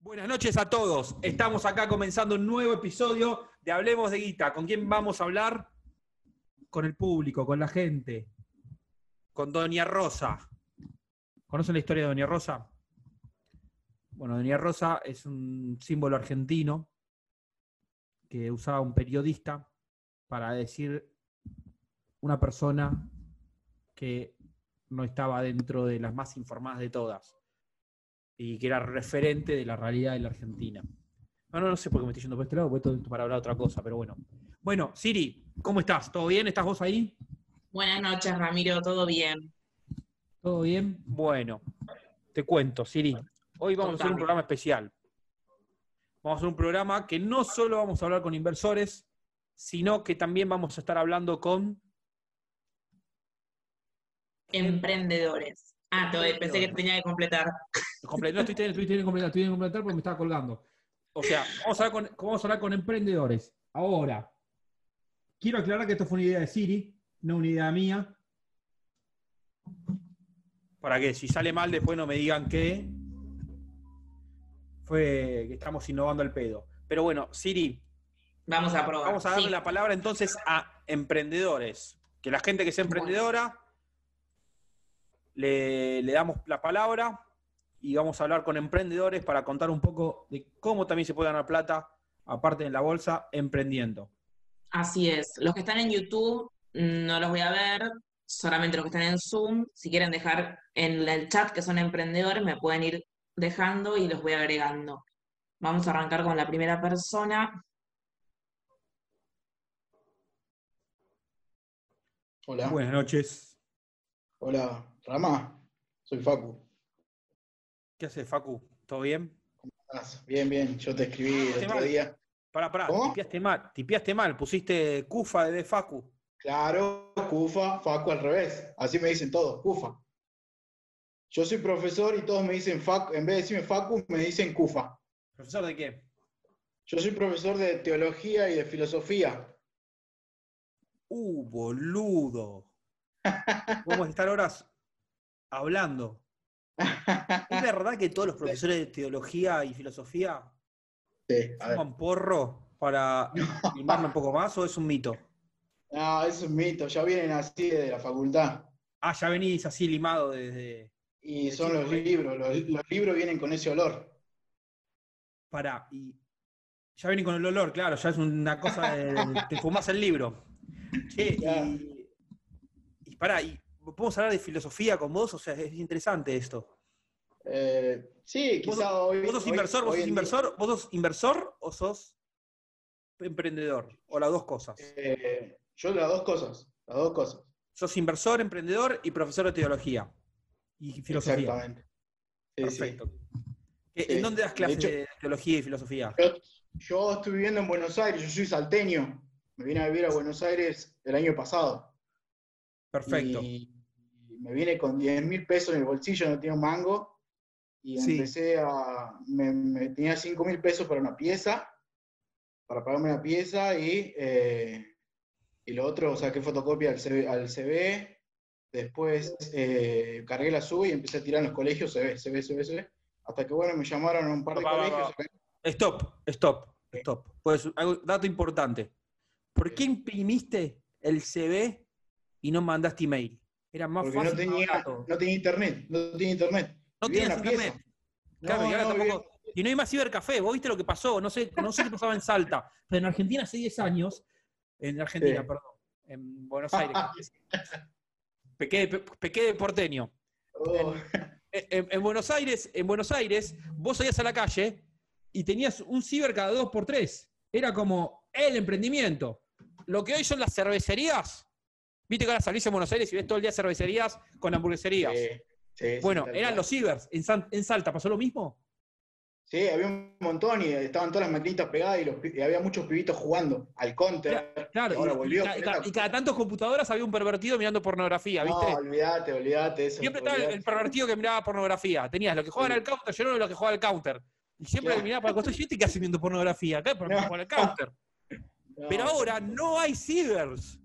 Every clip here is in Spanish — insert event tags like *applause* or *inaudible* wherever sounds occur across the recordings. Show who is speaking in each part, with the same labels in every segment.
Speaker 1: Buenas noches a todos. Estamos acá comenzando un nuevo episodio de Hablemos de Guita. ¿Con quién vamos a hablar? Con el público, con la gente, con Doña Rosa. ¿Conocen la historia de Doña Rosa? Bueno, Doña Rosa es un símbolo argentino que usaba un periodista para decir una persona que no estaba dentro de las más informadas de todas y que era referente de la realidad de la Argentina. No, no, no sé por qué me estoy yendo por este lado, porque esto es para hablar otra cosa, pero bueno. Bueno, Siri, ¿cómo estás? ¿Todo bien? ¿Estás vos ahí?
Speaker 2: Buenas noches, Ramiro, ¿todo bien?
Speaker 1: ¿Todo bien? Bueno, te cuento, Siri. Hoy vamos a hacer un
Speaker 2: Contame.
Speaker 1: programa especial. Vamos a hacer un programa que no solo vamos a hablar con inversores, sino que también vamos a estar hablando con
Speaker 2: Emprendedores. Ah, todo- pensé que tenía que completar.
Speaker 1: comple- no, estoy teniendo-
Speaker 3: Estoy teniendo que completar, estoy teniendo que completar porque me estaba colgando.
Speaker 1: O sea, vamos a, hablar con,
Speaker 3: Vamos a hablar con emprendedores. Ahora, quiero aclarar que esto fue una idea de Siri, no una idea mía.
Speaker 1: para que si sale mal después no me digan que fue que estamos innovando al pedo. Pero bueno, Siri,
Speaker 2: Vamos a probar.
Speaker 1: vamos a darle
Speaker 2: Sí.
Speaker 1: la palabra entonces a emprendedores. Que la gente que sea emprendedora le, le damos la palabra y vamos a hablar con emprendedores para contar un poco de cómo también se puede ganar plata, aparte de en la bolsa, emprendiendo.
Speaker 2: Así es. Los que están en YouTube mm, no los voy a ver, solamente los que están en Zoom. Si quieren dejar en el chat que son emprendedores, me pueden ir dejando y los voy agregando. Vamos a arrancar con la primera persona.
Speaker 4: Hola.
Speaker 1: Buenas noches.
Speaker 4: Hola, Rama. Soy Facu.
Speaker 1: ¿Qué haces, Facu? ¿Todo bien?
Speaker 4: Estás Bien, bien. Yo te escribí el
Speaker 1: Te
Speaker 4: otro
Speaker 1: mal.
Speaker 4: día.
Speaker 1: Pará, pará,
Speaker 4: ¿Cómo?
Speaker 1: tipiaste mal, tipiaste mal, pusiste Cufa de Facu.
Speaker 4: Claro, Cufa, Facu al revés. Así me dicen todos, Cufa. Yo soy profesor y todos me dicen Facu. En vez de decirme Facu, me dicen Cufa.
Speaker 1: ¿Profesor de qué?
Speaker 4: Yo soy profesor de teología y de filosofía.
Speaker 1: Uh, boludo. Vamos a estar horas hablando. ¿Es verdad
Speaker 4: *laughs*
Speaker 1: que todos los profesores de teología y filosofía
Speaker 4: Sí, a ver.
Speaker 1: fuman porro
Speaker 4: *laughs*
Speaker 1: para limarlo un poco más o es un mito?
Speaker 4: No, es un mito. Ya vienen así de la facultad.
Speaker 1: Ah, ya venís así limado desde.
Speaker 4: Y
Speaker 1: Sí,
Speaker 4: son los
Speaker 1: sí.
Speaker 4: libros. Los, los libros vienen con ese olor.
Speaker 1: Pará. Y ya venís con el olor, claro, ya es una cosa de. Te fumás el libro. Che,
Speaker 4: Claro.
Speaker 1: y. Y pará, y, ¿podemos hablar de filosofía con vos? O sea, es interesante esto.
Speaker 4: Eh, sí,
Speaker 1: ¿Vos-
Speaker 4: quizá hoy.
Speaker 1: ¿Vos sos
Speaker 4: hoy-
Speaker 1: inversor, vos
Speaker 4: hoy
Speaker 1: sos
Speaker 4: en día-
Speaker 1: inversor, vos sos inversor o sos emprendedor? O las dos cosas.
Speaker 4: Eh, yo las dos cosas. Las dos cosas.
Speaker 1: Sos inversor, emprendedor y profesor de teología y filosofía.
Speaker 4: Exactamente. Sí, sí.
Speaker 1: Perfecto. ¿En
Speaker 4: Sí.
Speaker 1: dónde das
Speaker 4: De
Speaker 1: clases
Speaker 4: hecho-
Speaker 1: de teología y filosofía?
Speaker 4: Yo, yo estoy viviendo en Buenos Aires, yo soy salteño. Me vine a vivir a Buenos Aires el año pasado.
Speaker 1: Perfecto.
Speaker 4: Y y me vine con 10 mil pesos en el bolsillo, no tenía un mango. Y
Speaker 1: Sí.
Speaker 4: empecé a. Me, me tenía 5 mil pesos para una pieza, para pagarme una pieza y. eh, y lo otro, saqué fotocopia al CV. al CV, después eh, cargué la sub y empecé a tirar en los colegios CV, CV, CV, CV. Hasta que, bueno, me llamaron a un par de
Speaker 1: Va, va, va.
Speaker 4: colegios.
Speaker 1: Stop, stop, stop. Pues, algo- dato importante. ¿Por qué imprimiste el CV y no mandaste email? Era más
Speaker 4: Porque
Speaker 1: fácil.
Speaker 4: no
Speaker 1: más
Speaker 4: tenía,
Speaker 1: barato.
Speaker 4: no tenía internet, no tenía internet.
Speaker 1: No
Speaker 4: Vivía en
Speaker 1: tenías
Speaker 4: una pieza.
Speaker 1: internet. Claro, y ahora
Speaker 4: vivía-
Speaker 1: tampoco- Y no hay más cibercafé, vos viste lo que pasó, no sé, no sé qué pasaba en Salta, pero en Argentina hace 10 años, en Argentina,
Speaker 4: Sí. Ah,
Speaker 1: perdón, en Buenos Aires. pequé, de- pequé de porteño.
Speaker 4: Oh,
Speaker 1: En, en- en Buenos Aires, en Buenos Aires, vos salías a la calle y tenías un ciber cada dos por tres. Era como el emprendimiento. Lo que hoy son las cervecerías. Viste que ahora salís en Buenos Aires y ves todo el día cervecerías con hamburgueserías.
Speaker 4: sí, sí, sí,
Speaker 1: bueno,
Speaker 4: tal
Speaker 1: eran
Speaker 4: cual.
Speaker 1: los cibers. En, San- en Salta pasó lo mismo.
Speaker 4: Sí, había un montón y estaban todas las maquinitas pegadas y, los pi- y había muchos pibitos jugando al counter.
Speaker 1: Claro,
Speaker 4: Y ahora
Speaker 1: y- y
Speaker 4: volvió.
Speaker 1: ca- y, ca- y cada tantos computadoras había un pervertido mirando pornografía,
Speaker 4: No,
Speaker 1: ¿viste?
Speaker 4: olvídate, olvídate eso.
Speaker 1: siempre estaba el-
Speaker 4: olvídate.
Speaker 1: el pervertido que miraba pornografía. Tenías los que jugaban
Speaker 4: Sí.
Speaker 1: al counter, yo no era los que jugaban al counter. Y siempre
Speaker 4: Claro.
Speaker 1: que miraba para el costado, yo te quedé haciendo pornografía acá para
Speaker 4: No.
Speaker 1: jugar al counter.
Speaker 4: No,
Speaker 1: Pero ahora no hay cibers.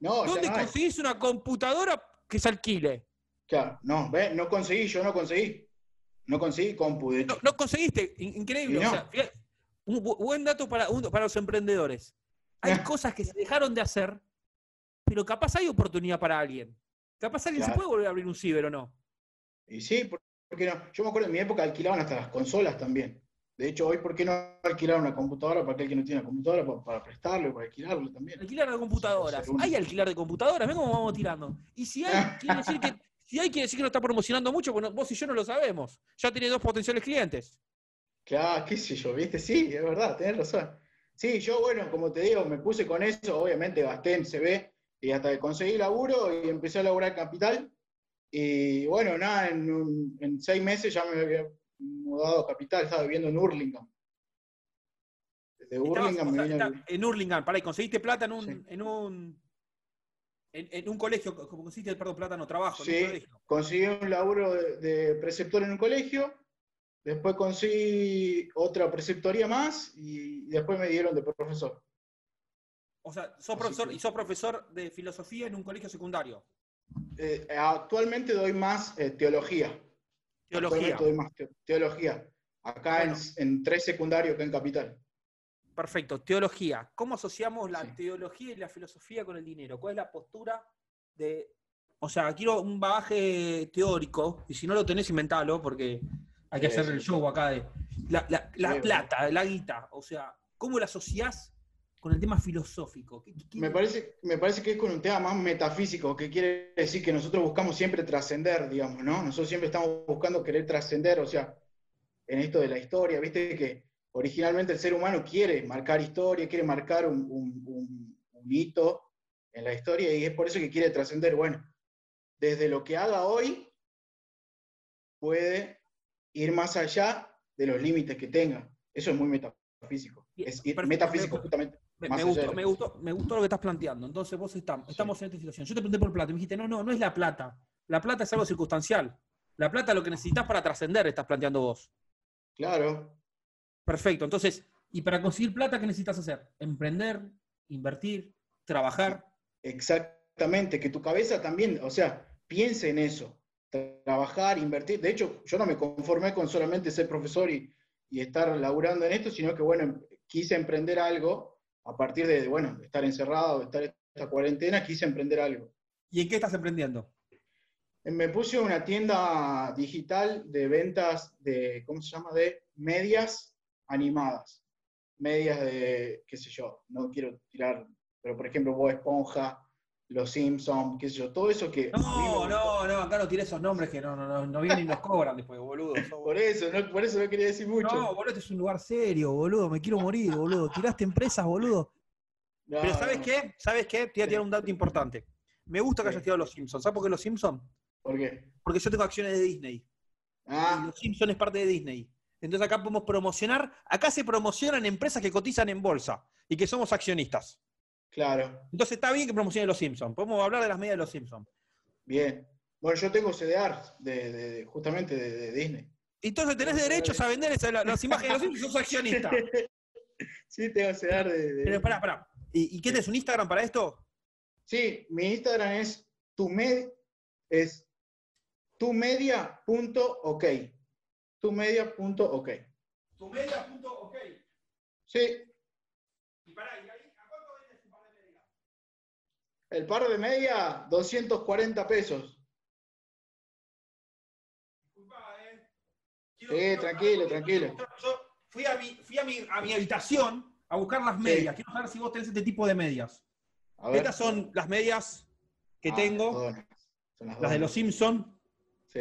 Speaker 4: No, ya
Speaker 1: ¿Dónde
Speaker 4: no hay.
Speaker 1: conseguís una computadora que se alquile?
Speaker 4: Claro, no, ve, no conseguí, yo no conseguí. No conseguí compu, de
Speaker 1: No,
Speaker 4: hecho.
Speaker 1: no conseguiste, in- increíble.
Speaker 4: Y no.
Speaker 1: o sea, fíjate, un bu- buen dato para, un- para los emprendedores. Hay
Speaker 4: Ah.
Speaker 1: cosas que se dejaron de hacer, pero capaz hay oportunidad para alguien. Capaz alguien se
Speaker 4: Claro.
Speaker 1: puede volver a abrir un ciber o no.
Speaker 4: Y sí, ¿por por qué no? Yo me acuerdo en mi época alquilaban hasta las consolas también. De hecho, hoy, ¿por qué no alquilar una computadora para aquel que no tiene una computadora? Pa- Para, prestarlo y para alquilarlo también.
Speaker 1: Alquilar de computadoras.
Speaker 4: Sí, seguro.
Speaker 1: Hay alquilar de computadoras, ven cómo vamos tirando. Y si hay, quiere decir que, si hay, quiere decir que no está promocionando mucho, porque no- vos y yo no lo sabemos. Ya tiene dos potenciales clientes.
Speaker 4: Claro, qué sé yo, ¿viste? Sí, es verdad, tenés razón. Sí, yo, bueno, como te digo, me puse con eso, obviamente gasté en CB y hasta que conseguí laburo y empecé a laburar en Capital. Y bueno, nada, en, un- en seis meses ya me había mudado a Capital, estaba viviendo en Hurlingham. Desde
Speaker 1: Estabas-
Speaker 4: Hurlingham
Speaker 1: o
Speaker 4: me
Speaker 1: sea,
Speaker 4: vine a
Speaker 1: está-
Speaker 4: vivir.
Speaker 1: en Hurlingham, pará, y conseguiste plata en un,
Speaker 4: Sí.
Speaker 1: en un en, en un colegio, como conseguiste, perdón, plata no trabajo, en
Speaker 4: Sí.
Speaker 1: un colegio.
Speaker 4: Conseguí un laburo de, de preceptor en un colegio, después conseguí otra preceptoría más y después me dieron de profesor.
Speaker 1: O sea, sos
Speaker 4: Así
Speaker 1: profesor
Speaker 4: que-
Speaker 1: y sos profesor de filosofía en un colegio secundario.
Speaker 4: Eh, actualmente doy más eh, teología.
Speaker 1: Teología.
Speaker 4: Actualmente doy más te- teología. Acá en-
Speaker 1: Bueno.
Speaker 4: en, tres secundarios, acá en Capital.
Speaker 1: Perfecto, teología. ¿Cómo asociamos la
Speaker 4: Sí.
Speaker 1: teología y la filosofía con el dinero? ¿Cuál es la postura de... O sea, quiero un bagaje teórico, y si no lo tenés, inventalo, porque hay que
Speaker 4: Sí,
Speaker 1: hacer
Speaker 4: sí,
Speaker 1: el
Speaker 4: sí.
Speaker 1: show acá de... La, la- la
Speaker 4: Sí,
Speaker 1: plata, la guita. O sea, ¿cómo la asociás con el tema filosófico? ¿Qué- qué- qué-
Speaker 4: Me parece, me parece que es con un tema más metafísico, que quiere decir que nosotros buscamos siempre trascender, digamos, ¿no? Nosotros siempre estamos buscando querer trascender, o sea, en esto de la historia, viste que originalmente el ser humano quiere marcar historia, quiere marcar un, un- un- un hito en la historia y es por eso que quiere trascender. Bueno, desde lo que haga hoy puede ir más allá de los límites que tenga. Eso es muy metafísico.
Speaker 1: Bien,
Speaker 4: Es ir-
Speaker 1: perfecto.
Speaker 4: metafísico, justamente.
Speaker 1: Me,
Speaker 4: Más
Speaker 1: me
Speaker 4: allá de
Speaker 1: gustó,
Speaker 4: lo
Speaker 1: me,
Speaker 4: que-
Speaker 1: gustó, me gustó lo que estás planteando. Entonces vos estamos, estamos en esta situación. Yo te pregunté por plata y me dijiste, no, no, no es la plata. La plata es algo circunstancial. La plata es lo que necesitas para trascender, estás planteando vos.
Speaker 4: Claro.
Speaker 1: Perfecto. Entonces, ¿y para conseguir plata qué necesitas hacer? Emprender, invertir, trabajar.
Speaker 4: Exactamente, que tu cabeza también, o sea, piense en eso, tra- trabajar, invertir. De hecho, yo no me conformé con solamente ser profesor y, y estar laburando en esto, sino que, bueno, quise emprender algo a partir de, bueno, de estar encerrado, de estar en esta cuarentena, quise emprender algo. Eh,
Speaker 1: ¿Y en qué estás emprendiendo?
Speaker 4: Me puse una tienda digital de ventas de, ¿cómo se llama? De medias animadas. Medias de, qué sé yo, no quiero tirar, pero por ejemplo, Bob Esponja, Los Simpsons, qué sé yo, todo eso que... a mí
Speaker 1: No,
Speaker 4: me gustó.
Speaker 1: no, no, acá no tiré esos nombres que no, no, no, no vienen y nos cobran después, boludo. Sos-
Speaker 4: Por eso, no, por eso no quería decir mucho.
Speaker 1: No, boludo, este es un lugar serio, boludo. Me quiero morir, boludo. Tiraste empresas, boludo.
Speaker 4: No,
Speaker 1: Pero ¿sabes
Speaker 4: no,
Speaker 1: qué? ¿Sabes qué? Te voy a tirar
Speaker 4: Sí.
Speaker 1: un dato importante. Me gusta que
Speaker 4: Sí.
Speaker 1: hayas tirado Los Simpsons. ¿Sabes por qué Los Simpsons?
Speaker 4: ¿Por qué?
Speaker 1: Porque yo tengo acciones de Disney. Y
Speaker 4: Ah,
Speaker 1: Los Simpsons es parte de Disney. Entonces acá podemos promocionar, acá se promocionan empresas que cotizan en bolsa y que somos accionistas.
Speaker 4: claro,
Speaker 1: Entonces está bien que promocione Los Simpsons. Podemos hablar de las medias de Los Simpsons.
Speaker 4: bien. Bueno, yo tengo CDR, de, de- de- justamente de, de Disney.
Speaker 1: Entonces tenés derechos a vender esa- la- las imágenes de Los Simpsons, sos accionista.
Speaker 4: *laughs* sí, tengo CDR de... de-
Speaker 1: Pero pará, pará. ¿Y, y qué tenés un Instagram para esto?
Speaker 4: Sí, mi Instagram es tu med- es tumedia.ok. Tumedia.ok.
Speaker 1: Tu media.ok.
Speaker 4: Sí,
Speaker 1: Y pará, ¿y ahí a cuánto vendes un par de medias?
Speaker 4: el par de media, 240 pesos.
Speaker 1: Disculpa, eh. Quiero-
Speaker 4: Sí,
Speaker 1: quiero-
Speaker 4: tranquilo, tranquilo.
Speaker 1: Yo fui a mi, fui a mi, a mi habitación a buscar las medias. Quiero saber si vos tenés este tipo de medias.
Speaker 4: A ver.
Speaker 1: Estas son las medias que
Speaker 4: Ah,
Speaker 1: tengo,
Speaker 4: las donas. Son
Speaker 1: las de
Speaker 4: donas.
Speaker 1: los
Speaker 4: *laughs*
Speaker 1: Simpson.
Speaker 4: Sí.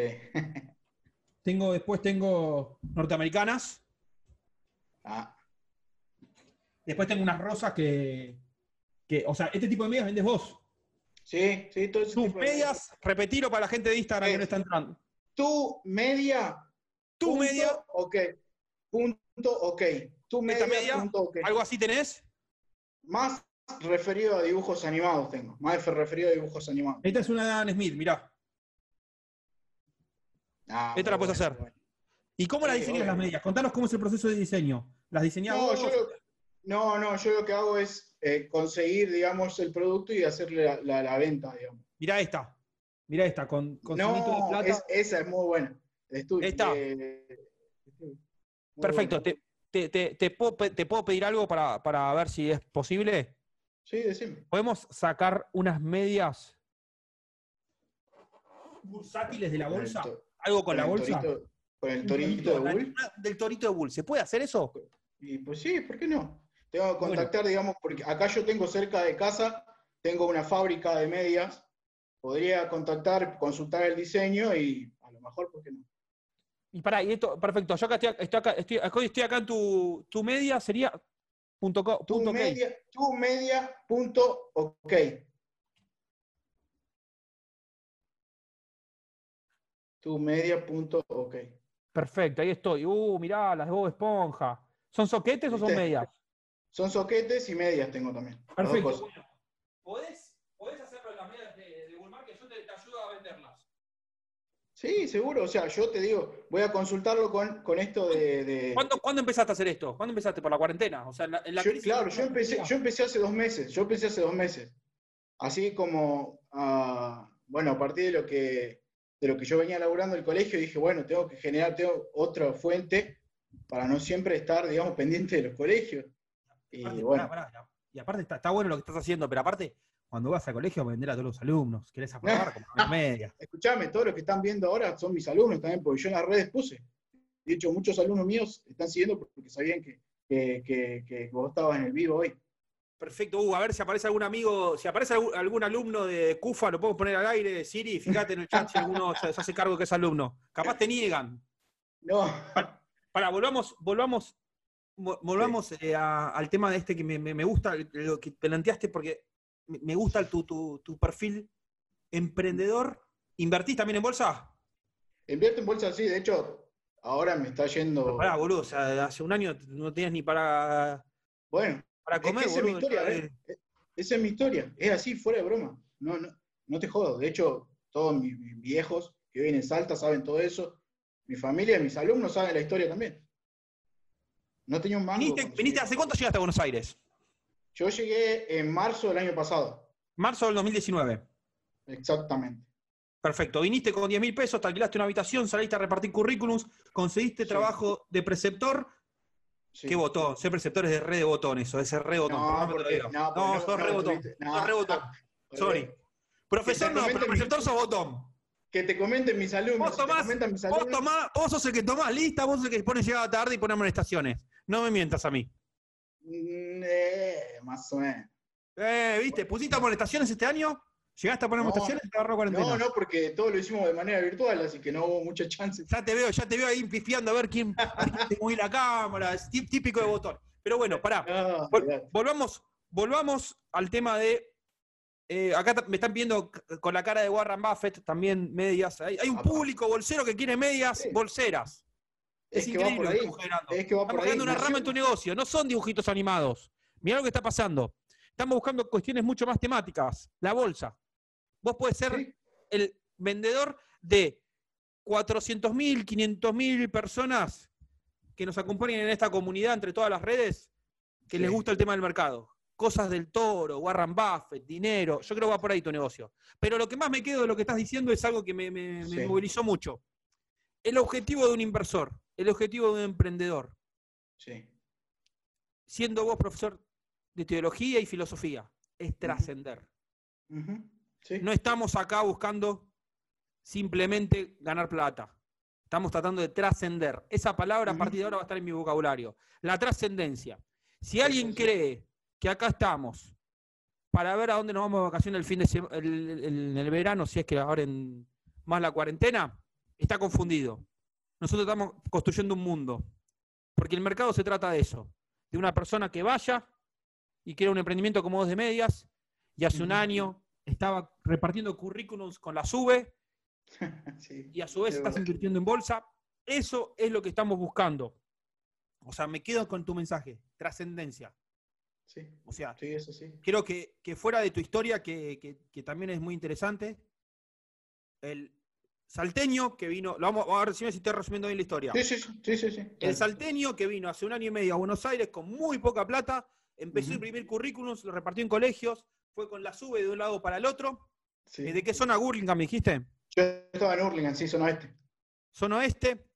Speaker 1: Tengo, después tengo norteamericanas.
Speaker 4: Ah,
Speaker 1: Después tengo unas rosas que, que- o sea, este tipo de medias vendes vos.
Speaker 4: sí, sí, todo ese
Speaker 1: Tus
Speaker 4: tipo de-
Speaker 1: medias, repetilo para la gente de Instagram
Speaker 4: Sí.
Speaker 1: que no está entrando.
Speaker 4: Tu media.
Speaker 1: Tu
Speaker 4: punto
Speaker 1: media,
Speaker 4: Ok. Punto ok. Tu media.
Speaker 1: media,
Speaker 4: punto ok.
Speaker 1: algo así tenés.
Speaker 4: Más referido a dibujos animados tengo. Más referido a dibujos animados.
Speaker 1: Esta es una de Adam Smith, mirá.
Speaker 4: Ah,
Speaker 1: Esta la
Speaker 4: muy
Speaker 1: puedes
Speaker 4: bueno,
Speaker 1: hacer.
Speaker 4: muy bueno.
Speaker 1: ¿Y cómo las
Speaker 4: Sí,
Speaker 1: diseñas
Speaker 4: obvio.
Speaker 1: las medias? Contanos cómo es el proceso de diseño. ¿Las diseñás
Speaker 4: No,
Speaker 1: vos?
Speaker 4: yo lo, no, no, yo lo que hago es eh, conseguir, digamos, el producto y hacerle la, la- la venta, digamos.
Speaker 1: Mirá esta. Mirá esta, con, con sonito de
Speaker 4: no,
Speaker 1: plata.
Speaker 4: es- eh, esa es muy buena. de estudio.
Speaker 5: Ahí está.
Speaker 4: de- Muy
Speaker 5: Perfecto.
Speaker 4: bueno.
Speaker 5: Te, te- te- te puedo, pe- te puedo pedir algo para, para ver si es posible?
Speaker 4: Sí, decime.
Speaker 5: ¿Podemos sacar unas medias?
Speaker 1: Bursátiles de la bolsa.
Speaker 4: Con el to-
Speaker 5: ¿Algo con
Speaker 4: con
Speaker 5: la
Speaker 4: el
Speaker 5: bolsa?
Speaker 4: torito- Con el torito de Bull.
Speaker 5: Ah, Del torito de Bull. ¿Se puede hacer eso?
Speaker 4: Y pues sí, ¿por qué no? Tengo que contactar, digamos, porque acá yo tengo cerca de casa, tengo una fábrica de medias. Podría contactar, consultar el diseño y a lo mejor, ¿por qué no?
Speaker 5: Y pará, y esto, perfecto. Yo acá estoy, estoy acá, estoy, hoy estoy acá en tu, tu media, sería punto co-
Speaker 4: Tu
Speaker 5: punto ok.
Speaker 4: media, tu media punto ok. Tu media punto ok.
Speaker 5: Perfecto, ahí estoy. Uh, mirá, las de Bob Esponja. ¿Son soquetes o son
Speaker 4: ¿Viste?
Speaker 5: medias?
Speaker 4: Son soquetes y medias tengo también. las dos
Speaker 1: Perfecto.
Speaker 4: cosas.
Speaker 1: Bueno, ¿podés, podés hacerlo en las medias de, de Bull Market, yo te, te ayudo a venderlas.
Speaker 4: Sí, seguro. O sea, yo te digo, voy a consultarlo con, con esto de. de-
Speaker 5: ¿Cuándo, cuándo empezaste a hacer esto? ¿Cuándo empezaste? ¿Por la cuarentena? O sea, en la, en la
Speaker 4: Eh, Yo-
Speaker 5: crisis-
Speaker 4: claro, yo empecé, yo empecé hace dos meses, yo empecé hace dos meses. Así como, ah, bueno, a partir de lo que de lo que yo venía laburando en el colegio, dije, bueno, tengo que generar tengo otra fuente para no siempre estar, digamos, pendiente de los colegios. Y
Speaker 1: Aparte,
Speaker 4: bueno,
Speaker 1: pará, pará, y aparte está, está bueno lo que estás haciendo, pero aparte, cuando vas al colegio, vender a todos los alumnos. Querés aprobar *laughs* como las medias.
Speaker 4: escuchame, todos los que están viendo ahora son mis alumnos también, porque yo en las redes puse. De hecho, muchos alumnos míos están siguiendo porque sabían que, que, que- que vos estabas en el vivo hoy.
Speaker 1: Perfecto, Uh, a ver si aparece algún amigo, si aparece algún, algún alumno de CUFA, lo podemos poner al aire, Siri, fíjate en el chat si alguno se, se hace cargo que es alumno. Capaz te niegan.
Speaker 4: No,
Speaker 1: Para, volvamos, volvamos, vo- volvamos eh, a- al tema de este que me, me- me gusta, lo que planteaste, porque me- me gusta tu, tu- tu perfil emprendedor. ¿Invertís también en bolsa?
Speaker 4: invierto en bolsa así, de hecho, ahora me está yendo...
Speaker 1: Pará, boludo, o sea, hace un año no tenías ni para,
Speaker 4: Bueno.
Speaker 1: para
Speaker 4: Es que
Speaker 1: comer,
Speaker 4: esa es mi
Speaker 1: boludo.
Speaker 4: historia,
Speaker 1: Eh,
Speaker 4: ¿eh? Esa es mi historia. Es así, fuera de broma. No, no, no te jodo. De hecho, todos mis, mis viejos que viven en Salta saben todo eso. Mi familia y mis alumnos saben la historia también. No tenía un mango.
Speaker 1: Viniste,
Speaker 4: cuando
Speaker 1: viniste
Speaker 4: llegué.
Speaker 1: ¿hace cuánto llegaste a Buenos Aires?
Speaker 4: Yo llegué en marzo del año pasado.
Speaker 1: Marzo del 2019.
Speaker 4: Exactamente.
Speaker 1: Perfecto. Viniste con 10 mil pesos, te alquilaste una habitación, saliste a repartir currículums, conseguiste
Speaker 4: Sí.
Speaker 1: trabajo de preceptor.
Speaker 4: Sí.
Speaker 1: ¿Qué botón? Ser preceptor es de re de botón eso, es re botón.
Speaker 4: No,
Speaker 1: perdón, pero
Speaker 4: porque,
Speaker 1: digo.
Speaker 4: no, porque
Speaker 1: No,
Speaker 4: no-
Speaker 1: sos
Speaker 4: no
Speaker 1: re botón.
Speaker 4: tuviste- no,
Speaker 1: Sos re botón.
Speaker 4: porque-
Speaker 1: Sorry. Profesor no, pero
Speaker 4: Exactamente,
Speaker 1: preceptor sos botón.
Speaker 4: Que te comenten mis alumnos.
Speaker 1: Vos
Speaker 4: que te
Speaker 1: tomás,
Speaker 4: comentan mis
Speaker 1: Vos,
Speaker 4: alumnos.
Speaker 1: tomás, vos sos el que tomás lista, vos sos el que pone llegada tarde y pone amonestaciones. No me mientas a mí.
Speaker 4: Mm, eh, más o menos.
Speaker 1: Eh, ¿viste? ¿Pusiste amonestaciones este año? ¿Llegaste a poner
Speaker 4: No.
Speaker 1: amonestaciones? Te agarró cuarentena.
Speaker 4: No, no, porque todo lo hicimos de manera virtual, así que no hubo mucha chance.
Speaker 1: Ya te veo, ya te veo ahí pifiando a ver quién te moví la cámara, es tí- típico de botón. Pero bueno, pará.
Speaker 4: Ah,
Speaker 1: Vol-
Speaker 4: mirá.
Speaker 1: Volvamos, volvamos al tema de. eh, acá ta- me están viendo c- con la cara de Warren Buffett también medias. Hay, hay un
Speaker 4: Apa.
Speaker 1: público bolsero que quiere medias
Speaker 4: Sí.
Speaker 1: bolseras. Es,
Speaker 4: Es que va
Speaker 1: increíble
Speaker 4: por
Speaker 1: lo que
Speaker 4: ahí.
Speaker 1: estamos generando.
Speaker 4: Es que va por ahí.
Speaker 1: Estamos creando una
Speaker 4: Nació-
Speaker 1: rama en tu negocio, no son dibujitos animados. Mirá lo que está pasando. Estamos buscando cuestiones mucho más temáticas. La bolsa. Vos podés ser
Speaker 4: Sí.
Speaker 1: el vendedor de 400.000, 500.000 personas que nos acompañen en esta comunidad entre todas las redes que
Speaker 4: Sí.
Speaker 1: les gusta el tema del mercado. Cosas del toro, Warren Buffett, dinero. Yo creo que va por ahí tu negocio. Pero lo que más me quedo de lo que estás diciendo es algo que me, me- me
Speaker 4: Sí.
Speaker 1: movilizó mucho. El objetivo de un inversor, el objetivo de un emprendedor,
Speaker 4: Sí,
Speaker 1: siendo vos profesor de teología y filosofía, es trascender.
Speaker 4: Ujú. Sí.
Speaker 1: No estamos acá buscando simplemente ganar plata. Estamos tratando de trascender. Esa palabra a
Speaker 4: Ujú.
Speaker 1: partir de ahora va a estar en mi vocabulario. La trascendencia. Si alguien
Speaker 4: sí.
Speaker 1: cree que acá estamos para ver a dónde nos vamos de vacaciones el fin de sema- el, el- el- el verano, si es que ahora en más la cuarentena, está confundido. Nosotros estamos construyendo un mundo. Porque el mercado se trata de eso. De una persona que vaya y crea un emprendimiento como dos de medias y hace un
Speaker 4: Ujú.
Speaker 1: año estaba repartiendo currículums con la SUBE
Speaker 4: *laughs* Sí.
Speaker 1: y a su vez
Speaker 4: Es
Speaker 1: estás
Speaker 4: verdad.
Speaker 1: invirtiendo en bolsa. Eso es lo que estamos buscando. O sea, me quedo con tu mensaje, trascendencia.
Speaker 4: Sí.
Speaker 1: O sea,
Speaker 4: Sí, eso sí.
Speaker 1: creo que, que fuera de tu historia, que, que- que también es muy interesante, el salteño que vino, lo vamos, a ver si me estoy resumiendo bien la historia.
Speaker 4: Sí, sí, sí, sí, sí, sí.
Speaker 1: El salteño que vino hace un año y medio a Buenos Aires con muy poca plata, empezó a
Speaker 4: Ujú.
Speaker 1: imprimir currículums, lo repartió en colegios, fue con la sube de un lado para el otro. Eh,
Speaker 4: Sí.
Speaker 1: ¿De qué zona Gurlingham me dijiste?
Speaker 4: Yo estaba en Hurlingham, sí, zona este.
Speaker 1: Zona Oeste,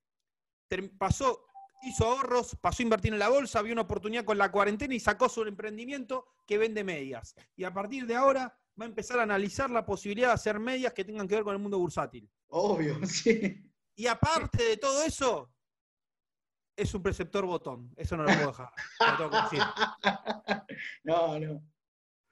Speaker 1: ter- pasó, hizo ahorros, pasó a invertir en la bolsa, vio una oportunidad con la cuarentena y sacó su emprendimiento que vende medias. Y a partir de ahora va a empezar a analizar la posibilidad de hacer medias que tengan que ver con el mundo bursátil.
Speaker 4: Obvio, *laughs* sí.
Speaker 1: Y aparte de todo eso, es un preceptor botón. Eso no lo puedo dejar. Te lo tengo que decir.
Speaker 4: *laughs* No, no.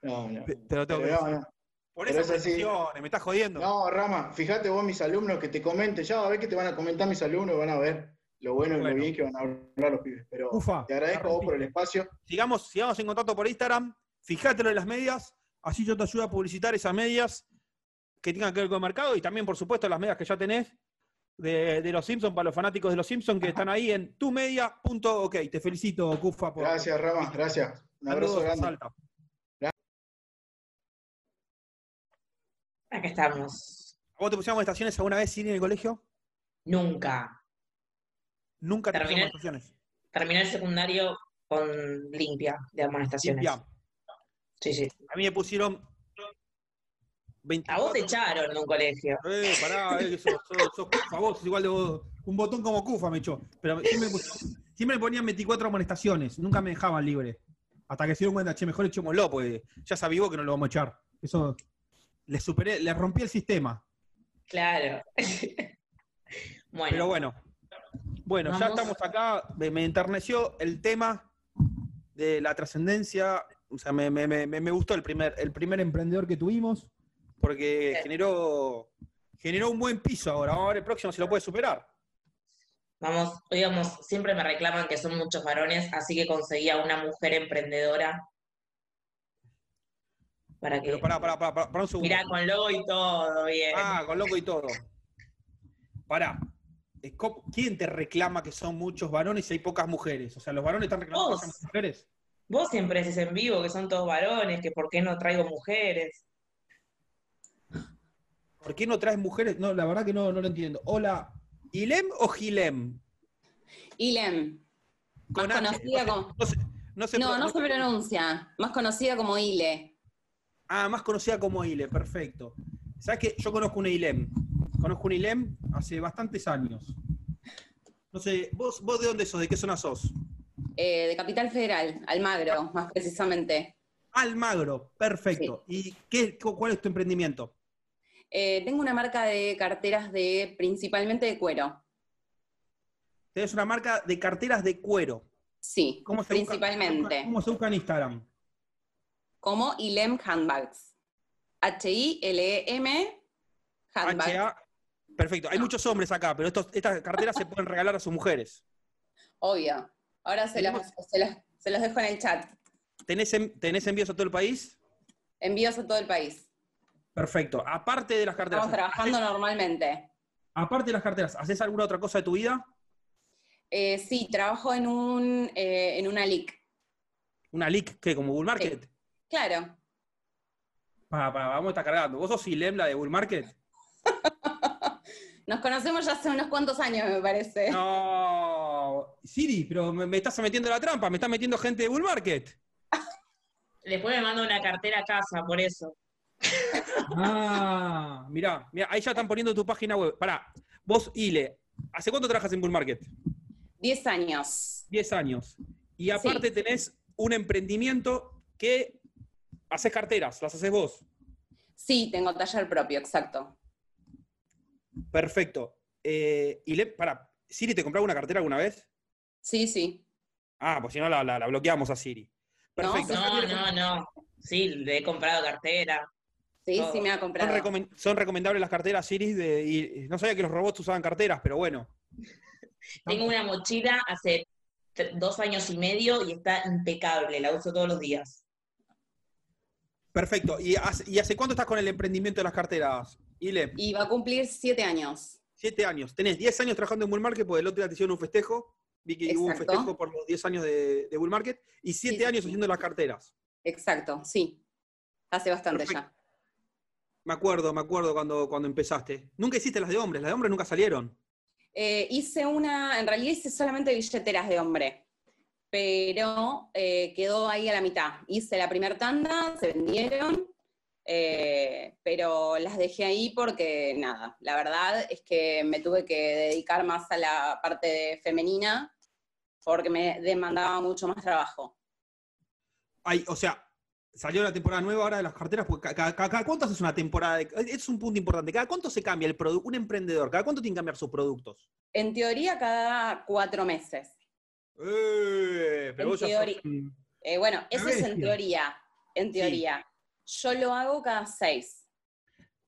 Speaker 4: No, no.
Speaker 1: Te- te lo tengo que
Speaker 4: Pero no,
Speaker 1: decir.
Speaker 4: no.
Speaker 1: Por
Speaker 4: pero
Speaker 1: eso
Speaker 4: es así.
Speaker 1: me estás jodiendo.
Speaker 4: No, Rama, fíjate vos mis alumnos que te comenten, ya va a ver que te van a comentar mis alumnos, van a ver lo bueno y lo
Speaker 1: Bueno.
Speaker 4: bien que van a hablar los pibes. Pero
Speaker 6: Ufa.
Speaker 4: te agradezco a vos por el espacio.
Speaker 1: Sigamos, sigamos en contacto por Instagram. Fíjate lo de las medias. Así yo te ayudo a publicitar esas medias que tengan que ver con el mercado y también, por supuesto, las medias que ya tenés de, de los Simpsons para los fanáticos de los Simpsons que están ahí en tumedia.ok. Te felicito, Cufa, por
Speaker 4: Gracias, Rama, gracias. Un abrazo
Speaker 1: Saludos a
Speaker 4: grande.
Speaker 1: Salta.
Speaker 2: Acá estamos.
Speaker 1: ¿A vos te pusieron estaciones alguna vez Siri, en el colegio?
Speaker 2: Nunca.
Speaker 1: Nunca te pusieron
Speaker 2: Terminé.
Speaker 1: estaciones.
Speaker 2: Terminé el secundario con limpia de amonestaciones.
Speaker 1: Bien.
Speaker 2: Sí, sí.
Speaker 1: A mí me pusieron 20.
Speaker 2: A vos te echaron de un colegio.
Speaker 1: Eh, pará, eh, que sos, sos- sos Cufa, vos sos igual de vos.
Speaker 6: Un botón como Cufa me echó. Pero siempre me, pusieron- siempre me ponían 24 amonestaciones. Nunca me dejaban libre. Hasta que se dieron cuenta, che, mejor echémoslo, pues ya sabía vos que no lo vamos a echar. Eso, le superé, le rompí el sistema.
Speaker 2: *laughs* Claro. bueno,
Speaker 1: Pero bueno. Bueno, ya
Speaker 2: Vamos.
Speaker 1: estamos acá. Me, me enterneció el tema de la trascendencia. O sea, me, me- me- me gustó el primer, el primer emprendedor que tuvimos porque
Speaker 2: Sí.
Speaker 1: generó, generó un buen piso ahora. Vamos a ver el próximo si lo puede superar.
Speaker 2: vamos, digamos, siempre me reclaman que son muchos varones, así que conseguí a una mujer emprendedora. Para que.
Speaker 1: Pero pará, pará, pará, pará, pará un segundo.
Speaker 2: Mirá, con logo y todo, bien.
Speaker 1: Ah, con loco y todo. Pará. Eh, ¿cómo- ¿Quién te reclama que son muchos varones y hay pocas mujeres? O sea, los varones están reclamando
Speaker 2: Vos.
Speaker 1: que son mujeres.
Speaker 2: Vos siempre decís en vivo que son todos varones, que por qué no traigo mujeres.
Speaker 1: ¿Por qué no traes mujeres?
Speaker 6: No, la verdad que no, no lo entiendo. Hola,
Speaker 1: ¿Ilem o Gilem?
Speaker 7: Ilem, más
Speaker 1: Con H.
Speaker 7: conocida como...
Speaker 1: No, se, no se
Speaker 7: No,
Speaker 1: puede-
Speaker 7: no se pronuncia, más conocida como E, Ile.
Speaker 1: Ah, más conocida como Ile, perfecto. ¿Sabes qué? Yo conozco una Ilem. Conozco una Ilem hace bastantes años. No sé, ¿vos, vos de dónde sos? ¿De qué zona sos?
Speaker 7: eh, de Capital Federal, Almagro, más precisamente.
Speaker 1: Almagro, perfecto. ¿Y qué, cu- cuál es tu emprendimiento?
Speaker 7: Eh, tengo una marca de carteras de principalmente de cuero.
Speaker 1: Tenés una marca de carteras de cuero.
Speaker 7: Sí,
Speaker 1: ¿Cómo se busca?
Speaker 7: principalmente.
Speaker 6: ¿cómo se busca en Instagram?
Speaker 7: Como Ilem Handbags. H-I-L-E-M E Handbags.
Speaker 1: HA. Perfecto. Hay muchos hombres acá, pero estos- estas carteras se pueden regalar a sus mujeres.
Speaker 7: Obvio. Ahora se los, se, los, se los dejo en el chat.
Speaker 1: ¿Tenés, en- tenés envíos a todo el país?
Speaker 7: Envíos a todo el país.
Speaker 1: Perfecto. Aparte de las carteras.
Speaker 7: Estamos trabajando normalmente.
Speaker 1: Aparte de las carteras, ¿haces alguna otra cosa de tu vida?
Speaker 7: Eh, sí, trabajo en, un, eh, en una LIC.
Speaker 1: ¿Una leak? ¿Qué? ¿Como Bull Market?
Speaker 7: Claro.
Speaker 1: Pa, pa, vamos a estar cargando. ¿Vos sos Ilem, la de Bull Market?
Speaker 7: Nos conocemos ya hace unos cuantos años, me parece.
Speaker 1: No. Siri, pero me, me estás metiendo la trampa. Me estás metiendo gente de Bull Market.
Speaker 2: Después me mando una cartera a casa, por eso.
Speaker 6: Ah,
Speaker 1: Mirá, mirá, ahí ya están poniendo tu página web. Pará. Vos, Ile, ¿hace cuánto trabajas en Bull Market?
Speaker 7: Diez años.
Speaker 1: 10 años. Y aparte tenés un emprendimiento que haces carteras, las haces vos.
Speaker 7: Sí, tengo taller propio, exacto.
Speaker 1: Perfecto. Eh, y le, para, ¿Siri te compraba una cartera alguna vez?
Speaker 7: Sí, sí.
Speaker 1: Ah, pues si no la, la- la bloqueamos a Siri.
Speaker 7: No,
Speaker 1: Perfecto. Acá
Speaker 2: No,
Speaker 1: tiene-
Speaker 2: no, no. Sí, le he comprado cartera.
Speaker 7: Sí,
Speaker 2: Todo.
Speaker 7: sí me ha
Speaker 1: Son,
Speaker 7: comprado.
Speaker 1: recomen- son recomendables las carteras Siri de, y no sabía que los robots usaban carteras, pero bueno.
Speaker 2: Tengo una mochila hace tre- dos años y medio y está impecable, la uso todos los días.
Speaker 1: Perfecto. ¿Y hace, y hace cuánto estás con el emprendimiento de las carteras? Ile,
Speaker 7: Y va a cumplir siete años.
Speaker 1: siete años. Tenés 10 años trabajando en Bull Market, porque el otro día te hicieron un festejo. Vi que hubo un
Speaker 7: Exacto.
Speaker 1: festejo por los 10 años de, de Bull Market y siete
Speaker 7: sí,
Speaker 1: años
Speaker 7: sí.
Speaker 1: haciendo las carteras.
Speaker 7: Exacto, sí. Hace bastante
Speaker 1: Perfecto.
Speaker 7: ya.
Speaker 1: Me acuerdo, me acuerdo cuando, cuando empezaste. Nunca hiciste las de hombres, las de hombres nunca salieron.
Speaker 7: Eh, hice una, en realidad hice solamente billeteras de hombre, pero eh, quedó ahí a la mitad. Hice la primera tanda, se vendieron, eh, pero las dejé ahí porque nada, la verdad es que me tuve que dedicar más a la parte femenina porque me demandaba mucho más trabajo.
Speaker 1: Ay, o sea, salió la temporada nueva ahora de las carteras, porque ca- ca- cada, cuánto haces una temporada, de- es un punto importante, cada cuánto se cambia el producto, un emprendedor, cada cuánto tiene que cambiar sus productos.
Speaker 7: En teoría cada cuatro meses.
Speaker 1: Eh, pero
Speaker 7: En
Speaker 1: vos ya sos-
Speaker 7: teoría. Eh, bueno, eso es en
Speaker 1: bestia.
Speaker 7: teoría, en
Speaker 1: Sí.
Speaker 7: teoría. Yo lo hago cada seis.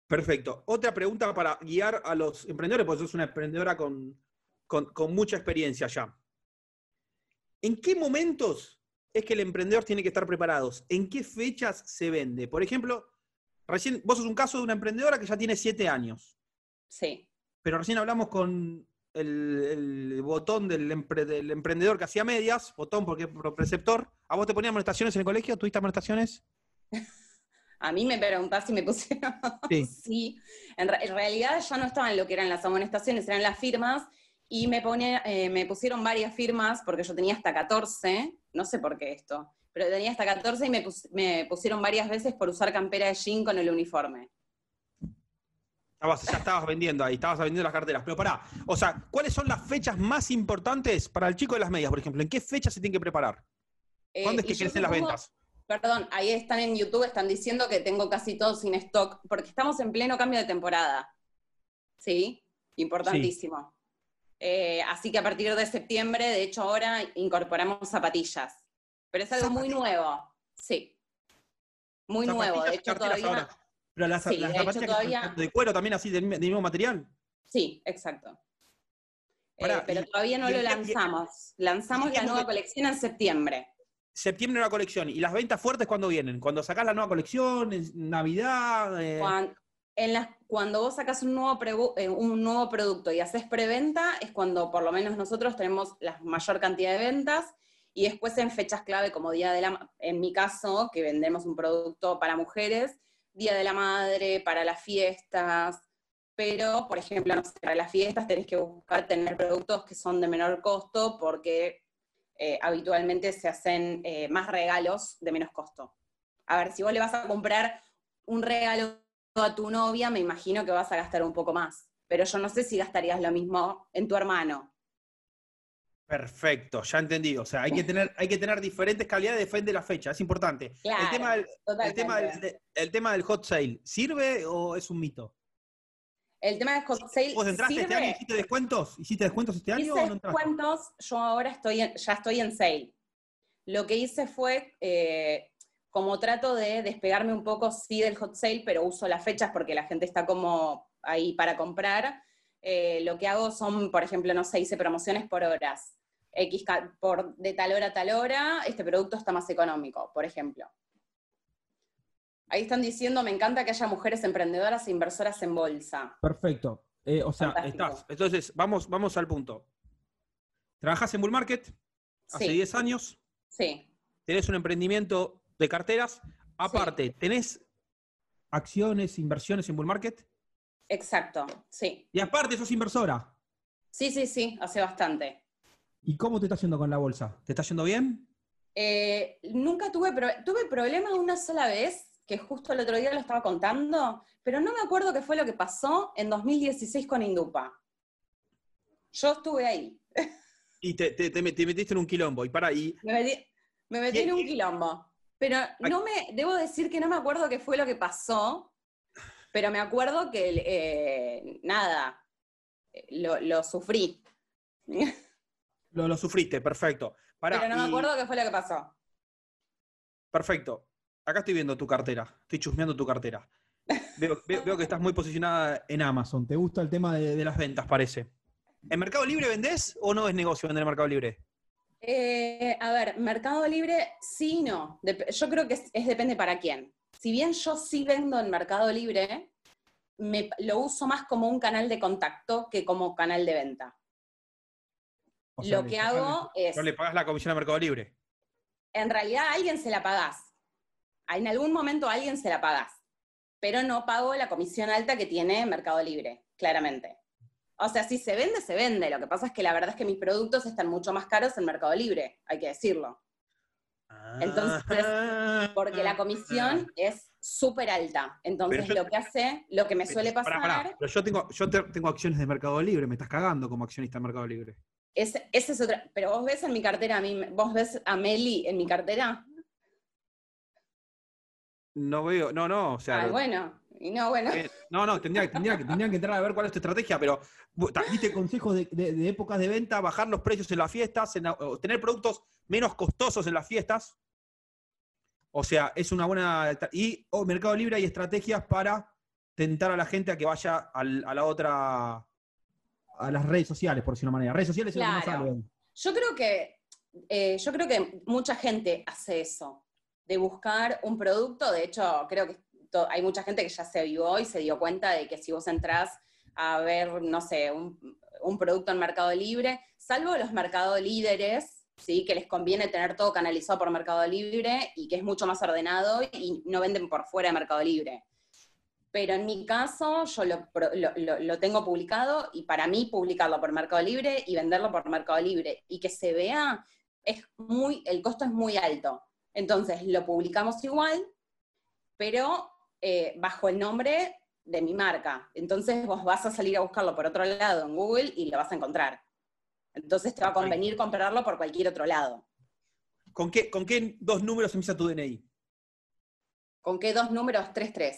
Speaker 1: Perfecto. Otra pregunta para guiar a los emprendedores, porque sos una emprendedora con, con- con mucha experiencia ya. ¿En qué momentos es que el emprendedor tiene que estar preparado? ¿En qué fechas se vende? Por ejemplo, recién, vos sos un caso de una emprendedora que ya tiene siete años,
Speaker 7: Sí,
Speaker 1: pero recién hablamos con el, el botón del, empre- del emprendedor que hacía medias, botón porque es pro- preceptor. ¿A vos te ponían amonestaciones en el colegio? ¿Tuviste amonestaciones?
Speaker 7: a mí me preguntás si me *laughs* pusieron.
Speaker 1: Sí.
Speaker 7: *laughs* Sí, en, re- en realidad ya no estaban lo que eran las amonestaciones, eran las firmas, y me, pone- eh, me pusieron varias firmas, porque yo tenía hasta 14, no sé por qué esto, pero tenía hasta 14 y me, pus- me pusieron varias veces por usar campera de jean con el uniforme.
Speaker 1: Estabas- ya estabas vendiendo ahí, estabas vendiendo las carteras. Pero pará, o sea, ¿cuáles son las fechas más importantes para el chico de las medias, por ejemplo? ¿En qué fecha se tiene que preparar?
Speaker 7: Eh,
Speaker 1: ¿Cuándo es
Speaker 7: y
Speaker 1: que
Speaker 7: yo
Speaker 1: crecen las
Speaker 7: supongo-
Speaker 1: ventas?
Speaker 7: Perdón, ahí están en YouTube, están diciendo que tengo casi todo sin stock, porque estamos en pleno cambio de temporada. ¿Sí? Importantísimo. Eh, así que a partir de septiembre, de hecho ahora, incorporamos zapatillas. Pero es algo muy nuevo. Sí. Muy nuevo. De
Speaker 1: Zapatillas y
Speaker 7: hecho,
Speaker 1: carteras
Speaker 7: todavía...
Speaker 1: ahora. Pero las,
Speaker 7: Sí,
Speaker 1: las
Speaker 7: de hecho,
Speaker 1: zapatillas que
Speaker 7: todavía-
Speaker 1: son de cuero también así, del, mi- del mismo material.
Speaker 7: Sí, exacto. Eh,
Speaker 1: Pará,
Speaker 7: pero
Speaker 1: y-
Speaker 7: todavía no
Speaker 1: y
Speaker 7: lo
Speaker 1: el-
Speaker 7: lanzamos. Lanzamos
Speaker 1: y
Speaker 7: la
Speaker 1: el-
Speaker 7: nueva colección en septiembre.
Speaker 1: Septiembre nueva colección. ¿Y las ventas fuertes cuándo vienen? ¿Cuando sacás la nueva colección? ¿En Navidad? Eh,
Speaker 7: Cuan- en las- cuando vos sacás un nuevo, pregu- eh, un nuevo producto y haces preventa, es cuando por lo menos nosotros tenemos la mayor cantidad de ventas y después en fechas clave como Día de la Ma- en mi caso, que vendemos un producto para mujeres, Día de la Madre, para las fiestas, pero por ejemplo, no sé, para las fiestas tenés que buscar tener productos que son de menor costo porque eh, habitualmente se hacen eh, más regalos de menos costo. A ver, si vos le vas a comprar un regalo a tu novia, me imagino que vas a gastar un poco más. Pero yo no sé si gastarías lo mismo en tu hermano.
Speaker 1: Perfecto, ya entendí. O sea, hay que tener, hay que tener diferentes calidades, depende de la fecha, es importante.
Speaker 7: Claro,
Speaker 1: el, tema del, el,
Speaker 7: totalmente.
Speaker 1: tema del, de- el tema del hot sale, ¿sirve o es un mito?
Speaker 7: El tema de hot sale
Speaker 1: ¿Vos entraste
Speaker 7: sirve.
Speaker 1: este año? ¿Hiciste descuentos? ¿Hiciste descuentos este año o
Speaker 7: Hice
Speaker 1: no entraste?
Speaker 7: cuentos, yo ahora estoy en- ya estoy en sale. Lo que hice fue, eh, como trato de despegarme un poco, sí, del hot sale, pero uso las fechas porque la gente está como ahí para comprar. eh, lo que hago son, por ejemplo, no sé, hice promociones por horas. X ca- por de tal hora a tal hora, este producto está más económico, por ejemplo. Ahí están diciendo, me encanta que haya mujeres emprendedoras e inversoras en bolsa.
Speaker 1: Perfecto. Eh, o sea,
Speaker 7: Fantástico.
Speaker 1: estás. Entonces, vamos, vamos al punto. Trabajas en Bull Market hace
Speaker 7: Sí,
Speaker 1: 10 años,
Speaker 7: sí.
Speaker 1: tenés un emprendimiento de carteras. Aparte, tenés acciones, inversiones en Bull Market
Speaker 7: Exacto, sí.
Speaker 1: y aparte sos inversora.
Speaker 7: Sí, sí, sí, hace bastante.
Speaker 1: ¿Y cómo te está yendo con la bolsa? ¿Te está yendo bien?
Speaker 7: Eh, nunca tuve, pro- tuve problemas una sola vez, que justo el otro día lo estaba contando, pero no me acuerdo qué fue lo que pasó en 2016 con Indupa. Yo estuve ahí.
Speaker 1: Y te, te- te met- te metiste en un quilombo. Y para, y
Speaker 7: Me metí, me metí en un quilombo. Pero no me, debo decir que no me acuerdo qué fue lo que pasó, pero me acuerdo que eh, nada, eh, lo, lo sufrí. *laughs*
Speaker 1: lo, lo sufriste, perfecto. Pará,
Speaker 7: pero no me
Speaker 1: y-
Speaker 7: acuerdo qué fue lo que pasó.
Speaker 1: Perfecto. Acá estoy viendo tu cartera. Estoy chusmeando tu cartera. Veo, ve- veo que estás muy posicionada en Amazon. ¿Te gusta el tema de, de las ventas, parece? ¿En Mercado Libre vendés o no es negocio vender en Mercado Libre?
Speaker 7: Eh, a ver, Mercado Libre sí y no. Dep- yo creo que es, es depende para quién. Si bien yo sí vendo en Mercado Libre, me- lo uso más como un canal de contacto que como canal de venta.
Speaker 1: O sea,
Speaker 7: lo
Speaker 1: le-
Speaker 7: que hago es,
Speaker 1: No le pagás la comisión a Mercado Libre.
Speaker 7: en realidad a alguien se la pagás. En algún momento a alguien se la pagás. Pero no pago la comisión alta que tiene Mercado Libre, claramente. O sea, si se vende, se vende. Lo que pasa es que la verdad es que mis productos están mucho más caros en Mercado
Speaker 1: Ah.
Speaker 7: Libre, hay que decirlo. Entonces, porque la comisión es súper alta. Entonces,
Speaker 1: yo-
Speaker 7: lo que hace, lo que me suele pasar
Speaker 1: Pará, pará, Pero yo tengo, yo te- tengo acciones de Mercado Libre, me estás cagando como accionista de Mercado Libre.
Speaker 7: es, esa es otra. Pero vos ves en mi cartera, a mí, vos ves a Meli en mi cartera.
Speaker 1: No veo, no, no, o sea.
Speaker 7: Ah,
Speaker 1: lo-
Speaker 7: bueno. Y no, bueno.
Speaker 1: eh, No, no, tendría, tendría que, tendrían que entrar a ver cuál es tu estrategia, pero vos ta- diste consejos de, de- de épocas de venta, bajar los precios en las fiestas, en la- o tener productos menos costosos en las fiestas. O sea, es una buena. Y o Mercado Libre hay estrategias para tentar a la gente a que vaya al- a la otra. a las redes sociales, por decirlo de una manera. Redes sociales es lo que más
Speaker 7: Claro.
Speaker 1: hablan.
Speaker 7: Yo creo que eh, yo creo que mucha gente hace eso, de buscar un producto. De hecho, creo que to- hay mucha gente que ya se avivó y se dio cuenta de que si vos entrás a ver, no sé, un, un producto en Mercado Libre, salvo los mercado líderes, ¿sí? que les conviene tener todo canalizado por Mercado Libre y que es mucho más ordenado y no venden por fuera de Mercado Libre. Pero en mi caso, yo lo, pro- lo- lo- lo tengo publicado y para mí publicarlo por Mercado Libre y venderlo por Mercado Libre y que se vea, es muy, el costo es muy alto. Entonces lo publicamos igual, pero eh, bajo el nombre de mi marca. Entonces vos vas a salir a buscarlo por otro lado en Google y lo vas a encontrar. Entonces te va a convenir comprarlo por cualquier otro lado.
Speaker 1: ¿Con qué, ¿Con qué dos números empieza tu DNI?
Speaker 7: ¿Con qué dos números? 3-3.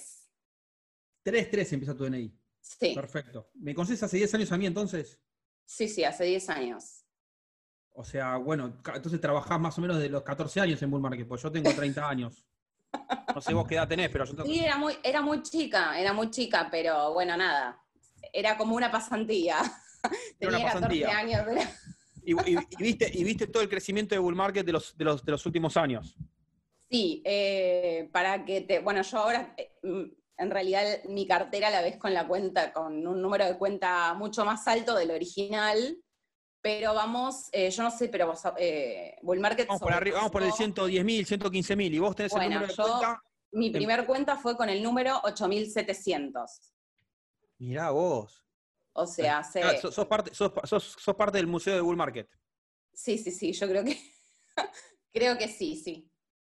Speaker 1: 3-3 empieza tu DNI.
Speaker 7: Sí,
Speaker 1: Perfecto. ¿Me conoces hace 10 años a mí entonces?
Speaker 7: sí, sí, hace 10 años.
Speaker 1: O sea, bueno, ca- entonces trabajás más o menos de los 14 años en Bull Market, pues yo tengo *laughs* 30 años. No sé vos qué edad tenés, pero yo tengo...
Speaker 7: Sí, era muy, era muy chica, era muy chica, pero bueno, nada. Era como una pasantía.
Speaker 1: Era una
Speaker 7: *laughs* Tenía 14
Speaker 1: pasantía.
Speaker 7: años. era- *laughs*
Speaker 1: Y, y- y viste, y viste todo el crecimiento de Bull Market de los, de los, de los últimos años.
Speaker 7: Sí, eh, para que te. Bueno, yo ahora, eh, mm, en realidad, mi cartera la ves con la cuenta, con un número de cuenta mucho más alto del original. Pero vamos, eh, yo no sé, pero vos, eh, Bull Market.
Speaker 1: Vamos por, arriba, vamos por el
Speaker 7: sobrepasó-
Speaker 1: 110.000, 115.000, y vos tenés el
Speaker 7: Bueno,
Speaker 1: número de
Speaker 7: yo-
Speaker 1: cuenta... Em
Speaker 7: Mi primer cuenta fue con el número 8700.
Speaker 1: Mirá vos.
Speaker 7: O sea, hace.
Speaker 1: Ah, sos, sos parte, sos, pa- sos- sos parte del Museo de Bull Market.
Speaker 7: Sí, sí, sí, yo creo que *laughs* creo que sí, sí.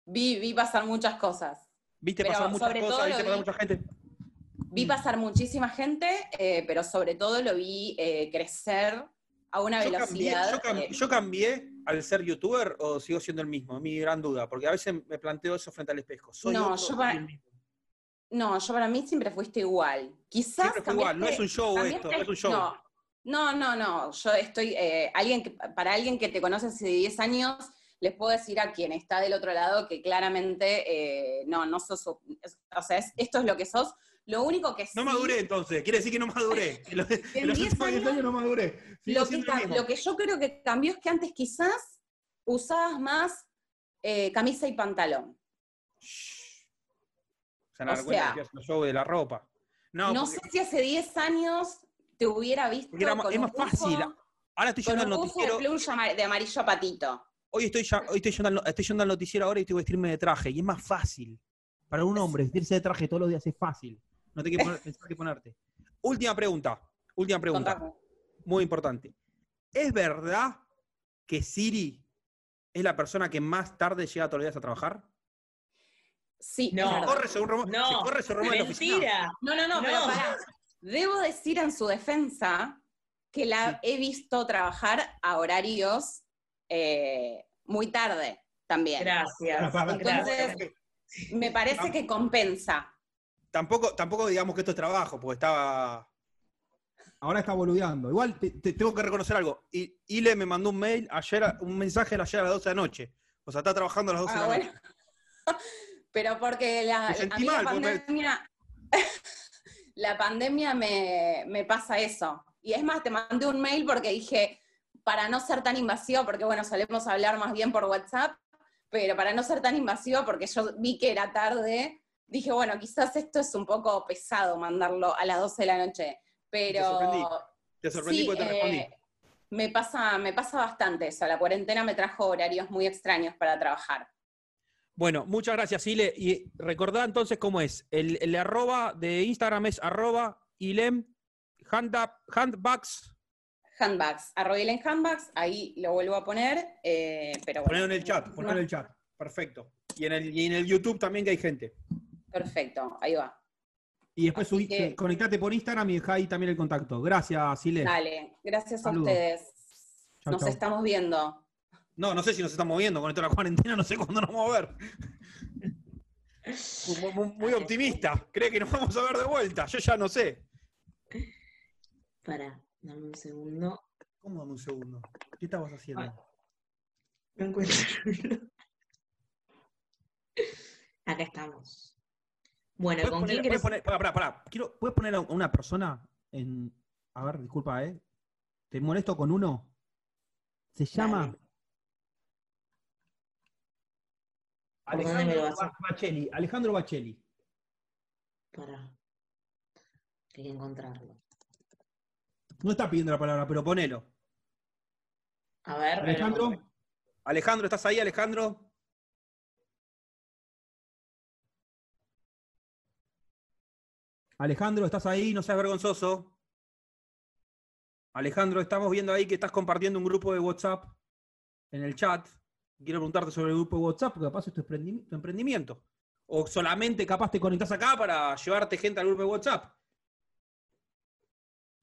Speaker 7: Vi, vi pasar muchas cosas.
Speaker 1: Viste
Speaker 7: Pero
Speaker 1: pasar muchas
Speaker 7: sobre todo
Speaker 1: cosas, viste
Speaker 7: lo
Speaker 1: pasar
Speaker 7: vi-
Speaker 1: mucha gente. Mm.
Speaker 7: Vi pasar muchísima gente, eh, pero sobre todo lo vi eh, crecer a una
Speaker 1: Yo cambié,
Speaker 7: velocidad.
Speaker 1: yo cam-
Speaker 7: eh,
Speaker 1: yo cambié al ser youtuber o sigo siendo el mismo, mi gran duda, porque a veces me planteo eso frente al espejo. ¿Soy
Speaker 7: No,
Speaker 1: otro
Speaker 7: yo
Speaker 1: o soy
Speaker 7: para-
Speaker 1: el mismo?
Speaker 7: no, yo para mí siempre fuiste igual. Quizás
Speaker 1: Siempre fue igual, no es
Speaker 7: cambiaste-
Speaker 1: un show esto,
Speaker 7: cambiaste-
Speaker 1: no es un show.
Speaker 7: No, no, no, no, Yo estoy eh, alguien que, para alguien que te conoce hace 10 años. Les puedo decir a quien está del otro lado que claramente eh, no, no sos. O sea, es- esto es lo que sos. Lo único que sí-
Speaker 1: No maduré entonces, quiere decir que no *laughs* maduré. En los, en los
Speaker 7: 10
Speaker 1: últimos 10
Speaker 7: años-
Speaker 1: años no maduré. Sigo
Speaker 7: lo que,
Speaker 1: siendo el
Speaker 7: ca-
Speaker 1: mismo.
Speaker 7: lo que yo creo que cambió es que antes quizás usabas más eh, camisa y pantalón.
Speaker 1: Shh. Se van a
Speaker 7: o
Speaker 1: dar cuenta
Speaker 7: sea,
Speaker 1: que hacen los shows de la ropa. No,
Speaker 7: No,
Speaker 1: porque
Speaker 7: sé si hace 10 años te hubiera visto
Speaker 1: Porque era ma-
Speaker 7: con
Speaker 1: es
Speaker 7: un
Speaker 1: más fácil.
Speaker 7: buzo-
Speaker 1: ahora estoy
Speaker 7: con
Speaker 1: yendo al
Speaker 7: un buzo de
Speaker 1: noticiero.
Speaker 7: plush ama- de amarillo a patito.
Speaker 1: Hoy estoy, ya, hoy estoy, yendo al, no- estoy yendo al noticiero ahora y estoy vestirme de traje. Y es más fácil. Para un hombre, vestirse de traje todos los días es fácil. No te que
Speaker 7: *laughs*
Speaker 1: poner, pensar qué ponerte. Última pregunta. Última pregunta.
Speaker 7: Contame.
Speaker 1: muy importante. ¿Es verdad que Siri es la persona que más tarde llega todos los días a trabajar?
Speaker 7: Sí,
Speaker 2: No.
Speaker 7: es
Speaker 1: Se
Speaker 7: verdad.
Speaker 1: corre según rumor,
Speaker 2: No,
Speaker 1: se corre según rumor de la oficina.
Speaker 2: Mentira.
Speaker 7: no, no, no,
Speaker 2: No.
Speaker 7: pero pará. Debo decir en su defensa que la he visto trabajar a horarios eh, muy tarde también.
Speaker 2: Gracias.
Speaker 1: Pará, pará,
Speaker 2: Gracias.
Speaker 7: Entonces, me parece que compensa.
Speaker 1: Tampoco, tampoco digamos que esto es trabajo, porque estaba.
Speaker 8: Ahora está boludeando. Igual
Speaker 1: Te- te- tengo que reconocer algo. Y Ile me mandó un mail ayer, a- un mensaje ayer a las 12 de la noche. O sea, está trabajando a las 12
Speaker 7: Ah,
Speaker 1: de la
Speaker 7: bueno. *laughs*
Speaker 1: noche.
Speaker 7: Pero porque la,
Speaker 1: Me sentí
Speaker 7: a mí la
Speaker 1: mal, porque me-
Speaker 7: pandemia, *laughs* la pandemia me, me pasa eso. Y es más, te mandé un mail porque dije, para no ser tan invasivo, porque bueno, solemos hablar más bien por WhatsApp, pero para no ser tan invasivo, porque yo vi que era tarde, dije, bueno, quizás esto es un poco pesado mandarlo a las 12 de la noche,
Speaker 1: sorprendí.
Speaker 7: pero...
Speaker 1: Te sorprendí
Speaker 7: Sí,
Speaker 1: cuando te respondí.
Speaker 7: eh, Me pasa, me pasa bastante eso. La cuarentena me trajo horarios muy extraños para trabajar.
Speaker 1: Bueno, muchas gracias, Ile. Y recordá entonces cómo es. El, el arroba de Instagram es arroba Ilem handap- Handbags.
Speaker 7: handbags, arroyel en handbags, ahí lo vuelvo a poner, eh, pero bueno.
Speaker 1: Ponelo en el chat, ponelo en el chat. Perfecto. Y en el, y en el YouTube también que hay gente.
Speaker 7: Perfecto, ahí va.
Speaker 1: Y después
Speaker 7: Así
Speaker 1: subí-
Speaker 7: que-
Speaker 1: conectate por Instagram y dejá ahí también el contacto. Gracias, Siles.
Speaker 7: Dale, gracias
Speaker 1: Saludos.
Speaker 7: a ustedes.
Speaker 1: Chau,
Speaker 7: Nos
Speaker 1: chau.
Speaker 7: estamos viendo.
Speaker 1: No, no sé si nos estamos moviendo con esto de la cuarentena, no sé cuándo nos vamos
Speaker 7: *laughs*
Speaker 1: a ver. Muy, muy- muy optimista. Cree que nos vamos a ver de vuelta. Yo ya no sé.
Speaker 2: Pará, dame un segundo.
Speaker 1: ¿Cómo dame un segundo? ¿Qué estabas haciendo?
Speaker 7: Ah.
Speaker 2: No encuentro el celular. Acá estamos. Bueno,
Speaker 1: ¿Puedes
Speaker 2: ¿con
Speaker 1: poner,
Speaker 2: quién
Speaker 1: puedes
Speaker 2: querés?
Speaker 1: poner- pará, pará, pará. Quiero- ¿puedes poner a una persona en. A ver, disculpa, ¿eh? ¿Te molesto con uno? Se llama.
Speaker 2: Dale. ¿Por dónde me lo vas a-
Speaker 1: Ba- Bacheli, Alejandro Bacheli.
Speaker 2: Pará. Hay que encontrarlo.
Speaker 1: No está pidiendo la palabra, Ah, pero ponelo.
Speaker 2: A ver. ahora lo encontré.
Speaker 1: Alejandro. Alejandro, ¿estás ahí, Alejandro? Alejandro, ¿estás ahí? No seas vergonzoso. Alejandro, estamos viendo ahí que estás compartiendo un grupo de WhatsApp en el chat. Quiero preguntarte sobre el grupo de WhatsApp, porque capaz es tu emprendi- tu emprendimiento. O solamente capaz te conectás acá para llevarte gente al grupo de WhatsApp.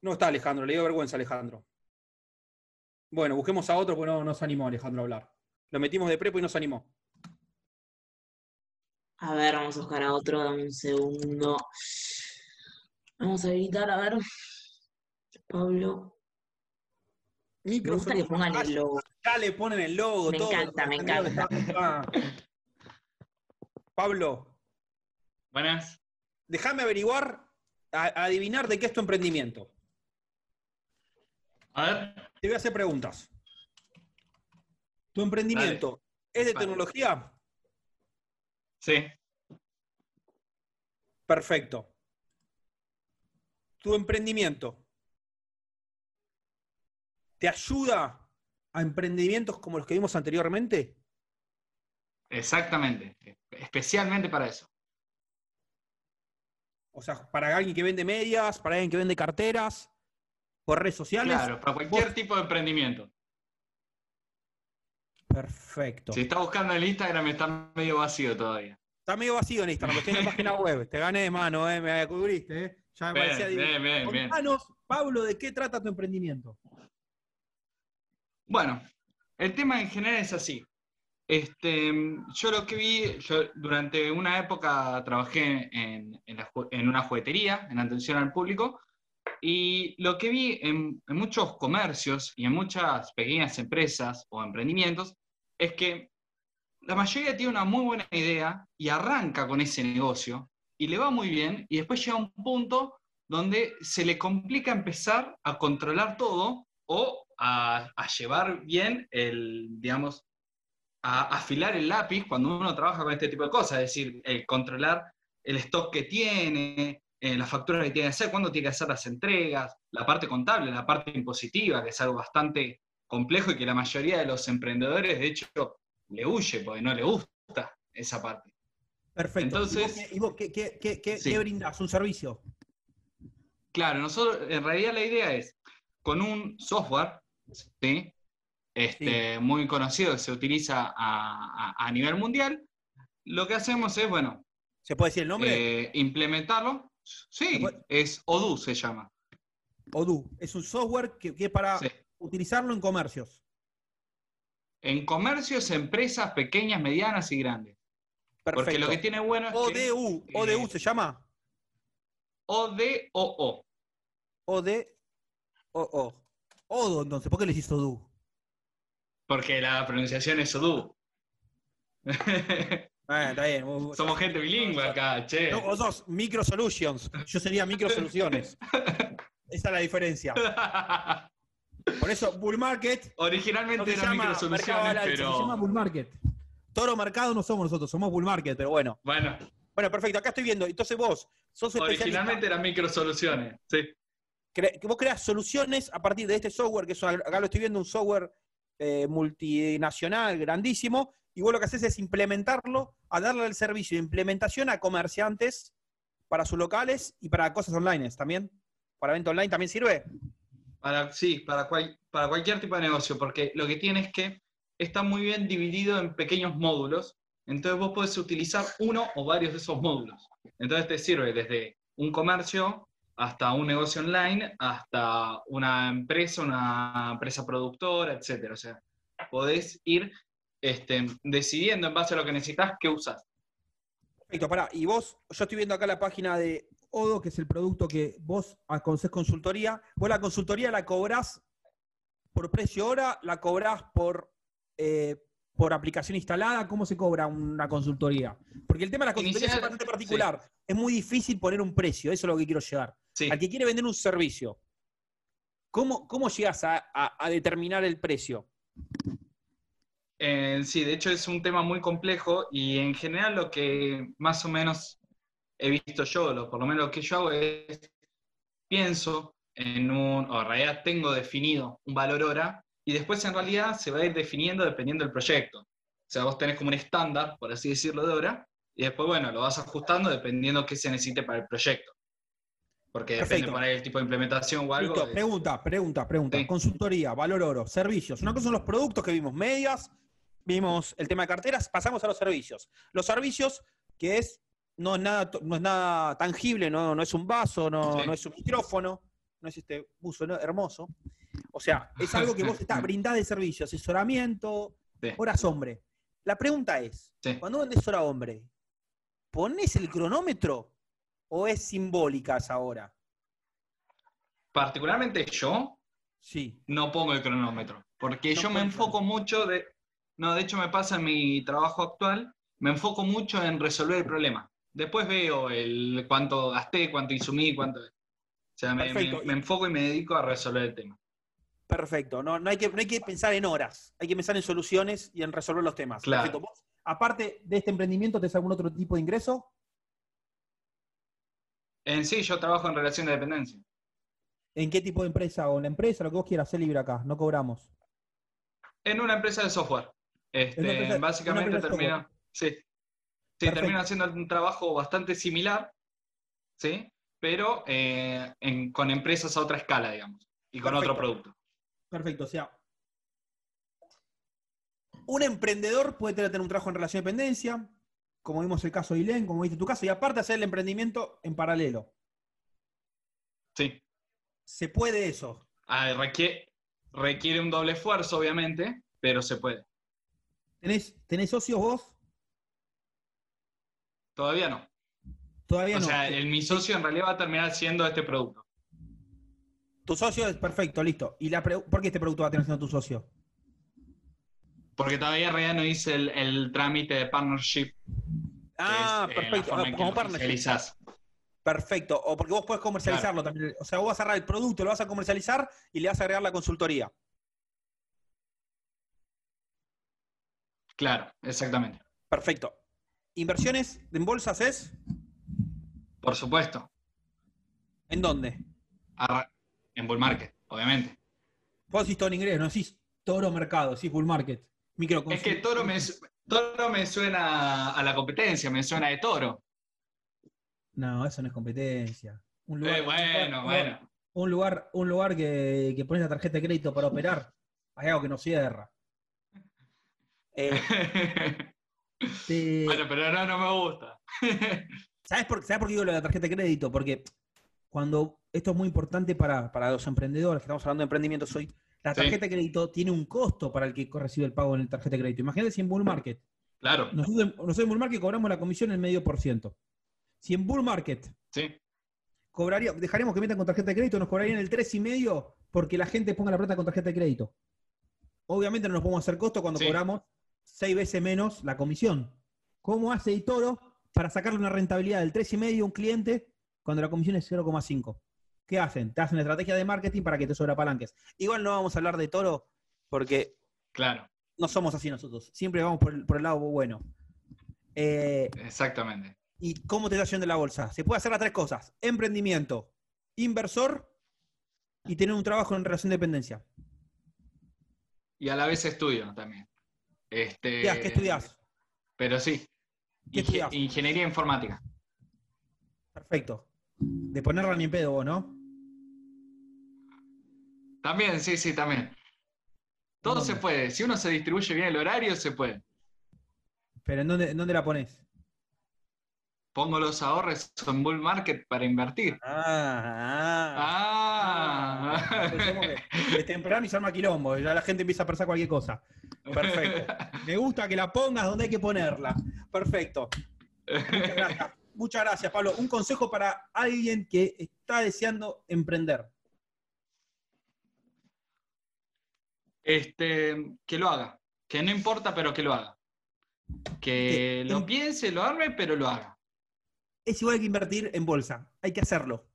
Speaker 1: No está Alejandro, le dio vergüenza a Alejandro. Bueno, busquemos a otro porque no, no se animó Alejandro a hablar. Lo metimos de prepo y no se animó.
Speaker 2: A ver, vamos a buscar a otro. Dame un segundo. Vamos a habilitar, a ver. Pablo. Me gusta que pongan el logo.
Speaker 1: Ya le ponen el logo,
Speaker 2: Me
Speaker 1: todo.
Speaker 2: encanta, me
Speaker 1: encanta. Pablo,
Speaker 5: Buenas.
Speaker 1: déjame averiguar, a- adivinar de qué es tu emprendimiento.
Speaker 5: A ver,
Speaker 1: Te voy a hacer preguntas. ¿Tu emprendimiento es de
Speaker 5: Vale.
Speaker 1: tecnología?
Speaker 5: sí,
Speaker 1: Perfecto. ¿Tu emprendimiento te ayuda a emprendimientos como los que vimos anteriormente?
Speaker 5: exactamente. Especialmente para eso.
Speaker 1: O sea, para alguien que vende medias, para alguien que vende carteras, por redes sociales.
Speaker 5: Claro, para cualquier
Speaker 1: vos-
Speaker 5: tipo de emprendimiento.
Speaker 1: Perfecto.
Speaker 5: Si está buscando en el Instagram está medio vacío todavía.
Speaker 1: Está medio vacío en Instagram, porque estoy en la página web. Te gané, mano, eh, me cubriste. Eh. Ya me
Speaker 5: Bien,
Speaker 1: parecía adivinar.
Speaker 5: bien, bien, bien.
Speaker 1: Contanos, Pablo, ¿de qué trata tu emprendimiento?
Speaker 5: Bueno, el tema en general es así. Este, yo lo que vi, yo durante una época trabajé en, en la ju- en una juguetería, en atención al público, y lo que vi en, en muchos comercios y en muchas pequeñas empresas o emprendimientos es que la mayoría tiene una muy buena idea y arranca con ese negocio y le va muy bien y después llega un punto donde se le complica empezar a controlar todo o a, a llevar bien el, digamos, a afilar el lápiz cuando uno trabaja con este tipo de cosas, es decir, el controlar el stock que tiene, eh, las facturas que tiene que hacer, cuándo tiene que hacer las entregas, la parte contable, la parte impositiva, que es algo bastante complejo y que la mayoría de los emprendedores, de hecho, le huye porque no le gusta esa parte.
Speaker 1: Perfecto.
Speaker 5: Entonces-
Speaker 1: ¿Y vos qué- ¿y vos qué, qué- qué- qué-
Speaker 5: Sí.
Speaker 1: qué brindás? ¿Un servicio?
Speaker 5: Claro, nosotros, en realidad la idea es, con un software, ¿sí? Este, muy conocido que se utiliza a, a- a nivel mundial, lo que hacemos es, bueno,
Speaker 1: ¿Se puede decir el nombre?
Speaker 5: eh, implementarlo. Sí,
Speaker 1: Después-
Speaker 5: es ODU se llama.
Speaker 1: Odoo. Es un software que, que es para
Speaker 5: Sí.
Speaker 1: utilizarlo en comercios.
Speaker 5: En comercios, empresas pequeñas, medianas y grandes.
Speaker 1: Perfecto.
Speaker 5: Porque lo que tiene bueno es que eh,
Speaker 1: ODU, ODU se llama.
Speaker 5: ODOO.
Speaker 1: OD, OO. Odo, entonces, ¿por qué le hiciste Odu?
Speaker 5: Porque la pronunciación es *laughs* ODU.
Speaker 1: Ah, está bien. vos- vos-
Speaker 5: Somos gente bilingüe acá, che.
Speaker 1: No, vos sos Micro Solutions. Yo sería Micro Soluciones.
Speaker 5: *laughs*
Speaker 1: Esa es la diferencia. Por eso, Bull Market, no
Speaker 5: Originalmente
Speaker 1: se
Speaker 5: eran
Speaker 1: llama Mercado
Speaker 5: microsoluciones,
Speaker 1: Balance,
Speaker 5: pero.
Speaker 1: se llama Bull Market. Toro Mercado no somos nosotros, somos Bull Market, pero bueno.
Speaker 5: Bueno,
Speaker 1: Bueno, perfecto, acá estoy viendo. Entonces vos, sos especialista.
Speaker 5: originalmente eran microsoluciones. Sí.
Speaker 1: Cre- que vos creas soluciones a partir de este software, que es, una- acá lo estoy viendo, un software eh, multinacional, grandísimo, y vos lo que haces es implementarlo, a darle el servicio de implementación a comerciantes para sus locales y para cosas online también. Para venta online también sirve.
Speaker 5: Para, sí, para, cual- para cualquier tipo de negocio, porque lo que tiene es que está muy bien dividido en pequeños módulos, entonces vos podés utilizar uno o varios de esos módulos. Entonces te sirve desde un comercio hasta un negocio online, hasta una empresa, una empresa productora, etc. O sea, podés ir este, decidiendo en base a lo que necesitas qué usas.
Speaker 1: Perfecto, pará. Y vos, yo estoy viendo acá la página de Odo, que es el producto que vos aconsejas consultoría. Vos la consultoría la cobrás por precio hora, la cobrás por, eh, por aplicación instalada. ¿Cómo se cobra una consultoría? Porque el tema de las consultorías
Speaker 5: Inicial,
Speaker 1: es bastante particular. Es muy difícil poner un precio, eso es lo que quiero llegar.
Speaker 5: Sí.
Speaker 1: Al que quiere vender un servicio, ¿cómo, cómo llegas a, a- a determinar el precio?
Speaker 5: Eh, sí, de hecho es un tema muy complejo y en general lo que más o menos he visto yo, lo, por lo menos lo que yo hago es pienso en un, o en realidad tengo definido un valor hora y después en realidad se va a ir definiendo dependiendo del proyecto. O sea, vos tenés como un estándar, por así decirlo, de hora y después, bueno, lo vas ajustando dependiendo qué se necesite para el proyecto. Porque depende
Speaker 1: Perfecto.
Speaker 5: para el tipo de implementación o algo.
Speaker 1: Listo,
Speaker 5: es-
Speaker 1: pregunta, pregunta, pregunta.
Speaker 5: Sí.
Speaker 1: Consultoría, valor oro, servicios. Una cosa son los productos que vimos, medias, vimos el tema de carteras, pasamos a los servicios. Los servicios, que es, no es nada, to- no es nada tangible, no, no es un vaso, no,
Speaker 5: Sí.
Speaker 1: no es un micrófono, no es este buzo ¿no? hermoso. O sea, es algo que
Speaker 5: *laughs*
Speaker 1: vos estás brindás de servicio, asesoramiento,
Speaker 5: Sí.
Speaker 1: horas hombre. La pregunta es,
Speaker 5: Sí.
Speaker 1: cuando vendés hora hombre, ¿ponés el cronómetro o es simbólica esa hora?
Speaker 5: Particularmente yo,
Speaker 1: Sí.
Speaker 5: no pongo el cronómetro, porque
Speaker 1: No
Speaker 5: yo me
Speaker 1: cuenta.
Speaker 5: enfoco mucho de, no, de hecho me pasa en mi trabajo actual, me enfoco mucho en resolver el problema. Después veo el cuánto gasté, cuánto insumí, cuánto... O sea, me, me-
Speaker 1: Perfecto.
Speaker 5: me enfoco y me dedico a resolver el tema.
Speaker 1: Perfecto, no, no, hay que, no hay que pensar en horas, hay que pensar en soluciones y en resolver los temas.
Speaker 5: Claro.
Speaker 1: Perfecto. Vos, aparte de este emprendimiento, ¿tenés algún otro tipo de ingreso?
Speaker 5: En sí, yo trabajo en relación de dependencia.
Speaker 1: ¿En qué tipo de empresa o en la empresa? Lo que vos quieras, sé libre acá, no cobramos.
Speaker 5: En una empresa de software. Este,
Speaker 1: una empresa- una
Speaker 5: básicamente
Speaker 1: empresa de
Speaker 5: termina, sí, sí,
Speaker 1: Perfecto.
Speaker 5: termina haciendo un trabajo bastante similar, ¿sí? pero eh, en- con empresas a otra escala, digamos, y con otro
Speaker 1: Perfecto.
Speaker 5: producto.
Speaker 1: Perfecto, o sea, un emprendedor puede tener tener un trabajo en relación de dependencia, como vimos el caso de Ilén, como viste tu caso, y aparte hacer el emprendimiento en paralelo.
Speaker 5: Sí.
Speaker 1: Se puede eso.
Speaker 5: Ah, requiere, requiere un doble esfuerzo, obviamente, pero se puede.
Speaker 1: ¿Tenés, tenés socios vos?
Speaker 5: Todavía no.
Speaker 1: Todavía
Speaker 5: o
Speaker 1: no. Eh,
Speaker 5: sea, el, mi socio en realidad va a terminar siendo este producto.
Speaker 1: Tu socio es perfecto, listo. ¿Y la pregu- por qué este producto va a tener siendo tu socio?
Speaker 5: Porque todavía en realidad no hice el, el trámite de partnership. que es, eh, la forma
Speaker 1: Ah,
Speaker 5: en que
Speaker 1: como
Speaker 5: lo
Speaker 1: partnership.
Speaker 5: oficializás.
Speaker 1: Perfecto, o porque vos podés comercializarlo también. O sea, vos vas a agarrar el producto, lo vas a comercializar y le vas a agregar la consultoría.
Speaker 5: Claro, exactamente.
Speaker 1: Perfecto. ¿Inversiones en bolsas es?
Speaker 5: Por supuesto.
Speaker 1: ¿En dónde?
Speaker 5: Arra- en bull market, obviamente.
Speaker 1: Vos decís todo en inglés, no decís toro mercado, decís bull market. Micro
Speaker 5: Es que toro me, su- toro me suena a la competencia, me suena de toro.
Speaker 1: No, eso no es competencia. Un lugar,
Speaker 5: Eh, bueno,
Speaker 1: un lugar-
Speaker 5: bueno.
Speaker 1: Un lugar, un lugar que, que pones la tarjeta de crédito para operar, hay algo que no cierra. Eh,
Speaker 5: *laughs*
Speaker 1: te-
Speaker 5: bueno, pero no, no me gusta.
Speaker 1: ¿Sabes por, ¿Sabes por qué digo lo de la tarjeta de crédito? Porque cuando esto es muy importante para, para los emprendedores, que estamos hablando de emprendimientos hoy, la
Speaker 5: Sí.
Speaker 1: tarjeta de crédito tiene un costo para el que recibe el pago en la tarjeta de crédito. Imagínate si en Bull Market,
Speaker 5: claro,
Speaker 1: nosotros, en- nosotros en Bull Market cobramos la comisión en medio por ciento. Si en Bull Market
Speaker 5: sí.
Speaker 1: cobraría, dejaríamos que metan con tarjeta de crédito, nos cobrarían el 3,5 porque la gente ponga la plata con tarjeta de crédito. Obviamente no nos podemos hacer costo cuando
Speaker 5: Sí.
Speaker 1: cobramos seis veces menos la comisión. ¿Cómo hace Toro para sacarle una rentabilidad del 3,5 a un cliente cuando la comisión es 0,5? ¿Qué hacen? Te hacen estrategia de marketing para que te sobreapalanques. Igual no vamos a hablar de Toro porque
Speaker 5: Claro,
Speaker 1: no somos así nosotros. Siempre vamos por el, por el lado bueno. Eh,
Speaker 5: exactamente.
Speaker 1: ¿Y cómo te está yendo en la bolsa? Se puede hacer las tres cosas: emprendimiento, inversor y tener un trabajo en relación de dependencia.
Speaker 5: y a la vez estudio también. Este,
Speaker 1: ¿Qué, ¿Qué estudiás?
Speaker 5: Pero sí.
Speaker 1: ¿Qué
Speaker 5: Inge-
Speaker 1: estudiás?
Speaker 5: Ingeniería informática.
Speaker 1: Perfecto. De ponerla ni en pedo vos, ¿no?
Speaker 5: También, sí, sí, también. Todo
Speaker 1: ¿En dónde?
Speaker 5: se puede. Si uno se distribuye bien el horario, se puede.
Speaker 1: Pero ¿en dónde, en dónde la pones?
Speaker 5: pongo los ahorros en bull market para invertir.
Speaker 1: Ah,
Speaker 5: Ah.
Speaker 1: Pensemos
Speaker 5: *laughs*
Speaker 1: que de temprano y se arma quilombo, ya la gente empieza a pensar cualquier cosa. Perfecto. Me gusta que la pongas donde hay que ponerla. Perfecto. Muchas gracias. Muchas gracias, Pablo. Un consejo para alguien que está deseando emprender.
Speaker 5: Este, que lo haga. Que no importa, pero que lo haga. Que
Speaker 1: Eh,
Speaker 5: lo
Speaker 1: em-
Speaker 5: piense, lo arme, pero lo haga.
Speaker 1: Es igual que invertir en bolsa. Hay que hacerlo.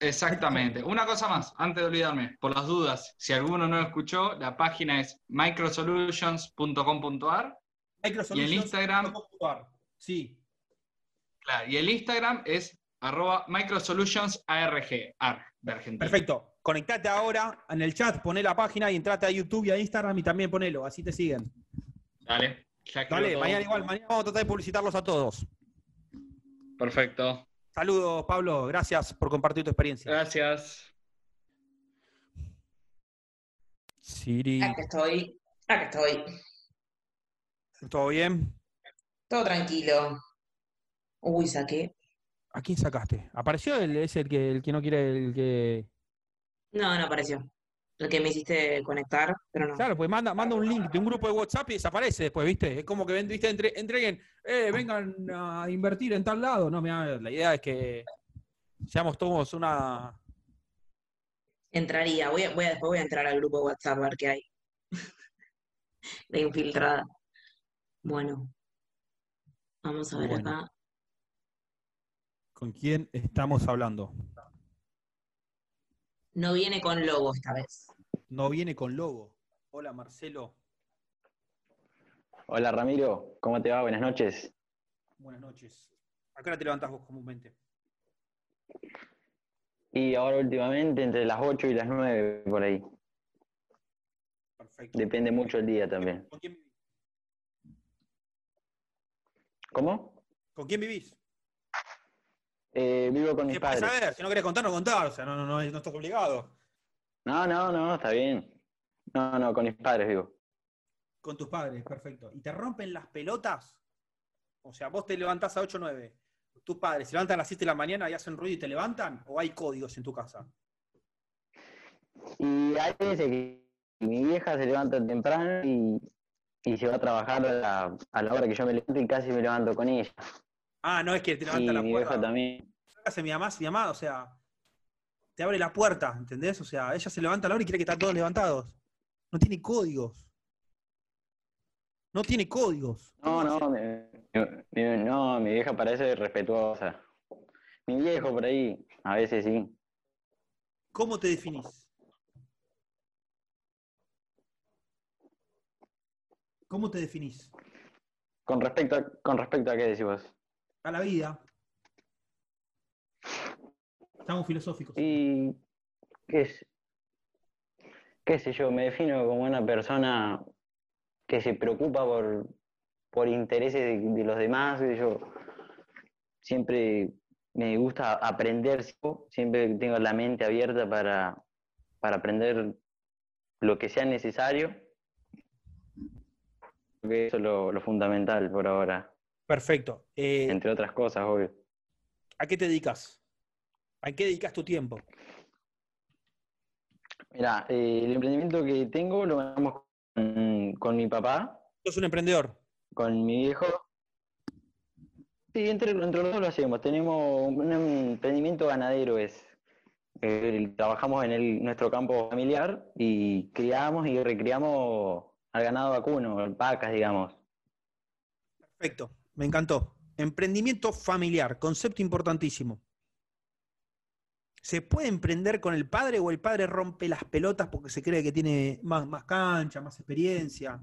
Speaker 5: Exactamente. Una cosa más, antes de olvidarme, por las dudas, si alguno no escuchó, la página es microsolutions.com.ar
Speaker 1: Microsoft.
Speaker 5: Instagram?
Speaker 1: Sí.
Speaker 5: claro, y el Instagram es arroba microsolutionsarg, ARG, de Argentina.
Speaker 1: Perfecto. Conectate ahora en el chat, poné la página y entrate a YouTube y a Instagram y también ponelo. Así te siguen.
Speaker 5: Dale. ya escribo
Speaker 1: Dale,
Speaker 5: todo.
Speaker 1: mañana igual. Mañana vamos a tratar de publicitarlos a todos.
Speaker 5: Perfecto.
Speaker 1: Saludos, Pablo. Gracias por compartir tu experiencia.
Speaker 5: Gracias.
Speaker 8: Siri.
Speaker 2: Acá estoy, acá estoy.
Speaker 1: ¿Todo bien?
Speaker 2: Todo tranquilo. Uy, saqué.
Speaker 8: ¿A quién sacaste? ¿Apareció el, es el que, el que no quiere el que.
Speaker 2: No, no apareció. Lo que me hiciste conectar, pero no.
Speaker 8: Claro, pues manda, manda un link de un grupo de WhatsApp y desaparece después, ¿viste? Es como que ven- ¿viste? Entre, entreguen, eh, vengan a invertir en tal lado. No, mirá, la idea es que seamos todos una.
Speaker 2: Entraría, voy a, voy a- después voy a entrar al grupo de WhatsApp a ver qué hay. *laughs* De infiltrada. Bueno. Vamos a ver
Speaker 1: Bueno.
Speaker 2: acá.
Speaker 1: ¿Con quién estamos hablando?
Speaker 2: No viene con logo esta vez.
Speaker 1: No viene con logo. Hola, Marcelo.
Speaker 9: Hola Ramiro, ¿cómo te va? Buenas noches.
Speaker 1: Buenas noches. ¿A qué hora te levantás vos comúnmente?
Speaker 9: Y ahora últimamente entre las 8 y las 9 por ahí.
Speaker 1: Perfecto.
Speaker 9: Depende mucho el día también.
Speaker 1: ¿Con quién, vivís?
Speaker 9: ¿Cómo?
Speaker 1: ¿Con quién vivís?
Speaker 9: Eh, vivo con mis
Speaker 1: ¿Qué para
Speaker 9: padres.
Speaker 1: saber? Si no querés contar, no contar. O sea, no, no, no, no estás obligado.
Speaker 9: No, no, no, está bien. No, no, con mis padres vivo.
Speaker 1: Con tus padres, perfecto. ¿Y te rompen las pelotas? O sea, vos te levantás a 8 o 9. ¿Tus padres se levantan a las 7 de la mañana y hacen ruido y te levantan? ¿O hay códigos en tu casa?
Speaker 9: Y hay veces que mi vieja se levanta temprano y, y se va a trabajar a la, a la hora que yo me levanto y casi me levanto con ella.
Speaker 1: Ah, no, es que te
Speaker 9: Y
Speaker 1: levanta la
Speaker 9: mi vieja
Speaker 1: puerta.
Speaker 9: también.
Speaker 1: hace mi mamá, si mi mamá, o sea, te abre la puerta, ¿entendés? O sea, ella se levanta a la hora y quiere que estén todos levantados. No tiene códigos. No tiene códigos.
Speaker 9: No, no, mi, mi- no, mi vieja parece respetuosa. Mi viejo por ahí, a veces sí.
Speaker 1: ¿Cómo te definís? ¿Cómo te definís?
Speaker 9: Con respecto a, con respecto a qué decís vos.
Speaker 1: A la vida. Estamos filosóficos.
Speaker 9: Y qué sé, qué sé yo, me defino como una persona que se preocupa por, por intereses de, de los demás. y Yo siempre me gusta aprender, siempre tengo la mente abierta para, para aprender lo que sea necesario. Creo que eso es lo, lo fundamental por ahora,
Speaker 1: Perfecto. Eh,
Speaker 9: entre otras cosas, obvio.
Speaker 1: ¿A qué te dedicas? ¿A qué dedicas tu tiempo?
Speaker 9: Mira, eh, el emprendimiento que tengo lo manejamos con, con mi papá,
Speaker 1: Sos un emprendedor.
Speaker 9: con mi viejo. Sí, entre, entre los dos lo hacemos. Tenemos un emprendimiento ganadero, es. Eh, trabajamos en el, nuestro campo familiar y criamos y recriamos al ganado vacuno, vacas, digamos.
Speaker 1: Perfecto, me encantó. Emprendimiento familiar, concepto importantísimo. ¿Se puede emprender con el padre o el padre rompe las pelotas porque se cree que tiene más, más cancha, más experiencia?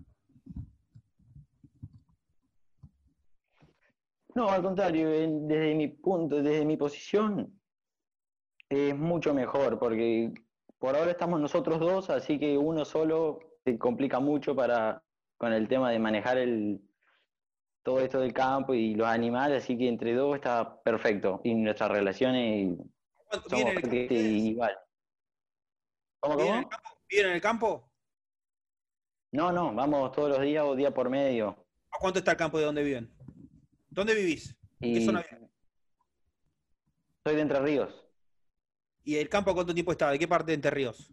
Speaker 9: No, al contrario, en- desde mi punto, desde mi posición, es mucho mejor, porque por ahora estamos nosotros dos, así que uno solo se complica mucho para con el tema de manejar el todo esto del campo y los animales, así que entre dos está perfecto. Y nuestras relaciones
Speaker 1: ¿Cuánto-
Speaker 9: somos
Speaker 1: ¿Viven en el campo?
Speaker 9: prácticamente
Speaker 1: ustedes?
Speaker 9: igual. ¿Cómo,
Speaker 1: ¿Viven en el
Speaker 9: cómo?
Speaker 1: campo? ¿Viven en el campo?
Speaker 9: No, no, vamos todos los días o día por medio.
Speaker 1: ¿A cuánto está el campo de donde viven? ¿Dónde vivís?
Speaker 9: Y
Speaker 1: ¿Qué zona vive?
Speaker 9: soy de Entre Ríos.
Speaker 1: ¿Y el campo cuánto tiempo está? ¿De qué parte de Entre Ríos?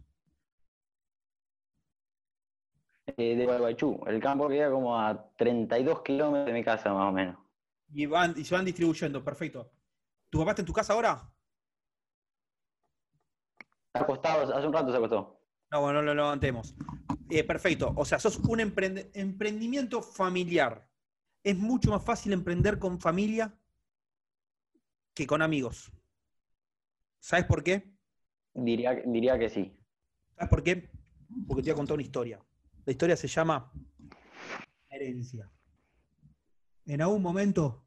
Speaker 9: eh, de Gualeguaychú. El campo queda como a 32 kilómetros de mi casa, más o menos.
Speaker 1: Y, van, y se van distribuyendo, perfecto. ¿Tu papá está en tu casa ahora?
Speaker 9: Acostado, hace un rato se acostó.
Speaker 1: No, bueno, no lo levantemos. Eh, perfecto. O sea, sos un emprende- emprendimiento familiar. Es mucho más fácil emprender con familia que con amigos. ¿Sabes por qué?
Speaker 9: Diría, diría que sí.
Speaker 1: ¿Sabes por qué? Porque te voy a contar una historia. La historia se llama herencia. En algún momento,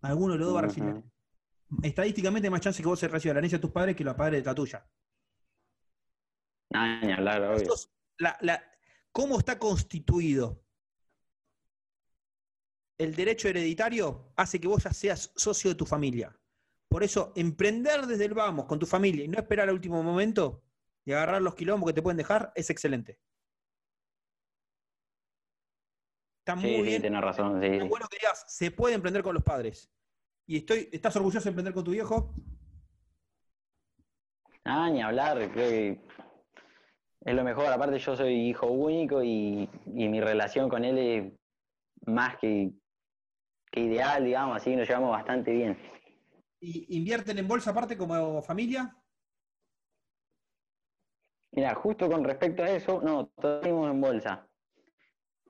Speaker 1: alguno de los dos va a recibir.
Speaker 9: Ujú.
Speaker 1: Estadísticamente hay más chance que vos se reciba la herencia de tus padres que los padres de la tuya.
Speaker 9: Nah, *laughs* ni hablar, obvio.
Speaker 1: Sos la- la- ¿Cómo está constituido? El derecho hereditario hace que vos ya seas socio de tu familia. Por eso, emprender desde el vamos con tu familia y no esperar al último momento y agarrar los quilombos que te pueden dejar es excelente. Está muy
Speaker 9: Sí, sí,
Speaker 1: bien.
Speaker 9: tenés razón, sí,
Speaker 1: Lo
Speaker 9: sí.
Speaker 1: bueno que digas, se puede emprender con los padres. Y estoy, ¿estás orgulloso de emprender con tu viejo?
Speaker 9: Ah, ni hablar, creo que es lo mejor. Aparte, yo soy hijo único y, y mi relación con él es más que, que ideal, digamos, así nos llevamos bastante bien.
Speaker 1: ¿Y invierten en bolsa aparte como familia?
Speaker 9: Mira, justo con respecto a eso, no, todos dimos en bolsa.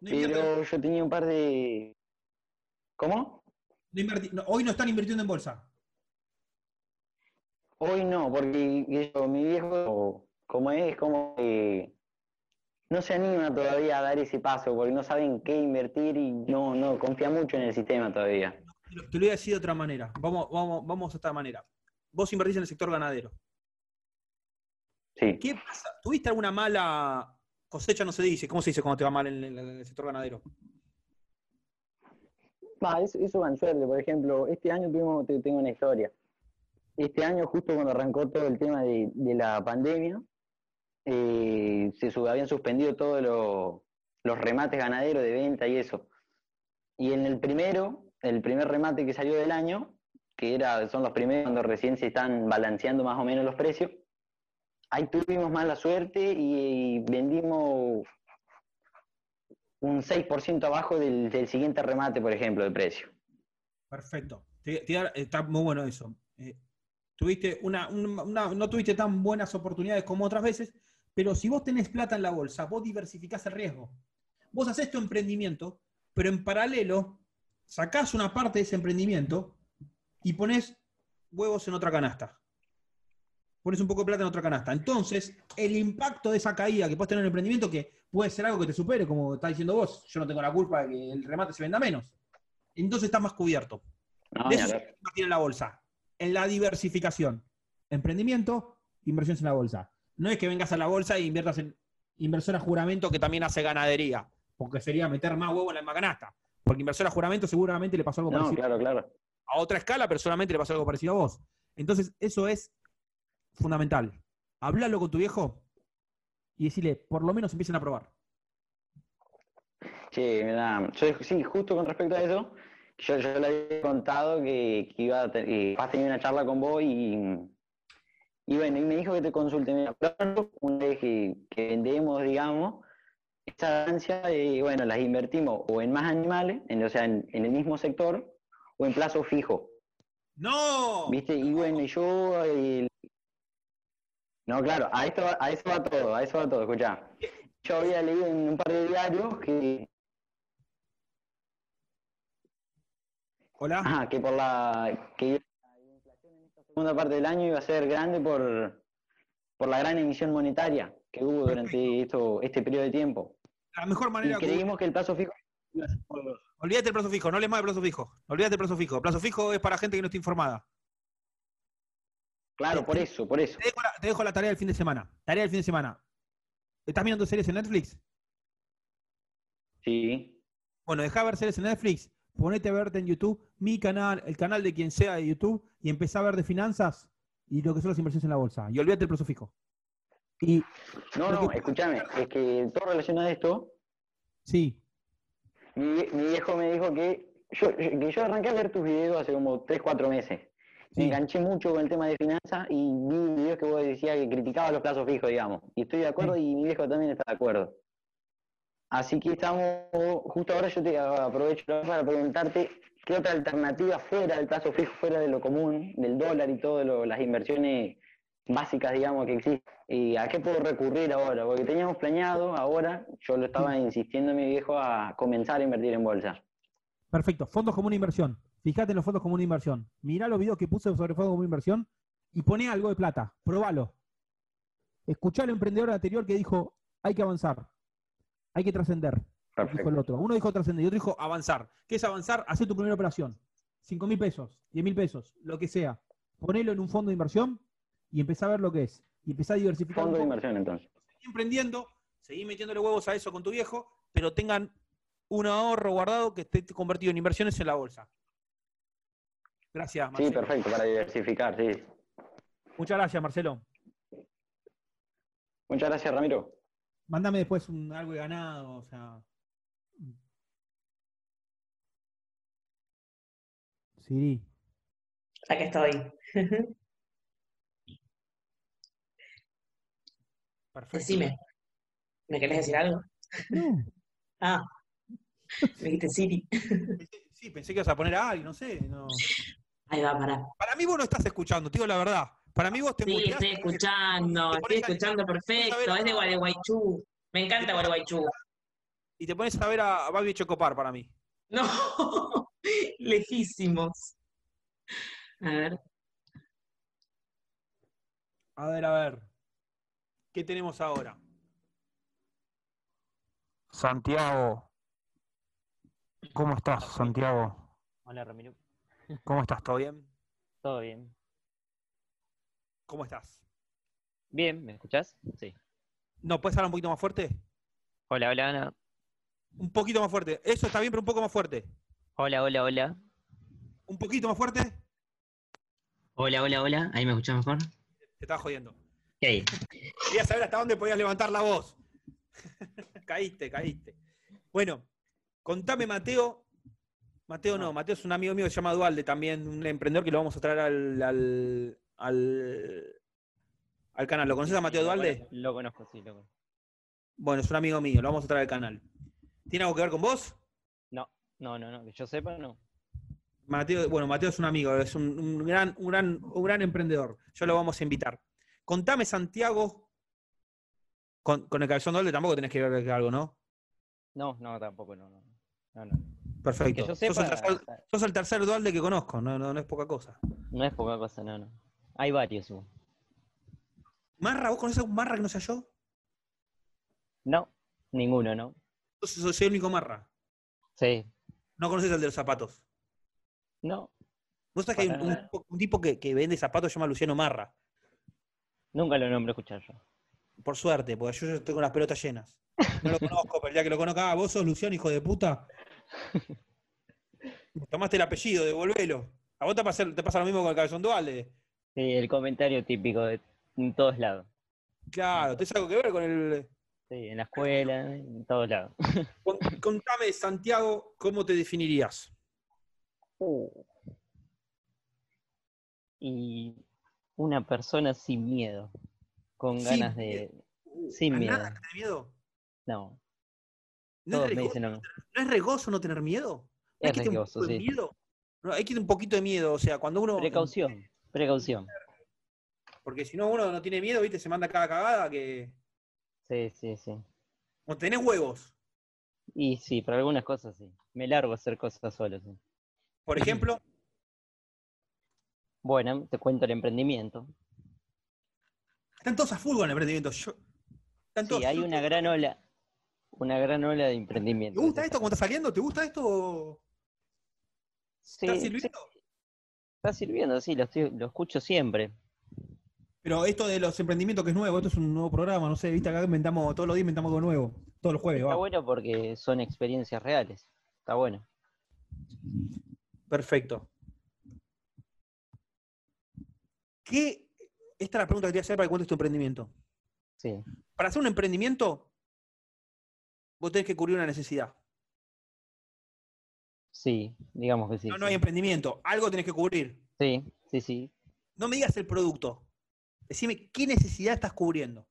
Speaker 1: No invierten-
Speaker 9: Pero yo tenía un par de. ¿Cómo?
Speaker 1: no inverti- no, hoy no están invirtiendo en bolsa.
Speaker 9: Hoy no, porque yo, mi viejo, como es, como que no se anima todavía a dar ese paso, porque no saben qué invertir y no, no confía mucho en el sistema todavía.
Speaker 1: Te lo, te lo voy a decir de otra manera. Vamos, vamos, vamos de esta manera. Vos invertís en el sector ganadero.
Speaker 9: Sí.
Speaker 1: ¿Qué pasa? ¿Tuviste alguna mala cosecha? No se dice. ¿Cómo se dice cuando te va mal en el, en el sector ganadero?
Speaker 9: Va, eso, eso va en suerte. Por ejemplo, este año tuvimos, te- tengo una historia. Este año, justo cuando arrancó todo el tema de, de la pandemia, eh, se su- habían suspendido todos lo- los remates ganaderos de venta y eso. Y en el primero, el primer remate que salió del año, que era, son los primeros cuando recién se están balanceando más o menos los precios, ahí tuvimos mala suerte y vendimos un 6% abajo del, del siguiente remate, por ejemplo, de precio.
Speaker 1: Perfecto. Te- te da- está muy bueno eso. Eh, tuviste una, un- una- no tuviste tan buenas oportunidades como otras veces, pero si vos tenés plata en la bolsa, vos diversificás el riesgo. Vos haces tu emprendimiento, pero en paralelo sacás una parte de ese emprendimiento y ponés huevos en otra canasta. Pones un poco de plata en otra canasta. Entonces, el impacto de esa caída que puedes tener en el emprendimiento, que puede ser algo que te supere, como está diciendo vos, yo no tengo la culpa de que el remate se venda menos. Entonces estás más cubierto.
Speaker 9: No,
Speaker 1: De
Speaker 9: ni
Speaker 1: eso se
Speaker 9: hablar.
Speaker 1: invertir en la bolsa. En la diversificación. Emprendimiento, inversiones en la bolsa. No es que vengas a la bolsa e inviertas en inversora juramento que también hace ganadería. Porque sería meter más huevo en la misma canasta. Porque inversora juramento seguramente le pasó algo
Speaker 9: No,
Speaker 1: parecido
Speaker 9: claro, claro.
Speaker 1: a otra escala, pero solamente le pasó algo parecido a vos. Entonces, eso es fundamental. Hablalo con tu viejo y decirle, por lo menos empiecen a probar.
Speaker 9: Sí, mirá, yo, sí, justo con respecto a eso, yo, yo le había contado que, que iba a, te- eh, vas a tener una charla con vos y, y bueno, y me dijo que te consulte. Mira, claro, una vez que, que vendemos, digamos, esa ganancia, eh, bueno, las invertimos o en más animales, en, o sea, en, en el mismo sector, o en plazo fijo.
Speaker 1: ¡No!
Speaker 9: ¿Viste? Y bueno, y yo. eh, No, claro, a, esto, va- a eso va todo, a eso va todo, escuchá. Yo había leído en un par de diarios que,
Speaker 1: Hola.
Speaker 9: ah, que por la. que la segunda parte del año iba a ser grande por, por la gran emisión monetaria que hubo durante esto, este periodo de tiempo.
Speaker 1: La mejor
Speaker 9: Y
Speaker 1: manera
Speaker 9: creímos que el plazo fijo.
Speaker 1: Olvídate del plazo fijo, no les más de plazo fijo. Olvídate del plazo fijo. Plazo fijo es para gente que no está informada.
Speaker 9: Claro, por eso, por eso.
Speaker 1: Te dejo la, te dejo la tarea del fin de semana. Tarea del fin de semana. ¿Estás mirando series en Netflix?
Speaker 9: Sí.
Speaker 1: Bueno, dejá de ver series en Netflix, ponete a verte en YouTube, mi canal, el canal de quien sea de YouTube, y empezá a ver de finanzas y lo que son las inversiones en la bolsa. Y olvídate del plazo fijo. Y
Speaker 9: No,
Speaker 1: Lo
Speaker 9: no,
Speaker 1: que-
Speaker 9: escúchame, es que todo relacionado a esto,
Speaker 1: sí,
Speaker 9: Mi, vie- mi viejo me dijo que yo, yo- que yo arranqué a ver tus videos hace como 3, 4 meses. Me enganché mucho con el tema de finanzas y vi videos que vos decías que criticaba los plazos fijos, digamos. Y estoy de acuerdo y mi viejo también está de acuerdo. Así que estamos, justo ahora yo te aprovecho la- para preguntarte qué otra alternativa fuera del plazo fijo, fuera de lo común, del dólar y todas las inversiones básicas, digamos, que existen. ¿Y a qué puedo recurrir ahora? Porque teníamos planeado ahora, yo lo estaba insistiendo a mi viejo a comenzar a invertir en bolsa.
Speaker 5: Perfecto, fondos como una inversión. Fíjate en los fondos como una inversión. Mirá los videos que puse sobre fondos como una inversión y poné algo de plata. Probalo. Escuchá al emprendedor anterior que dijo, hay que avanzar. Hay que trascender. Dijo el otro. Uno dijo trascender y otro dijo avanzar. ¿Qué es avanzar? Hacer tu primera operación. 5 mil pesos, 10 mil pesos, lo que sea. Ponelo en un fondo de inversión y empezá a ver lo que es. Y empezá a diversificar.
Speaker 9: Fondo de
Speaker 5: un poco.
Speaker 9: inversión, entonces.
Speaker 1: seguí emprendiendo, seguí metiéndole huevos a eso con tu viejo, pero tengan un ahorro guardado que esté convertido en inversiones en la bolsa. Gracias,
Speaker 9: Sí,
Speaker 1: Marcelo.
Speaker 9: perfecto, para diversificar, sí.
Speaker 5: Muchas gracias, Marcelo.
Speaker 9: Muchas gracias, Ramiro.
Speaker 5: Mándame después un, algo de ganado, o sea. Siri.
Speaker 2: Ya que estoy.
Speaker 1: Perfecto.
Speaker 2: Decime. ¿Me querés decir algo?
Speaker 5: No.
Speaker 2: *laughs* Ah. Me dijiste Siri.
Speaker 1: Pensé- Sí, pensé que ibas a poner a alguien, no sé. no.
Speaker 2: Ahí va, pará.
Speaker 1: Para mí vos no estás escuchando, te digo la verdad. Para mí vos te
Speaker 2: Sí,
Speaker 1: muteás
Speaker 2: estoy
Speaker 1: y-
Speaker 2: escuchando,
Speaker 1: te
Speaker 2: estoy
Speaker 1: pones a-
Speaker 2: escuchando perfecto. Es de Gualeguaychú. Me encanta Gualeguaychú.
Speaker 1: y te pones a ver a Babi Chocopar para mí.
Speaker 2: No, *laughs* lejísimos. A ver,
Speaker 1: A ver, a ver. ¿Qué tenemos ahora? Santiago. ¿Cómo estás, Santiago?
Speaker 10: Hola Ramiro,
Speaker 1: ¿Cómo estás? ¿Todo bien?
Speaker 10: ¿todo bien?
Speaker 1: ¿Cómo estás?
Speaker 10: Bien, ¿me escuchás? Sí.
Speaker 1: ¿No puedes hablar un poquito más fuerte?
Speaker 10: Hola, hola Ana.
Speaker 1: Un poquito más fuerte. Eso está bien, pero un poco más fuerte.
Speaker 10: Hola, hola, hola.
Speaker 1: Un poquito más fuerte. Te
Speaker 10: Hola, hola, hola. ¿Ahí me escuchás mejor?
Speaker 1: estaba jodiendo.
Speaker 10: ¿Qué hay?
Speaker 1: Quería saber hasta dónde podías levantar la voz. *laughs* caíste, caíste. Bueno, contame, Mateo. Mateo no, Mateo es un amigo mío que se llama Dualde también, un emprendedor que lo vamos a traer al, al, al, al canal. ¿Lo conoces a Mateo
Speaker 10: Sí, lo
Speaker 1: Dualde?
Speaker 10: cono- Lo conozco, sí, lo conozco.
Speaker 1: Bueno, es un amigo mío, lo vamos a traer al canal. ¿Tiene algo que ver con vos?
Speaker 10: No, no, no, que yo sepa, no.
Speaker 1: Mateo, bueno, Mateo es un amigo, es un, un gran, un, gran, un gran emprendedor. Yo lo vamos a invitar. Contame, Santiago. Con, con el cabezón doble tampoco tenés que ver algo, ¿no?
Speaker 10: No, no, tampoco, no, no. No, no. Que
Speaker 1: Perfecto.
Speaker 10: yo
Speaker 1: Sos el,
Speaker 10: sepa, o
Speaker 1: tercer,
Speaker 10: sea,
Speaker 1: sos el tercer dualde que conozco, no, no, no es poca cosa.
Speaker 10: no es poca cosa, no, no. Hay varios, hubo.
Speaker 1: ¿Marra? ¿Vos conocés a un marra que no sea yo?
Speaker 10: No, ninguno, ¿no?
Speaker 1: Entonces soy el único marra.
Speaker 10: Sí,
Speaker 1: No conoces al de los zapatos.
Speaker 10: no,
Speaker 1: ¿Vos sabés que hay
Speaker 10: Para
Speaker 1: un, un
Speaker 10: nada.
Speaker 1: tipo- un tipo que, que vende zapatos se llama Luciano Marra?
Speaker 10: nunca lo nombro escuchar yo.
Speaker 1: Por suerte, porque yo, yo estoy con las pelotas llenas. No lo conozco, pero el día que lo conozca, ah, vos sos Luciano, hijo de
Speaker 10: *laughs*
Speaker 1: puta. Tomaste el apellido, devolvelo. A vos te pasa, te pasa lo mismo con el cabezón eh. dualde.
Speaker 10: Sí, el comentario típico de en todos lados.
Speaker 1: Claro, ¿tenés algo que ver con el,
Speaker 10: Sí, en la escuela, en todos lados.
Speaker 1: Con- Contame, Santiago, ¿cómo te definirías?
Speaker 10: Uh. Y una persona sin miedo, con
Speaker 1: Sin
Speaker 10: ganas de...
Speaker 1: miedo.
Speaker 10: Sin
Speaker 1: ¿A
Speaker 10: miedo.
Speaker 1: nada tenés miedo?
Speaker 10: No,
Speaker 1: ¿No
Speaker 10: todos
Speaker 1: es,
Speaker 10: me
Speaker 1: riesgoso,
Speaker 10: dicen lo mismo.
Speaker 1: ¿No es riesgoso no tener miedo? ¿No
Speaker 10: Es
Speaker 1: hay que tener un
Speaker 10: riesgoso,
Speaker 1: poco de
Speaker 10: sí.
Speaker 1: miedo? No, hay que tener un poquito de miedo, o sea, cuando uno...
Speaker 10: Precaución, precaución.
Speaker 1: Porque si no, uno no tiene miedo, ¿viste? Se manda cada cagada que...
Speaker 10: Sí, sí, sí.
Speaker 1: O tenés huevos.
Speaker 10: Y sí, para algunas cosas sí. Me largo a hacer cosas solo. sí. *clears throat*
Speaker 1: Por ejemplo,
Speaker 10: Bueno, te cuento el emprendimiento.
Speaker 1: están todos a full con el emprendimiento. Yo... Están todos-
Speaker 10: Sí, hay una gran ola, una gran ola de emprendimiento.
Speaker 1: ¿Te gusta esto cuando está saliendo? ¿Te gusta esto? o-
Speaker 10: Sí,
Speaker 1: ¿Está
Speaker 10: sí,
Speaker 1: sirviendo?
Speaker 10: está sirviendo, sí, lo, estoy- lo escucho siempre.
Speaker 5: Pero esto de los emprendimientos que es nuevo, esto es un nuevo programa, no sé, viste, acá inventamos, todos los días inventamos algo nuevo, todos los jueves,
Speaker 10: Está
Speaker 5: va.
Speaker 10: bueno porque son experiencias reales. Está bueno.
Speaker 1: Perfecto. ¿Qué... Esta es la pregunta que te voy a hacer para que cuentes tu emprendimiento.
Speaker 10: Sí,
Speaker 1: Para hacer un emprendimiento, vos tenés que cubrir una necesidad.
Speaker 10: Sí, digamos que sí.
Speaker 1: No, no hay
Speaker 10: sí.
Speaker 1: emprendimiento. Algo tenés que cubrir.
Speaker 10: sí, sí, sí.
Speaker 1: No me digas el producto. Decime qué necesidad estás cubriendo.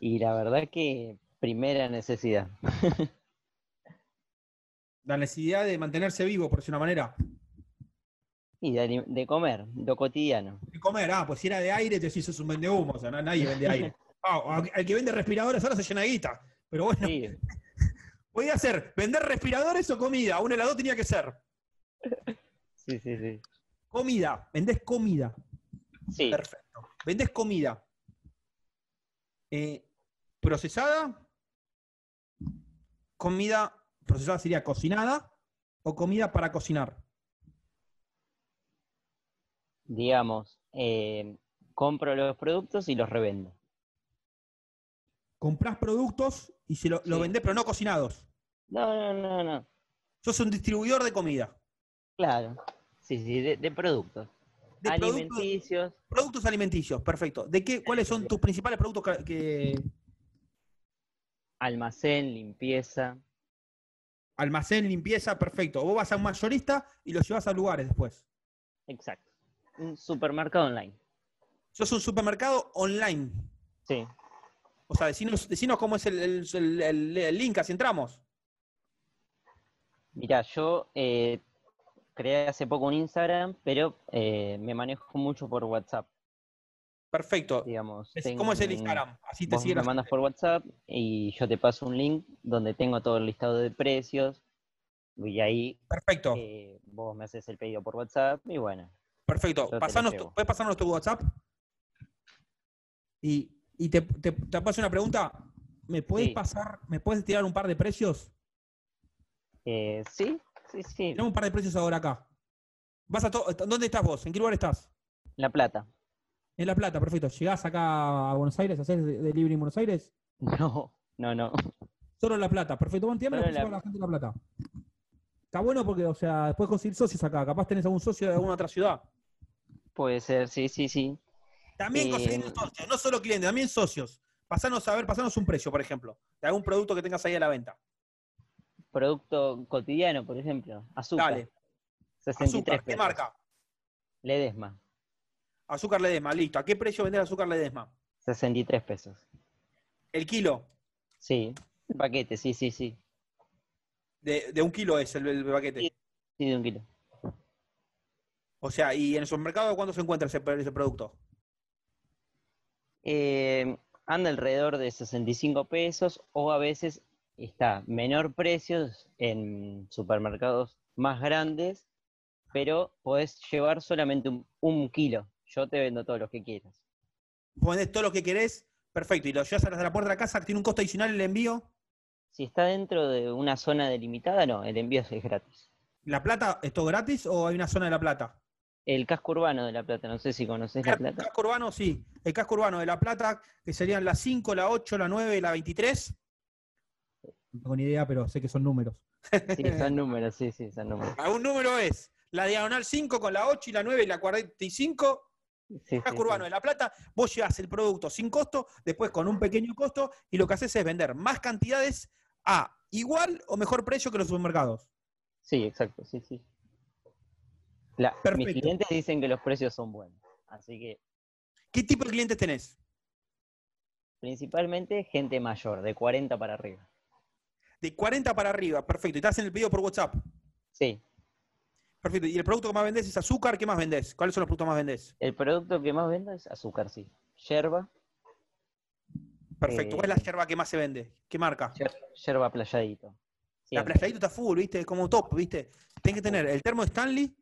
Speaker 10: Y la verdad que primera necesidad.
Speaker 5: *laughs* La necesidad de mantenerse vivo, por decir una manera.
Speaker 10: Y de, ali- de comer, lo cotidiano.
Speaker 5: De comer, ah, pues si era de aire, te decís, es un vende humo, o sea, na- nadie vende
Speaker 10: *laughs*
Speaker 5: aire. Ah, al que vende respiradores ahora se llena de guita. Pero bueno,
Speaker 10: Sí,
Speaker 5: *laughs* podía ser vender respiradores o comida. Un helado tenía que ser.
Speaker 10: sí, sí, sí.
Speaker 5: Comida, vendés comida.
Speaker 10: Sí,
Speaker 5: Perfecto. Vendés comida. Eh, procesada. Comida procesada sería cocinada o comida para cocinar.
Speaker 10: digamos, eh, compro los productos y los revendo.
Speaker 5: Comprás productos y se lo, lo
Speaker 10: Sí.
Speaker 5: vendés, pero no cocinados.
Speaker 10: No, no, no, no.
Speaker 5: Sos un distribuidor de comida.
Speaker 10: Claro. Sí, sí, de, de productos.
Speaker 1: De productos,
Speaker 10: Alimenticios.
Speaker 1: productos alimenticios, perfecto. ¿De qué, ¿Cuáles son tus principales productos ca- que,
Speaker 10: almacén, limpieza.
Speaker 5: Almacén, limpieza, perfecto. Vos vas a un mayorista y lo llevas a lugares después.
Speaker 10: Exacto. Un supermercado online.
Speaker 1: sos un supermercado online?
Speaker 10: Sí.
Speaker 1: O sea, decinos, decinos cómo es el, el- el- el- el link, así entramos.
Speaker 10: Mirá, yo eh, creé hace poco un Instagram, pero eh, me manejo mucho por WhatsApp,
Speaker 1: Perfecto.
Speaker 10: digamos.
Speaker 1: Es-
Speaker 10: Tengo
Speaker 1: ¿Cómo es el
Speaker 10: un-
Speaker 1: Instagram? Así te
Speaker 10: Vos
Speaker 1: sigue
Speaker 10: me
Speaker 1: la
Speaker 10: mandas
Speaker 1: gente.
Speaker 10: por WhatsApp y yo te paso un link donde tengo todo el listado de precios. Y ahí
Speaker 1: Perfecto,
Speaker 10: eh, vos me haces el pedido por WhatsApp y bueno.
Speaker 1: perfecto.
Speaker 10: te lo
Speaker 1: Pasanos
Speaker 10: llevo.
Speaker 1: tu- ¿Puedes pasarnos tu WhatsApp?
Speaker 5: Y, y te, te, te paso una pregunta. ¿Me puedes
Speaker 10: Sí.
Speaker 5: pasar, me puedes tirar un par de precios?
Speaker 10: eh, sí, sí, sí.
Speaker 5: Tirame un par de precios ahora acá. Vas a to- ¿Dónde estás vos? ¿En qué lugar estás?
Speaker 10: La plata.
Speaker 5: En La Plata, perfecto. ¿Llegás acá a Buenos Aires? ¿Hacés de- delivery en Buenos Aires?
Speaker 10: *laughs* No, no, no.
Speaker 5: Solo en La Plata, perfecto. Bueno, tirame los
Speaker 10: Solo
Speaker 5: precios
Speaker 10: en
Speaker 5: para
Speaker 10: La-
Speaker 5: la gente de La Plata. Está bueno porque, o sea, después conseguir socios acá. Capaz tenés algún socio de alguna otra ciudad.
Speaker 10: Puede ser, sí, sí, sí.
Speaker 1: También
Speaker 10: Eh,
Speaker 1: conseguimos socios, no solo clientes, también socios. Pasanos a ver, pasanos un precio, por ejemplo, de algún producto que tengas ahí a la venta.
Speaker 10: Producto cotidiano, por ejemplo. Azúcar.
Speaker 1: Dale,
Speaker 10: 63
Speaker 1: azúcar, ¿qué
Speaker 10: pesos.
Speaker 1: marca?
Speaker 10: Ledesma.
Speaker 1: Azúcar Ledesma, listo. ¿A qué precio vender azúcar Ledesma?
Speaker 10: 63 pesos.
Speaker 1: El kilo,
Speaker 10: Sí. El paquete, sí, sí, sí.
Speaker 1: de, de un kilo es el, el paquete.
Speaker 10: Sí. Sí, de un kilo.
Speaker 1: O sea, ¿y en el supermercado cuándo se encuentra ese, ese producto?
Speaker 10: Eh, anda alrededor de 65 pesos o a veces está menor precios en supermercados más grandes, pero podés llevar solamente un, un kilo. Yo te vendo todos los que quieras.
Speaker 1: Vos vendés todo lo que querés, perfecto. Y lo llevas a la a la puerta de la casa, tiene un costo adicional el envío.
Speaker 10: Si está dentro de una zona delimitada, no, el envío es gratis.
Speaker 1: ¿La plata es todo gratis o hay una zona de la plata?
Speaker 10: El casco urbano de La Plata, no sé si conocés La
Speaker 1: El
Speaker 10: Plata.
Speaker 1: casco urbano, sí. El casco urbano de la plata, que serían la 5, la 8, la 9, la 23.
Speaker 5: No tengo ni idea, pero sé que son números.
Speaker 10: Sí,
Speaker 1: *laughs*
Speaker 10: son números, sí, sí,
Speaker 5: *laughs*
Speaker 10: son números.
Speaker 1: Algún número es la diagonal 5 con la 8 y la 9 y la 45.
Speaker 10: Sí, sí,
Speaker 1: Casco
Speaker 10: sí.
Speaker 1: urbano de La Plata, vos llevas el producto sin costo, después con un pequeño costo, y lo que haces es vender más cantidades a igual o mejor precio que los supermercados.
Speaker 10: Sí, exacto, sí, sí. La- mis
Speaker 1: Perfecto.
Speaker 10: clientes dicen que los precios son buenos, así que
Speaker 1: ¿Qué tipo de clientes tenés?
Speaker 10: principalmente gente mayor, de 40 para arriba.
Speaker 1: De 40 para arriba, perfecto. Y te hacen el pedido por WhatsApp.
Speaker 10: Sí,
Speaker 1: Perfecto. Y el producto que más vendés es azúcar, ¿qué más vendés? ¿Cuáles son los productos más vendés?
Speaker 10: el producto que más vendo es azúcar, sí. Yerba,
Speaker 1: Perfecto. ¿Cuál es
Speaker 10: Eh,
Speaker 1: la yerba que más se vende? ¿Qué marca?
Speaker 10: yer- yerba playadito.
Speaker 1: La
Speaker 10: Siempre.
Speaker 1: playadito está full, ¿viste? Como top, ¿viste? Tenés que tener el termo Stanley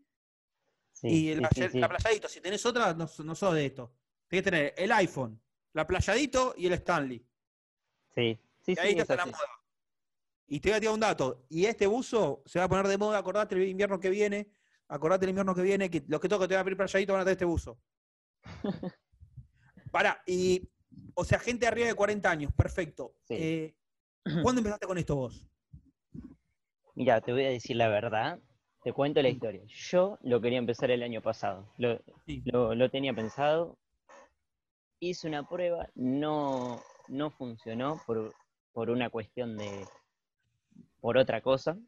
Speaker 10: Sí,
Speaker 1: y el-
Speaker 10: sí,
Speaker 1: la,
Speaker 10: sí,
Speaker 1: yer-
Speaker 10: sí.
Speaker 1: la playadito. Si tenés otra, no, no sos de esto. Tenés que tener el iPhone, la playadito y el Stanley.
Speaker 10: Sí, sí,
Speaker 1: Y ahí
Speaker 10: sí,
Speaker 1: está
Speaker 10: es
Speaker 1: la
Speaker 10: así.
Speaker 1: moda. Y te voy a tirar un dato. Y este buzo se va a poner de moda, acordate el invierno que viene. Acordate el invierno que viene, que los que toco te van a pedir playadito van a tener este
Speaker 10: *laughs*
Speaker 1: buzo. Pará, y. O sea, gente arriba de 40 años, perfecto.
Speaker 10: Sí.
Speaker 1: Eh, ¿Cuándo empezaste con esto vos?
Speaker 10: Mira, te voy a decir la verdad, te cuento
Speaker 1: Mm.
Speaker 10: la historia. Yo lo quería empezar el año pasado, lo,
Speaker 1: Sí.
Speaker 10: lo- lo tenía pensado, hice una prueba, no, no funcionó por, por una cuestión de, por otra cosa,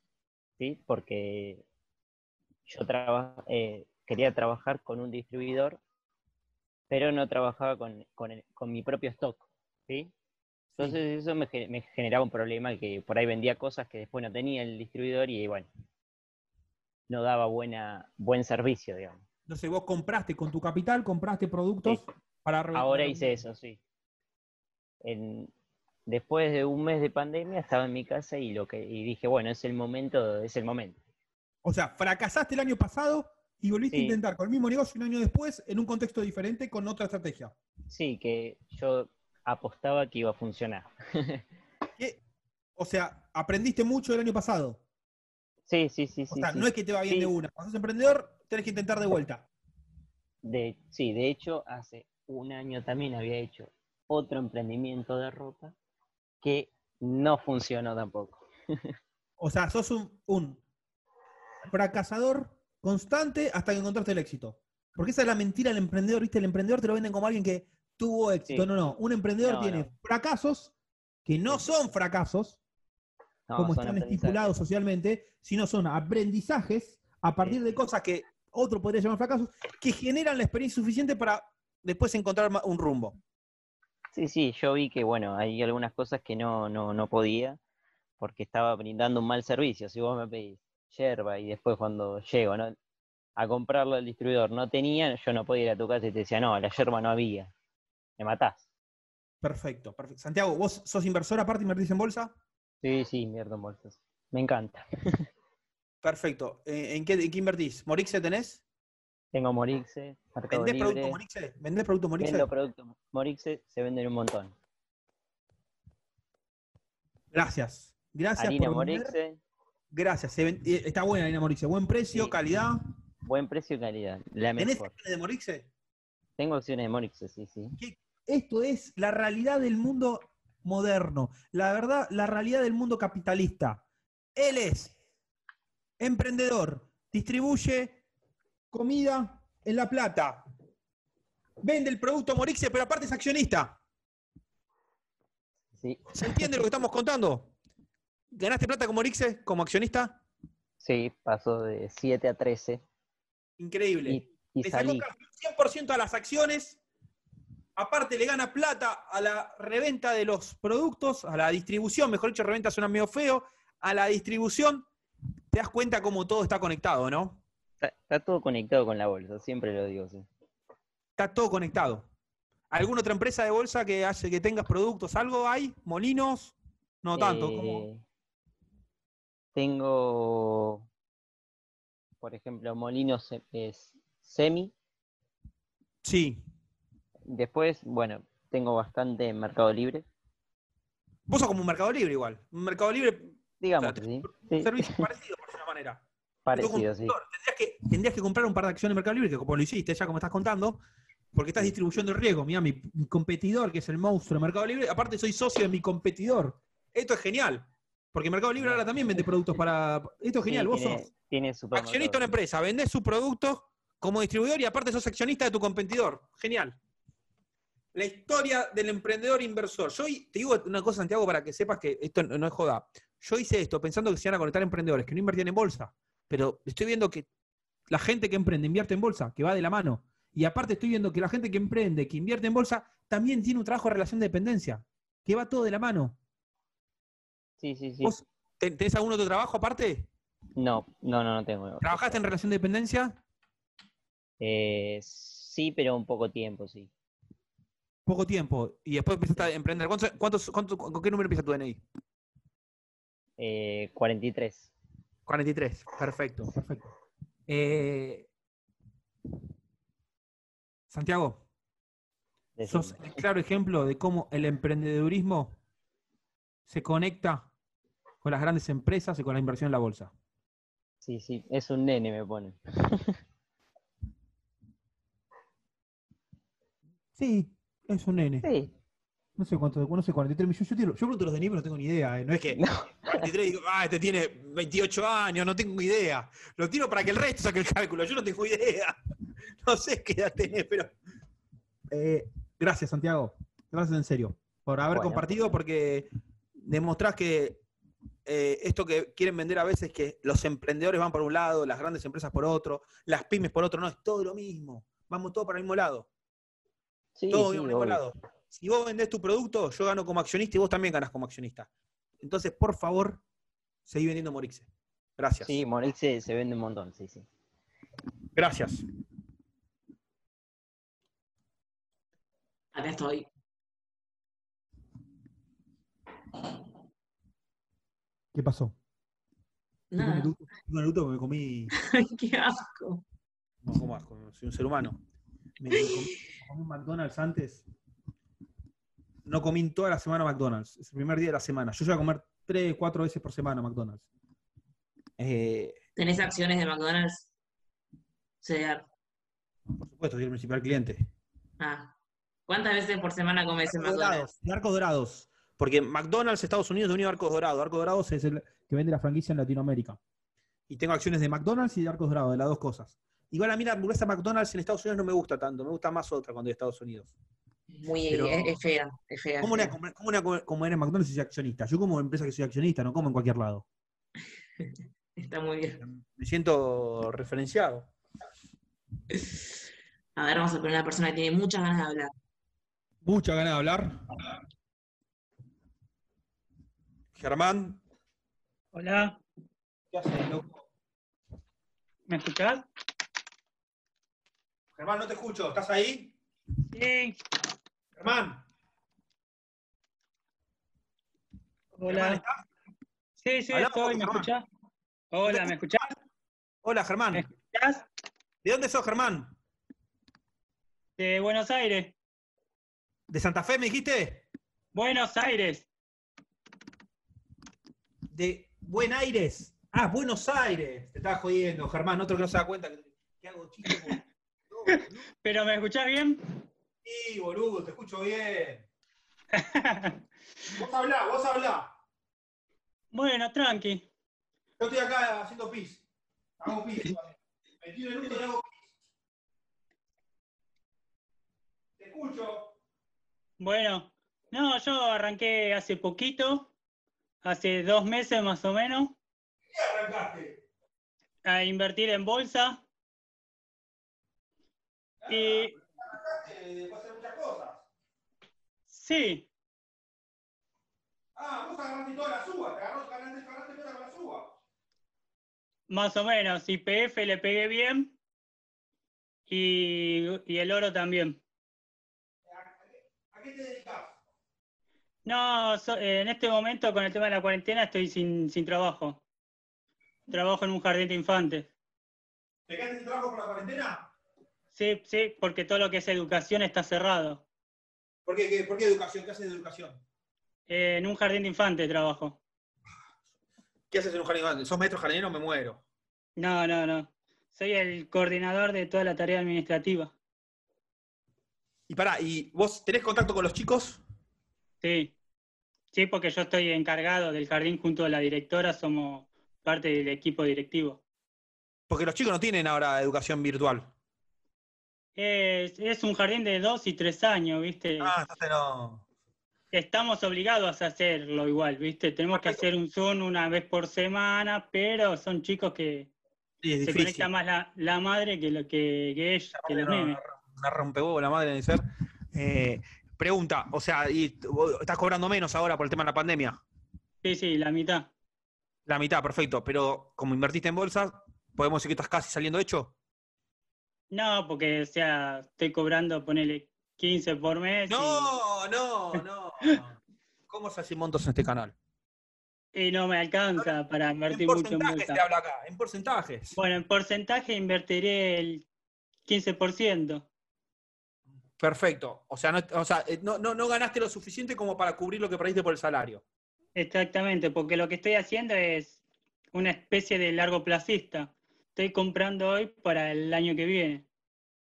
Speaker 10: ¿sí? Porque yo traba- eh, quería trabajar con un distribuidor, pero no trabajaba con, con el- con mi propio stock, ¿sí? Entonces eso me, ge- me generaba un problema que por ahí vendía cosas que después no tenía el distribuidor y bueno, no daba buena, buen servicio, digamos.
Speaker 1: Entonces vos compraste con tu capital, compraste productos para re-
Speaker 10: Ahora hice eso, sí. En- después de un mes de pandemia estaba en mi casa y lo que y dije, bueno, es el momento, es el momento.
Speaker 1: O sea, fracasaste el año pasado y volviste a
Speaker 10: Sí.
Speaker 1: intentar con el mismo negocio un año después en un contexto diferente con otra estrategia.
Speaker 10: Sí, que yo apostaba que iba a funcionar.
Speaker 1: ¿Qué? O sea, aprendiste mucho del año pasado.
Speaker 10: Sí, sí, sí,
Speaker 1: O
Speaker 10: sí.
Speaker 1: sea,
Speaker 10: sí.
Speaker 1: no es que te va bien
Speaker 10: Sí.
Speaker 1: de una. Cuando sos emprendedor, tenés que intentar de vuelta.
Speaker 10: De, sí, de hecho, hace un año también había hecho otro emprendimiento de ropa que no funcionó tampoco.
Speaker 1: *laughs* O sea, sos un, un fracasador constante hasta que encontraste el éxito. Porque esa es la mentira del emprendedor, ¿viste? El emprendedor te lo venden como alguien que tuvo éxito.
Speaker 10: Sí.
Speaker 1: No, no. Un emprendedor
Speaker 10: No,
Speaker 1: tiene
Speaker 10: no.
Speaker 1: fracasos que no son fracasos,
Speaker 10: No,
Speaker 1: como
Speaker 10: son
Speaker 1: están
Speaker 10: aprendizajes.
Speaker 1: estipulados socialmente, sino son aprendizajes a partir de cosas que otro podría llamar fracasos, que generan la experiencia suficiente para después encontrar ma- un rumbo.
Speaker 10: Sí, sí, yo vi que, bueno, hay algunas cosas que no, no, no podía porque estaba brindando un mal servicio. Si vos me pedís yerba y después cuando llego ¿no? a comprarlo al distribuidor no tenía, yo no podía ir a tu casa y te decía, no, la yerba no había. Me matás.
Speaker 1: Perfecto, perfecto. Santiago, vos sos inversor aparte, invertís en bolsa.
Speaker 10: Sí, sí, invierto en bolsas. Me encanta. *laughs*
Speaker 1: Perfecto. Eh, ¿En qué, en qué invertís? ¿Morixe tenés?
Speaker 10: Tengo Morixe, Mercado
Speaker 1: ¿Vendés productos
Speaker 10: Libre,
Speaker 1: Morixe? ¿Vendés productos Morixe?
Speaker 10: vendo productos Morixe, se venden un montón.
Speaker 1: Gracias. Gracias
Speaker 10: Harina
Speaker 1: por vender.
Speaker 10: Morixe,
Speaker 1: Gracias. Se ven- eh, Está buena la harina Morixe. Buen precio,
Speaker 10: Sí.
Speaker 1: calidad.
Speaker 10: buen precio y calidad, la
Speaker 1: ¿Tenés
Speaker 10: mejor.
Speaker 1: acciones de Morixe?
Speaker 10: Tengo acciones de Morixe, sí, sí.
Speaker 1: Esto es la realidad del mundo moderno, la verdad, la realidad del mundo capitalista. Él es emprendedor, distribuye comida en La Plata, vende el producto Morixe, pero aparte es accionista.
Speaker 10: Sí,
Speaker 1: ¿Se entiende lo que estamos contando? ¿Ganaste plata con Morixe como accionista?
Speaker 10: sí pasó de 7 a 13.
Speaker 1: Increíble.
Speaker 10: y, y
Speaker 1: le sacó
Speaker 10: salí.
Speaker 1: casi un 100% a las acciones. Aparte, le gana plata a la reventa de los productos, a la distribución. Mejor dicho, reventa suena medio feo. A la distribución, te das cuenta cómo todo está conectado, ¿no?
Speaker 10: Está, está todo conectado con la bolsa, siempre lo digo. sí.
Speaker 1: Está todo conectado. ¿Alguna otra empresa de bolsa que hace que tengas productos? ¿Algo hay? ¿Molinos? No tanto. como-
Speaker 10: Eh, Tengo, por ejemplo, Molinos se- es semi.
Speaker 1: Sí.
Speaker 10: Después, bueno, tengo bastante en Mercado Libre.
Speaker 1: Vos sos como un mercado libre igual. Un mercado libre,
Speaker 10: Digamos
Speaker 1: O sea,
Speaker 10: que sí. Sí, *laughs*
Speaker 1: servicio parecido, por una manera.
Speaker 10: parecido, sí.
Speaker 1: tendrías que, tendrías que comprar un par de acciones en Mercado Libre, que como lo hiciste, ya como estás contando, porque estás distribuyendo el riesgo. Mira, mi, mi competidor, que es el monstruo de Mercado Libre, aparte soy socio de mi competidor. Esto es genial, porque Mercado Libre ahora también vende productos para... Esto es
Speaker 10: Sí,
Speaker 1: genial, vos
Speaker 10: tiene,
Speaker 1: sos
Speaker 10: tiene supermercado.
Speaker 1: accionista de una empresa, vendés su producto como distribuidor y aparte sos accionista de tu competidor. Genial. La historia del emprendedor inversor. Yo hi- te digo una cosa, Santiago, para que sepas que esto no no es joda. Yo hice esto pensando que se iban a conectar emprendedores, que no invertían en bolsa, pero estoy viendo que la gente que emprende invierte en bolsa, que va de la mano. Y aparte estoy viendo que la gente que emprende, que invierte en bolsa, también tiene un trabajo de relación de dependencia, que va todo de la mano.
Speaker 10: Sí, sí, sí.
Speaker 1: ¿Vos ten- tenés algún otro trabajo aparte?
Speaker 10: No, no, no, no tengo.
Speaker 1: ¿Trabajaste en relación de dependencia?
Speaker 10: Eh, sí, pero un poco tiempo, sí.
Speaker 1: Poco tiempo. Y después empezaste a emprender. ¿Cuántos, cuántos, cuánto- ¿Con qué número empieza tu DNI?
Speaker 10: Eh, 43.
Speaker 1: 43. Perfecto, perfecto. Eh, Santiago,
Speaker 10: decime.
Speaker 1: sos el claro ejemplo de cómo el emprendedurismo se conecta con las grandes empresas y con la inversión en la bolsa.
Speaker 10: Sí, sí, es un nene, me pone.
Speaker 1: Sí, es un nene.
Speaker 10: Sí.
Speaker 1: No sé cuánto, no sé, 43 millones. Yo, tiro- yo pregunto los DNI, pero no tengo ni idea. eh. *laughs* No es que
Speaker 10: *laughs* No.
Speaker 1: 43 digo, ah, este tiene 28 años, no tengo idea. Lo tiro para que el resto saque el cálculo. Yo no tengo idea. No sé qué edad tenés, pero. Eh, gracias, Santiago. Gracias en serio por haber
Speaker 10: Bueno.
Speaker 1: compartido, porque demostrás que eh, esto que quieren vender a veces, que los emprendedores van por un lado, las grandes empresas por otro, las pymes por otro, no, es todo lo mismo. Vamos todos para el mismo lado.
Speaker 10: Sí,
Speaker 1: Todo
Speaker 10: sí,
Speaker 1: bien por el mismo
Speaker 10: obvio.
Speaker 1: lado. Si vos vendés tu producto, yo gano como accionista y vos también ganás como accionista. Entonces, por favor, seguí vendiendo Morixe. Gracias.
Speaker 10: Sí, Morel se, se vende un montón, sí, sí.
Speaker 1: Gracias.
Speaker 2: Acá estoy. *laughs*
Speaker 6: ¿Qué pasó?
Speaker 2: Nada.
Speaker 6: Naruto, Naruto me comí.
Speaker 2: *laughs* Qué asco.
Speaker 1: No, como asco, soy un ser humano.
Speaker 6: Me comí, me comí un McDonald's antes.
Speaker 1: No comí en toda la semana McDonald's. Es el primer día de la semana. Yo voy a comer tres, cuatro veces por semana McDonald's. Eh,
Speaker 2: ¿Tenés acciones de McDonald's? Cedar.
Speaker 1: por supuesto, soy el principal cliente.
Speaker 2: Ah. ¿Cuántas veces por semana comes en
Speaker 1: Arcos
Speaker 2: McDonald's?
Speaker 1: dorados, de arcos dorados. Porque McDonald's, Estados Unidos, es unido a Arcos Dorados. Arcos Dorados es el que vende la franquicia en Latinoamérica. Y tengo acciones de McDonald's y de Arcos Dorados, de las dos cosas. Igual a mí la hamburguesa McDonald's en Estados Unidos no me gusta tanto, me gusta más otra cuando de Estados Unidos.
Speaker 2: Muy
Speaker 1: Pero-
Speaker 2: es, es fea, es fea.
Speaker 1: ¿Cómo
Speaker 2: es
Speaker 1: era
Speaker 2: fea.
Speaker 1: comer, cómo era comer- comer en McDonald's si soy accionista? Yo como empresa que soy accionista, no como en cualquier lado.
Speaker 2: Está muy bien.
Speaker 1: Me siento referenciado.
Speaker 2: A ver, vamos a poner a una persona que tiene muchas ganas de hablar.
Speaker 1: Mucha ganas de hablar. Germán.
Speaker 11: Hola,
Speaker 1: ¿Qué haces, loco?
Speaker 11: ¿me escuchás?
Speaker 1: Germán, no te escucho. ¿Estás ahí?
Speaker 11: Sí,
Speaker 1: Germán. Germán,
Speaker 11: hola.
Speaker 1: ¿estás?
Speaker 11: Sí, sí,
Speaker 1: Hablá,
Speaker 11: estoy, ¿me
Speaker 1: Germán.
Speaker 11: escuchás? Hola, ¿me escuchás?
Speaker 1: Hola, Germán.
Speaker 11: ¿Me escuchás?
Speaker 1: ¿De dónde sos, Germán?
Speaker 11: De Buenos Aires.
Speaker 1: ¿De Santa Fe me dijiste?
Speaker 11: Buenos Aires.
Speaker 1: De Buen Aires. Ah, Buenos Aires. Te estaba jodiendo, Germán. Otro que no se da cuenta que, que hago chico. No, boludo.
Speaker 11: ¿Pero me escuchás bien?
Speaker 1: Sí, boludo, te escucho *laughs* bien. Vos hablá, vos hablá.
Speaker 11: Bueno, tranqui.
Speaker 1: Yo estoy acá haciendo pis. Hago pis. vale. Me tiro el uno y hago pis. Te escucho.
Speaker 11: Bueno, no, yo arranqué hace poquito, hace dos meses más o menos,
Speaker 1: ¿Qué arrancaste?
Speaker 11: a invertir en bolsa. Y
Speaker 1: Arrancaste, vas a hacer muchas cosas.
Speaker 11: sí,
Speaker 1: Ah, vos agarraste toda la suba. Te agarró, ganaste, ganaste plata con la suba.
Speaker 11: más o menos, YPF le pegué bien y, y el oro también.
Speaker 1: ¿A qué te dedicás?
Speaker 11: No, so- eh, en este momento con el tema de la cuarentena estoy sin, sin trabajo. Trabajo en un jardín de infantes.
Speaker 1: ¿Te quedaste sin trabajo por la cuarentena?
Speaker 11: Sí, sí, porque todo lo que es educación está cerrado.
Speaker 1: ¿Por qué, qué- por qué educación? ¿Qué haces de educación?
Speaker 11: Eh, en un jardín de infantes trabajo.
Speaker 1: ¿Qué haces en un jardín? ¿Sos maestro jardinero? Me muero.
Speaker 11: No, no, no. Soy el coordinador de toda la tarea administrativa.
Speaker 1: Y pará, ¿y vos tenés contacto con los chicos?
Speaker 11: Sí. Sí, porque yo estoy encargado del jardín junto a la directora, somos parte del equipo directivo.
Speaker 1: Porque los chicos no tienen ahora educación virtual.
Speaker 11: Es, es un jardín de dos y tres años, ¿viste?
Speaker 1: Ah, entonces no.
Speaker 11: Estamos obligados a hacerlo igual, ¿viste? Tenemos que hacer un Zoom una vez por semana, pero son chicos que
Speaker 1: Sí, es
Speaker 11: se
Speaker 1: difícil.
Speaker 11: conecta más la, la madre que, lo, que, que ella, que los
Speaker 1: Una-
Speaker 11: nenes.
Speaker 1: Una rompehuevo la madre de ser. Eh, pregunta, o sea, y t- vos estás cobrando menos ahora por el tema de la pandemia.
Speaker 11: Sí, sí, la mitad.
Speaker 1: La mitad, perfecto. Pero como invertiste en bolsas, podemos decir que estás casi saliendo hecho.
Speaker 11: No, porque, o sea, estoy cobrando, ponele 15 por mes.
Speaker 1: No,
Speaker 11: *laughs*
Speaker 1: no, no. ¿Cómo se hacen montos en este canal?
Speaker 11: Y, y no me alcanza para
Speaker 1: En
Speaker 11: invertir mucho en
Speaker 1: porcentajes
Speaker 11: bolsa.
Speaker 1: te habla acá, en porcentajes.
Speaker 11: Bueno, en porcentaje invertiré el 15%.
Speaker 1: Perfecto. O sea, no, o sea, eh, no, no, no ganaste lo suficiente como para cubrir lo que perdiste por el salario.
Speaker 11: Exactamente, porque lo que estoy haciendo es una especie de largo placista. Estoy comprando hoy para el año que viene.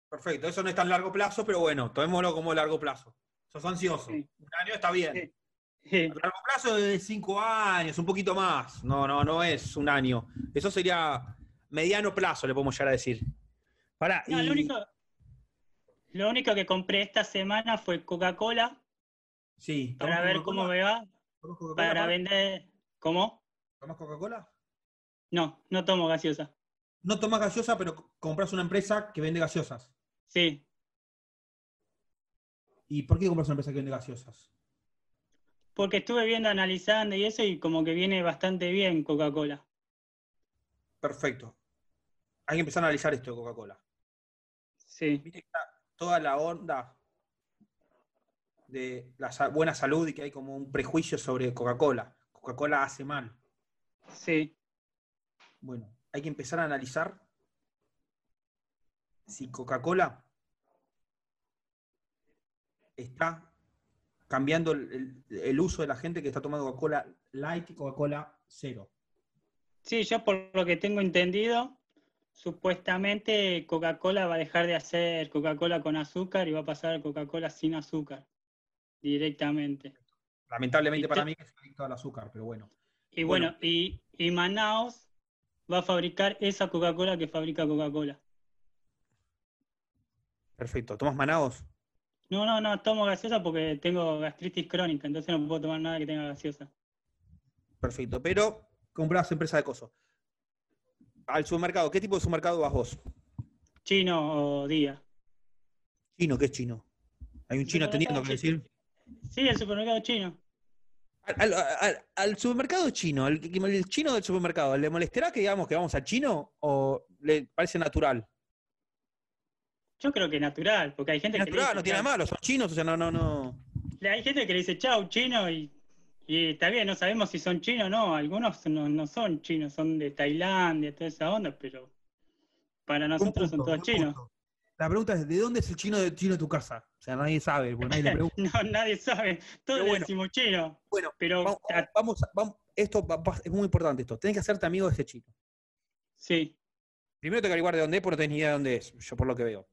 Speaker 1: Perfecto. Eso no es tan largo plazo, pero bueno, tomémoslo como largo plazo. Sos ansioso.
Speaker 11: Sí.
Speaker 1: Un año está bien.
Speaker 11: Sí. Sí,
Speaker 1: A largo plazo es cinco años, un poquito más. No, no, no es un año. Eso sería mediano plazo, le podemos llegar a decir. Pará,
Speaker 11: No,
Speaker 1: y-
Speaker 11: lo único, lo único que compré esta semana fue Coca-Cola
Speaker 1: sí,
Speaker 11: para
Speaker 1: ¿tomás
Speaker 11: ver
Speaker 1: Coca-Cola?
Speaker 11: cómo me va,
Speaker 1: ¿Tomás Coca-Cola,
Speaker 11: para
Speaker 1: Pablo?
Speaker 11: vender. ¿Cómo?
Speaker 1: ¿Tomás Coca-Cola?
Speaker 11: No, no tomo gaseosa.
Speaker 1: No tomás gaseosa, pero c- compras una empresa que vende gaseosas.
Speaker 11: Sí,
Speaker 1: ¿Y por qué compras una empresa que vende gaseosas?
Speaker 11: porque estuve viendo, analizando y eso, y como que viene bastante bien Coca-Cola.
Speaker 1: Perfecto. Hay que empezar a analizar esto de Coca-Cola.
Speaker 11: Sí,
Speaker 1: Viste que está toda la onda de la sa- buena salud y que hay como un prejuicio sobre Coca-Cola. Coca-Cola hace mal.
Speaker 11: sí,
Speaker 1: Bueno, hay que empezar a analizar si Coca-Cola está cambiando el, el- el uso de la gente que está tomando Coca-Cola light y Coca-Cola cero.
Speaker 11: sí, yo por lo que tengo entendido, supuestamente Coca-Cola va a dejar de hacer Coca-Cola con azúcar y va a pasar a Coca-Cola sin azúcar directamente.
Speaker 1: Lamentablemente
Speaker 11: Y
Speaker 1: para
Speaker 11: te-
Speaker 1: mí que es adicto al azúcar, pero bueno.
Speaker 11: Y
Speaker 1: Bueno.
Speaker 11: bueno, y, y Manaus va a fabricar esa Coca-Cola que fabrica Coca-Cola.
Speaker 1: Perfecto. ¿Tomás Manaos?
Speaker 11: No, no, no, tomo gaseosa porque tengo gastritis crónica, entonces no puedo tomar nada que tenga gaseosa.
Speaker 1: Perfecto. Pero compras empresa de coso. Al supermercado, ¿qué tipo de supermercado vas vos?
Speaker 11: Chino o día.
Speaker 1: Chino, ¿qué es chino? Hay un chino teniendo que decir.
Speaker 11: Sí, el supermercado chino.
Speaker 1: Al, al- al- al supermercado chino, al, el chino del supermercado, ¿le molestará que digamos que vamos a chino o le parece natural?
Speaker 11: Yo creo que natural, porque hay gente que le
Speaker 1: Natural,
Speaker 11: dice
Speaker 1: no tiene nada
Speaker 11: chau-
Speaker 1: malo, son chinos, o sea, no, no, no.
Speaker 11: Hay gente que le dice chau chino y, y está bien, no sabemos si son chinos o no. Algunos no, no son chinos, son de Tailandia, toda esa onda, pero para nosotros son
Speaker 1: Buen punto,
Speaker 11: todos
Speaker 1: buen
Speaker 11: chinos.
Speaker 1: punto. La pregunta es, ¿de dónde es el chino de chino de tu casa? O sea, nadie sabe,
Speaker 11: *laughs*
Speaker 1: porque nadie le pregunta.
Speaker 11: No, nadie sabe. Todos
Speaker 1: Pero
Speaker 11: le
Speaker 1: bueno.
Speaker 11: decimos chino.
Speaker 1: Bueno,
Speaker 11: pero
Speaker 1: Vamos,
Speaker 11: a-
Speaker 1: vamos, vamos- esto va- va- es muy importante esto. Tenés que hacerte amigo de ese chino.
Speaker 11: sí.
Speaker 1: Primero tenés que averiguar de dónde es, porque no tenés ni idea de dónde es, yo por lo que veo.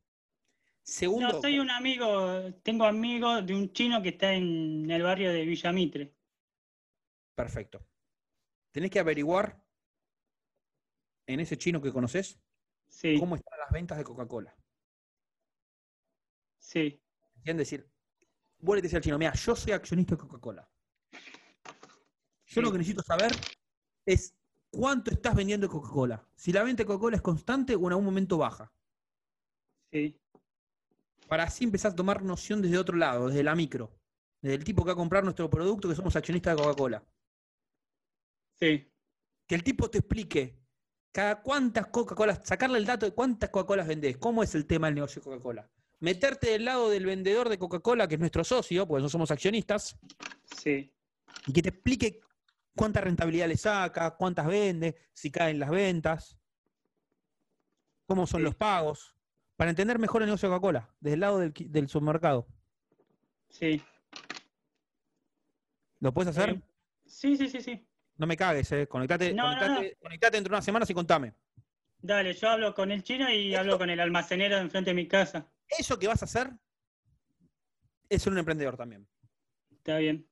Speaker 1: Segundo,
Speaker 11: No, soy un amigo, tengo amigos de un chino que está en el barrio de Villa Mitre.
Speaker 1: perfecto. Tenés que averiguar en ese chino que conoces
Speaker 11: Sí,
Speaker 1: cómo están las ventas de Coca-Cola.
Speaker 11: sí,
Speaker 1: ¿Entiendes? Decir, vos le decís al chino, mira, yo soy accionista de Coca-Cola. Yo lo que necesito saber es cuánto estás vendiendo de Coca-Cola. Si la venta de Coca-Cola es constante o en algún momento baja.
Speaker 11: sí,
Speaker 1: Para así empezar a tomar noción desde otro lado, desde la micro. Desde el tipo que va a comprar nuestro producto, que somos accionistas de Coca-Cola.
Speaker 11: sí,
Speaker 1: Que el tipo te explique cada cuántas Coca-Colas, sacarle el dato de cuántas Coca-Colas vendés, cómo es el tema del negocio de Coca-Cola. Meterte del lado del vendedor de Coca-Cola, que es nuestro socio, porque no somos accionistas,
Speaker 11: sí.
Speaker 1: y que te explique cuánta rentabilidad le saca, cuántas vende, si caen las ventas, cómo son
Speaker 11: Sí.
Speaker 1: los pagos, para entender mejor el negocio de Coca-Cola, desde el lado del, qui- del supermercado.
Speaker 11: Sí,
Speaker 1: ¿Lo puedes hacer?
Speaker 11: Bien. sí, sí, sí, sí.
Speaker 1: No me cagues, eh. conectate,
Speaker 11: No, no,
Speaker 1: conectate, conectate dentro de unas semanas y contame.
Speaker 11: Dale, yo hablo con el chino y hablo con el almacenero de enfrente de mi casa.
Speaker 1: Eso que vas a hacer es ser un emprendedor también.
Speaker 11: Está bien.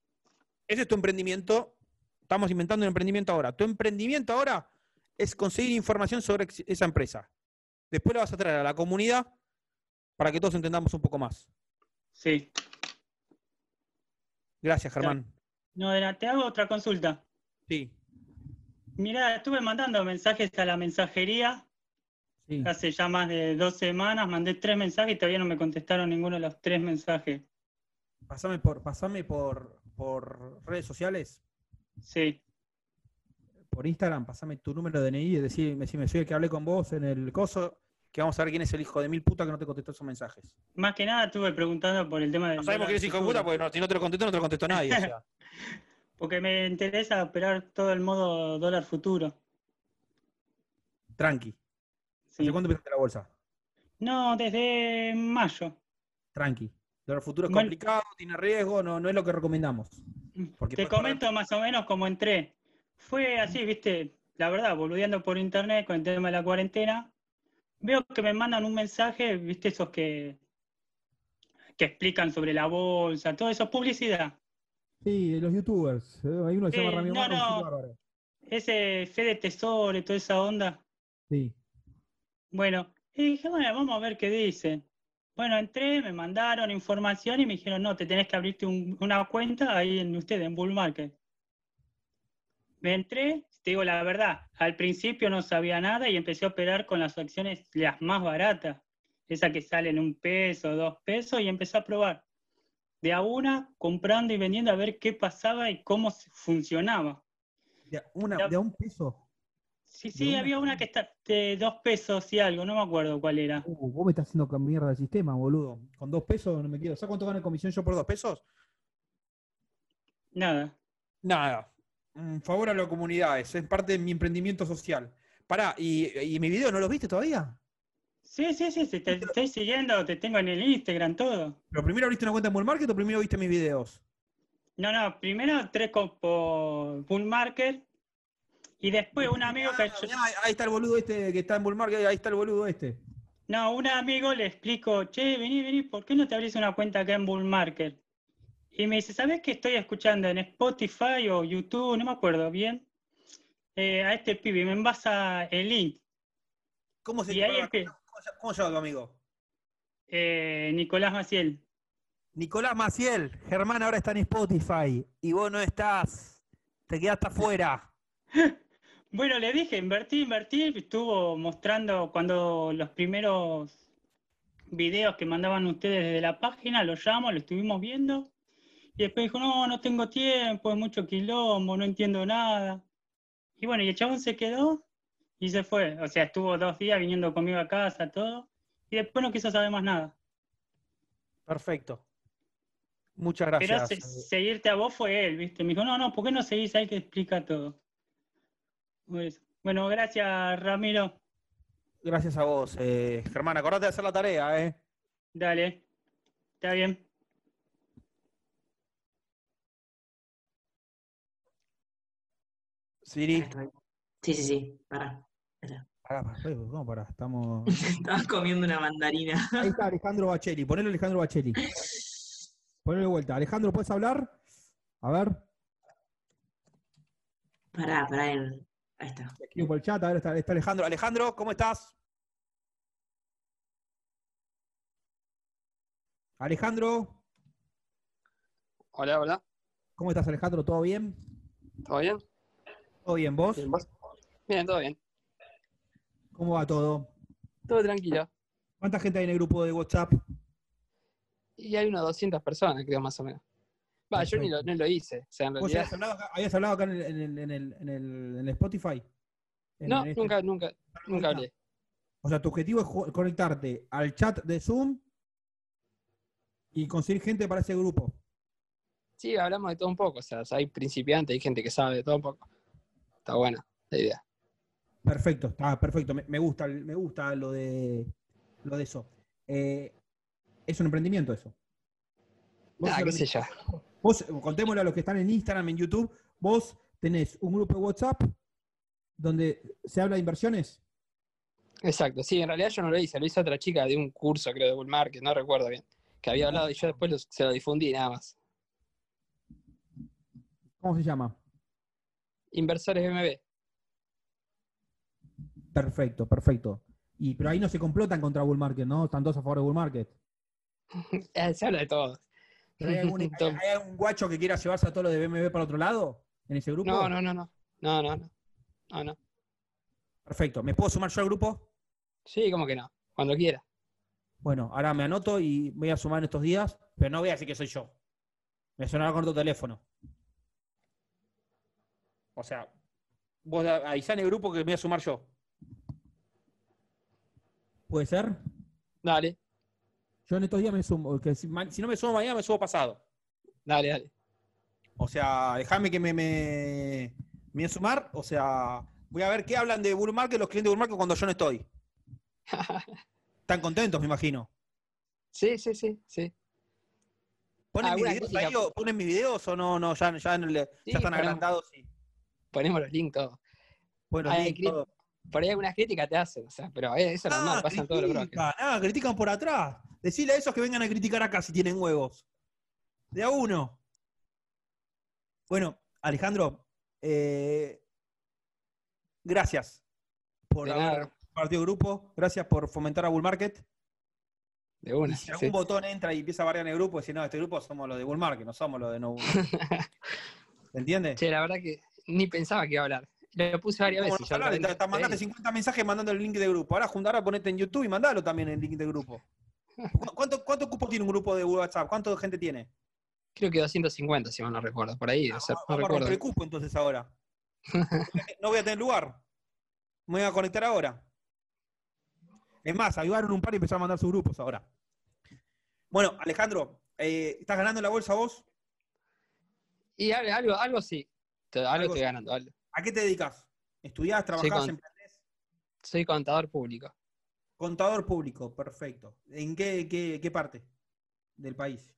Speaker 1: Ese es tu emprendimiento. Estamos inventando un emprendimiento ahora. Tu emprendimiento ahora es conseguir información sobre ex- esa empresa. Después la vas a traer a la comunidad para que todos entendamos un poco más.
Speaker 11: Sí.
Speaker 1: Gracias, Germán.
Speaker 11: No, de nada, te hago otra consulta.
Speaker 1: Sí.
Speaker 11: Mirá, estuve mandando mensajes a la mensajería
Speaker 1: Sí.
Speaker 11: hace ya más de dos semanas. Mandé tres mensajes y todavía no me contestaron ninguno de los tres mensajes.
Speaker 1: Pasame por, pasame por, por redes sociales,
Speaker 11: Sí,
Speaker 1: por Instagram, pasame tu número de DNI y decime, decime, soy el que hablé con vos en el coso, que vamos a ver quién es el hijo de mil puta que no te contestó esos mensajes.
Speaker 11: más que nada estuve preguntando por el tema del.
Speaker 1: No
Speaker 11: dólar
Speaker 1: sabemos quién es hijo de puta,
Speaker 11: futuro,
Speaker 1: porque no- si no te lo contestó, no te lo contestó nadie. o sea.
Speaker 11: *laughs* Porque me interesa operar todo el modo dólar futuro.
Speaker 1: Tranqui.
Speaker 11: Sí.
Speaker 1: ¿Hace cuándo empezaste la bolsa?
Speaker 11: No, desde mayo.
Speaker 1: Tranqui. Los futuro es
Speaker 11: Bueno.
Speaker 1: complicado, tiene riesgo, no, no es lo que recomendamos. Porque
Speaker 11: Te
Speaker 1: puedes perder-
Speaker 11: comento más o menos cómo entré. Fue así, viste, la verdad, boludeando por internet con el tema de la cuarentena, veo que me mandan un mensaje, viste, esos que, que explican sobre la bolsa, todo eso, publicidad.
Speaker 12: Sí, los youtubers. eh, Hay uno que se llama
Speaker 11: Eh,
Speaker 12: Ramiro
Speaker 11: no,
Speaker 12: Marcos,
Speaker 11: no.
Speaker 12: sí, bárbaro.
Speaker 11: Ese fe de tesoro y toda esa onda.
Speaker 12: Sí.
Speaker 11: Bueno, y dije, bueno, vamos a ver qué dicen. Bueno, entré, me mandaron información y me dijeron, no, te tenés que abrirte un- una cuenta ahí en ustedes, en Bull Market. Me entré, te digo la verdad, al principio no sabía nada y empecé a operar con las acciones las más baratas, esas que salen un peso, dos pesos, y empecé a probar. De a una, comprando y vendiendo a ver qué pasaba y cómo se- funcionaba.
Speaker 1: De a una, de a un peso.
Speaker 11: Sí,
Speaker 1: De
Speaker 11: sí,
Speaker 1: una.
Speaker 11: había una que está de dos pesos y algo, no me acuerdo cuál era.
Speaker 1: Uh, vos me estás haciendo con mierda el sistema, boludo. Con dos pesos no me quiero. ¿Sabes cuánto gano en comisión yo por dos pesos?
Speaker 11: Nada.
Speaker 1: Nada. Un favor a las comunidades. Es parte de mi emprendimiento social. Pará, ¿y, y mi video no lo viste todavía?
Speaker 11: Sí, sí, sí, sí, te estoy siguiendo, te tengo en el Instagram, todo.
Speaker 1: ¿Pero primero abriste una cuenta en Bull Market o primero viste mis videos?
Speaker 11: No, no, primero tres con- por Bull Market y después un amigo que...
Speaker 1: Ah, mirá, ahí- ahí está el boludo este que está en Bull Market. Ahí está el boludo este.
Speaker 11: No, un amigo le explico, che, vení, vení, ¿por qué no te abrís una cuenta acá en Bull Market? Y me dice, ¿sabés qué estoy escuchando en Spotify o YouTube? No me acuerdo bien. Eh, a este pibe, me envasa el link.
Speaker 1: ¿Cómo se
Speaker 11: Y ahí
Speaker 1: llama?
Speaker 11: empie-
Speaker 1: ¿Cómo se- ¿Cómo se llama tu amigo?
Speaker 11: eh, Nicolás Maciel.
Speaker 1: Nicolás Maciel, Germán ahora está en Spotify y vos no estás. Te quedaste afuera.
Speaker 11: Bueno, le dije, invertí, invertí, estuvo mostrando cuando los primeros videos que mandaban ustedes desde la página, lo llamo, lo estuvimos viendo, y después dijo, no, no tengo tiempo, es mucho quilombo, no entiendo nada. Y bueno, y el chabón se quedó y se fue, o sea, estuvo dos días viniendo conmigo a casa, todo, y después no quiso saber más nada.
Speaker 8: Perfecto. Muchas
Speaker 11: Pero
Speaker 8: gracias. eh.
Speaker 11: se- seguirte a vos fue él, ¿viste? Me dijo, no, no, ¿por qué no seguís ahí que explica todo? Por eso. Bueno, gracias, Ramiro.
Speaker 8: Gracias a vos, eh, Germán. Acordate de hacer la tarea, ¿eh?
Speaker 11: Dale, está bien.
Speaker 8: Siri.
Speaker 2: Sí, sí, sí, pará.
Speaker 1: Pará, pará, no, pará, estamos.
Speaker 2: Estaba comiendo una mandarina.
Speaker 1: Ahí está Alejandro Bacheli, ponelo a Alejandro Bacheli. Ponelo de vuelta. Alejandro, ¿puedes hablar? A ver,
Speaker 2: *laughs* Pará, pará. el- Ahí está.
Speaker 1: te escribo por el chat, a ver, está, está
Speaker 8: Alejandro,
Speaker 1: Alejandro.
Speaker 8: Alejandro, ¿cómo estás?
Speaker 1: Alejandro,
Speaker 13: Hola, hola.
Speaker 1: ¿cómo estás, Alejandro? ¿Todo bien?
Speaker 13: ¿Todo bien?
Speaker 1: ¿Todo bien, vos?
Speaker 13: Bien, ¿vos? Bien, todo bien.
Speaker 1: ¿Cómo va todo?
Speaker 13: Todo tranquilo.
Speaker 1: ¿Cuánta gente hay en el grupo de WhatsApp?
Speaker 13: Y hay unas 200 personas, creo, más o menos. Va, yo ni lo, no lo hice. O sea, en
Speaker 1: ¿Vos
Speaker 13: realidad.
Speaker 1: habías hablado acá, habías hablado acá en, el, en, el, en, el, en el- en el Spotify? En-
Speaker 13: No,
Speaker 1: en este-
Speaker 13: nunca, nunca, nunca hablé.
Speaker 1: O sea, tu objetivo es ju- conectarte al chat de Zoom y conseguir gente para ese grupo.
Speaker 13: Sí, hablamos de todo un poco. O sea, hay principiantes, hay gente que sabe de todo un poco. Está buena la idea.
Speaker 1: Perfecto, está perfecto. Me, me gusta, el- me gusta lo de lo de eso. Eh, es un emprendimiento eso. Vos
Speaker 13: Nada,
Speaker 1: sos
Speaker 13: Ah, qué sé yo.
Speaker 1: Vos, contémosle a los que están en Instagram, en YouTube, vos tenés un grupo de WhatsApp donde se habla de inversiones.
Speaker 13: Exacto, sí, en realidad yo no lo hice, lo hizo otra chica de un curso, creo, de Bull Market, no recuerdo bien, que había hablado y yo después lo- se lo difundí nada más.
Speaker 1: ¿Cómo se llama?
Speaker 13: Inversores BMB.
Speaker 1: Perfecto, perfecto. Y, pero ahí no se complotan contra Bull Market, ¿no? Están todos a favor de Bull Market.
Speaker 13: Eh, *laughs* se habla de todo.
Speaker 1: ¿Pero hay,
Speaker 13: *laughs*
Speaker 1: algún, hay-
Speaker 13: Tom.
Speaker 1: hay algún guacho que quiera llevarse a todo lo de BMB para otro lado? ¿En ese grupo?
Speaker 13: No, no, no, no, no, no, no, no, no.
Speaker 1: Perfecto. ¿Me puedo sumar yo al grupo?
Speaker 13: Sí, como que no, cuando quiera.
Speaker 1: Bueno, ahora me anoto y voy a sumar en estos días, pero no voy a decir que soy yo. Me sonará con tu teléfono.
Speaker 8: O sea, vos da- avisá en el grupo que me voy a sumar yo.
Speaker 1: ¿Puede ser?
Speaker 13: Dale,
Speaker 1: Yo en estos días me sumo. que si-
Speaker 8: Ma- Si no me subo mañana, me subo pasado.
Speaker 13: dale, dale.
Speaker 1: O sea, déjame que me, me, me voy a sumar. O sea, voy a ver qué hablan de Bull Market los clientes de Bull Market cuando yo
Speaker 13: *laughs*
Speaker 1: no estoy. Están contentos, me imagino.
Speaker 13: Sí, sí, sí, sí.
Speaker 8: ¿Ponen,
Speaker 13: Ah,
Speaker 8: mis
Speaker 13: una
Speaker 8: videos
Speaker 13: crítica.
Speaker 8: ahí o- ponen mis videos o no? no ya, ya, no le-
Speaker 13: Sí,
Speaker 8: ya están
Speaker 13: ponemos-
Speaker 8: agrandados. y-
Speaker 13: Ponemos los links todos.
Speaker 1: Bueno,
Speaker 13: Ah,
Speaker 1: bien,
Speaker 13: cri-
Speaker 1: todo.
Speaker 13: Por ahí algunas críticas te hacen, o sea, pero eh, eso es normal,
Speaker 1: Ah,
Speaker 13: pasan todos los bloques.
Speaker 1: critican, ah, critican por atrás. Decile a esos que vengan a criticar acá si tienen huevos. De a uno. Bueno, Alejandro, eh, gracias por
Speaker 13: De
Speaker 1: haber
Speaker 13: nada.
Speaker 1: compartido grupo, gracias por fomentar a Bull Market.
Speaker 13: De una,
Speaker 1: Y si algún
Speaker 13: sí.
Speaker 1: botón entra y empieza a variar en el grupo, decir, no, este grupo somos los de Bull Market, no somos los de No Bull Market". ¿Se entiende?
Speaker 13: Che, la verdad que ni pensaba que iba a hablar. Lo puse varias
Speaker 1: Como
Speaker 13: veces.
Speaker 1: nos
Speaker 13: ya,
Speaker 1: hablaste,
Speaker 13: realmente.
Speaker 1: te- te mandaste 50 mensajes mandando el link de grupo. Ahora juntar a ponete en YouTube y mandalo también en el link de
Speaker 13: *laughs*
Speaker 1: grupo. ¿Cu- ¿Cuánto, ¿Cuánto cupo tiene un grupo de WhatsApp? ¿Cuánto gente tiene?
Speaker 13: Creo que 250, si mal no recuerdo. Por ahí, o sea, no
Speaker 1: Vamos a romper
Speaker 13: recuerdo.
Speaker 1: el cupo entonces ahora.
Speaker 13: *laughs*
Speaker 1: No voy a tener lugar. Me voy a conectar ahora. Es más, ayudaron un par y empezaron a mandar sus grupos ahora. Bueno, Alejandro, eh, ¿estás ganando la bolsa vos?
Speaker 13: Y al- algo, algo sí. Te- Algo,
Speaker 1: Algo
Speaker 13: estoy
Speaker 1: sí.
Speaker 13: ganando. algo.
Speaker 1: ¿A qué te dedicas? ¿Estudiás, trabajás,
Speaker 13: con-
Speaker 1: emprendés?
Speaker 13: Soy contador público.
Speaker 1: Contador público, perfecto. ¿En qué, qué- qué parte del país?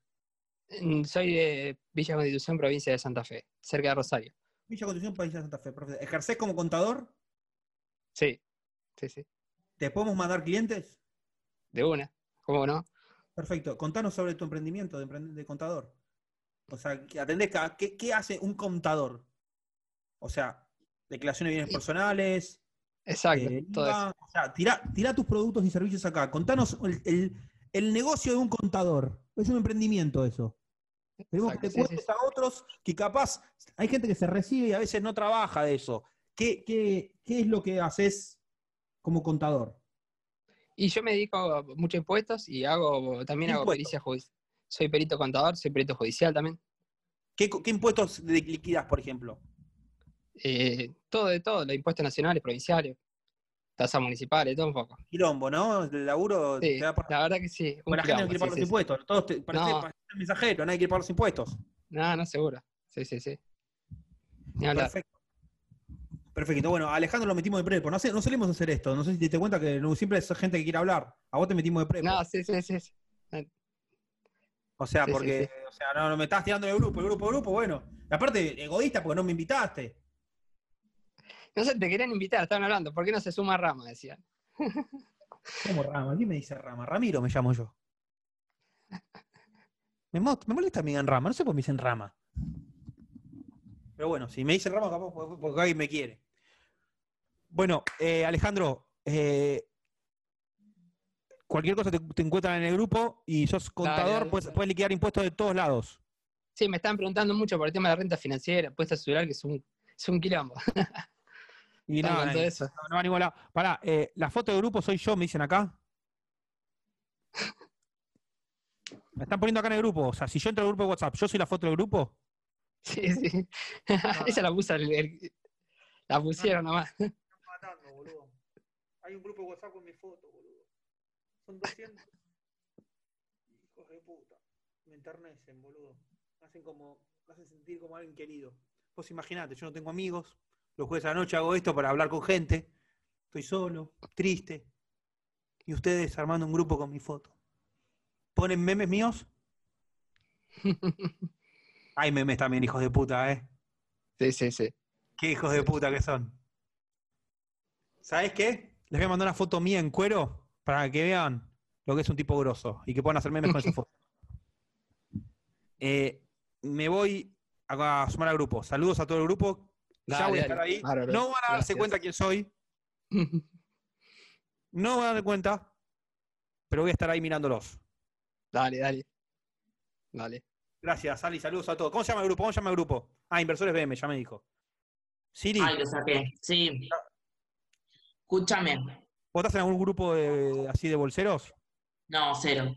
Speaker 13: Mm, Soy de Villa Constitución, provincia de Santa Fe, cerca de Rosario.
Speaker 1: Villa Constitución, País de Santa Fe, perfecto. ¿Ejercés como contador?
Speaker 13: Sí, sí, sí.
Speaker 1: ¿Te podemos mandar clientes?
Speaker 13: De una. ¿Cómo no?
Speaker 1: Perfecto. Contanos sobre tu emprendimiento de, emprend- de contador. O sea, que atendés ca- ¿qué, qué hace un contador? O sea, declaración de bienes personales.
Speaker 13: Exacto,
Speaker 1: eh,
Speaker 13: todo
Speaker 1: IVA,
Speaker 13: eso.
Speaker 1: O sea, tirá, tirá tus productos y servicios acá. Contanos el, el- el negocio de un contador. Es un emprendimiento eso. Queremos que
Speaker 13: Exacto,
Speaker 1: te
Speaker 13: sí, sí,
Speaker 1: cuentes a otros que capaz hay gente que se recibe y a veces no trabaja de eso. ¿Qué, qué- qué es lo que haces como contador?
Speaker 13: Y yo me dedico a muchos impuestos y hago también hago
Speaker 1: Impuestos.
Speaker 13: pericia judicial. Soy perito contador, soy perito judicial también.
Speaker 1: ¿Qué, co- qué impuestos de- liquidás, por ejemplo?
Speaker 13: Eh, todo de todo, los impuestos nacionales, provinciales, tasas municipales, todo un poco.
Speaker 1: Quilombo, ¿no? El laburo
Speaker 13: Sí,
Speaker 1: te da por-
Speaker 13: la verdad que sí. un
Speaker 1: Porque la gente no
Speaker 13: quilombo,
Speaker 1: quiere
Speaker 13: sí,
Speaker 1: pagar los
Speaker 13: sí, sí.
Speaker 1: impuestos. Todos te, parece,
Speaker 13: No.
Speaker 1: parece un mensajero, nadie quiere pagar los impuestos.
Speaker 13: No, no, seguro. Sí, sí, sí. Ni hablar.
Speaker 1: Perfecto. Perfecto. Bueno, a Alejandro lo metimos de prepo. No, sé, no solemos hacer esto. No sé si te diste cuenta que no- siempre es gente que quiere hablar. A vos te metimos de prepo.
Speaker 13: No, Ah, sí, sí, sí. sí.
Speaker 1: o sea,
Speaker 13: sí, sí,
Speaker 1: porque
Speaker 13: sí.
Speaker 1: O sea, no, no me estás tirando el grupo, el grupo, el grupo. Bueno, y aparte, egoísta porque no me invitaste.
Speaker 13: No sé, te querían invitar, estaban hablando. ¿Por qué no se suma Rama? Decían.
Speaker 1: ¿Cómo Rama? ¿Quién me dice Rama? Ramiro me llamo yo. Me, mo- me molesta que me digan Rama, no sé por qué me dicen Rama. Pero bueno, si me dicen Rama, capaz porque- porque *laughs* alguien me quiere. Bueno, eh, Alejandro, eh, cualquier cosa te, te encuentran en el grupo y sos contador,
Speaker 13: dale,
Speaker 1: puedes,
Speaker 13: dale.
Speaker 1: puedes liquidar impuestos de todos lados.
Speaker 13: Sí, me estaban preguntando mucho por el tema de la renta financiera, puesta celular, que es un, es un quilombo.
Speaker 1: *laughs* Y
Speaker 13: Estaban
Speaker 1: nada,
Speaker 13: con todo
Speaker 1: eh,
Speaker 13: eso.
Speaker 1: no, no va a ningún lado. Pará, eh, la foto de grupo soy yo, me dicen acá. Me están poniendo acá en el grupo. O sea, si yo entro al grupo de WhatsApp, ¿yo soy la foto del grupo?
Speaker 13: Sí, sí. *laughs* Esa la puso el- el- la pusieron nomás.
Speaker 1: matando, boludo. Hay un grupo de WhatsApp con mi foto, boludo. Son 200. Hijos de puta. Me enternecen, boludo. Me hacen como, me hacen sentir como alguien querido. Vos imaginate, yo no tengo amigos. Los jueves a la noche hago esto para hablar con gente. Estoy solo, triste. Y ustedes armando un grupo con mi foto. ¿Ponen memes míos? Hay memes también, hijos de puta, ¿eh?
Speaker 13: Sí, sí, sí.
Speaker 1: Qué hijos de puta que son. ¿Sabes qué? Les voy a mandar una foto mía en cuero para que vean lo que es un tipo grosso y que puedan hacer memes
Speaker 13: *laughs*
Speaker 1: con esa foto. Eh, me voy a, a sumar al grupo. Saludos a todo el grupo. ya
Speaker 13: Dale,
Speaker 1: voy
Speaker 13: dale.
Speaker 1: a estar ahí.
Speaker 13: Bárbaro.
Speaker 1: No van a darse
Speaker 13: Gracias.
Speaker 1: cuenta quién soy.
Speaker 13: *laughs*
Speaker 1: No van a dar cuenta. Pero voy a estar ahí mirándolos.
Speaker 13: Dale, dale. Dale.
Speaker 1: Gracias, Ali. Saludos a todos. ¿Cómo se llama el grupo? ¿Cómo se llama el grupo? Ah, Inversores BM, ya me dijo. Siri,
Speaker 2: Ay, lo saqué. Sí. Escúchame.
Speaker 1: ¿vos estás en algún grupo de- así de bolseros?
Speaker 2: No, cero.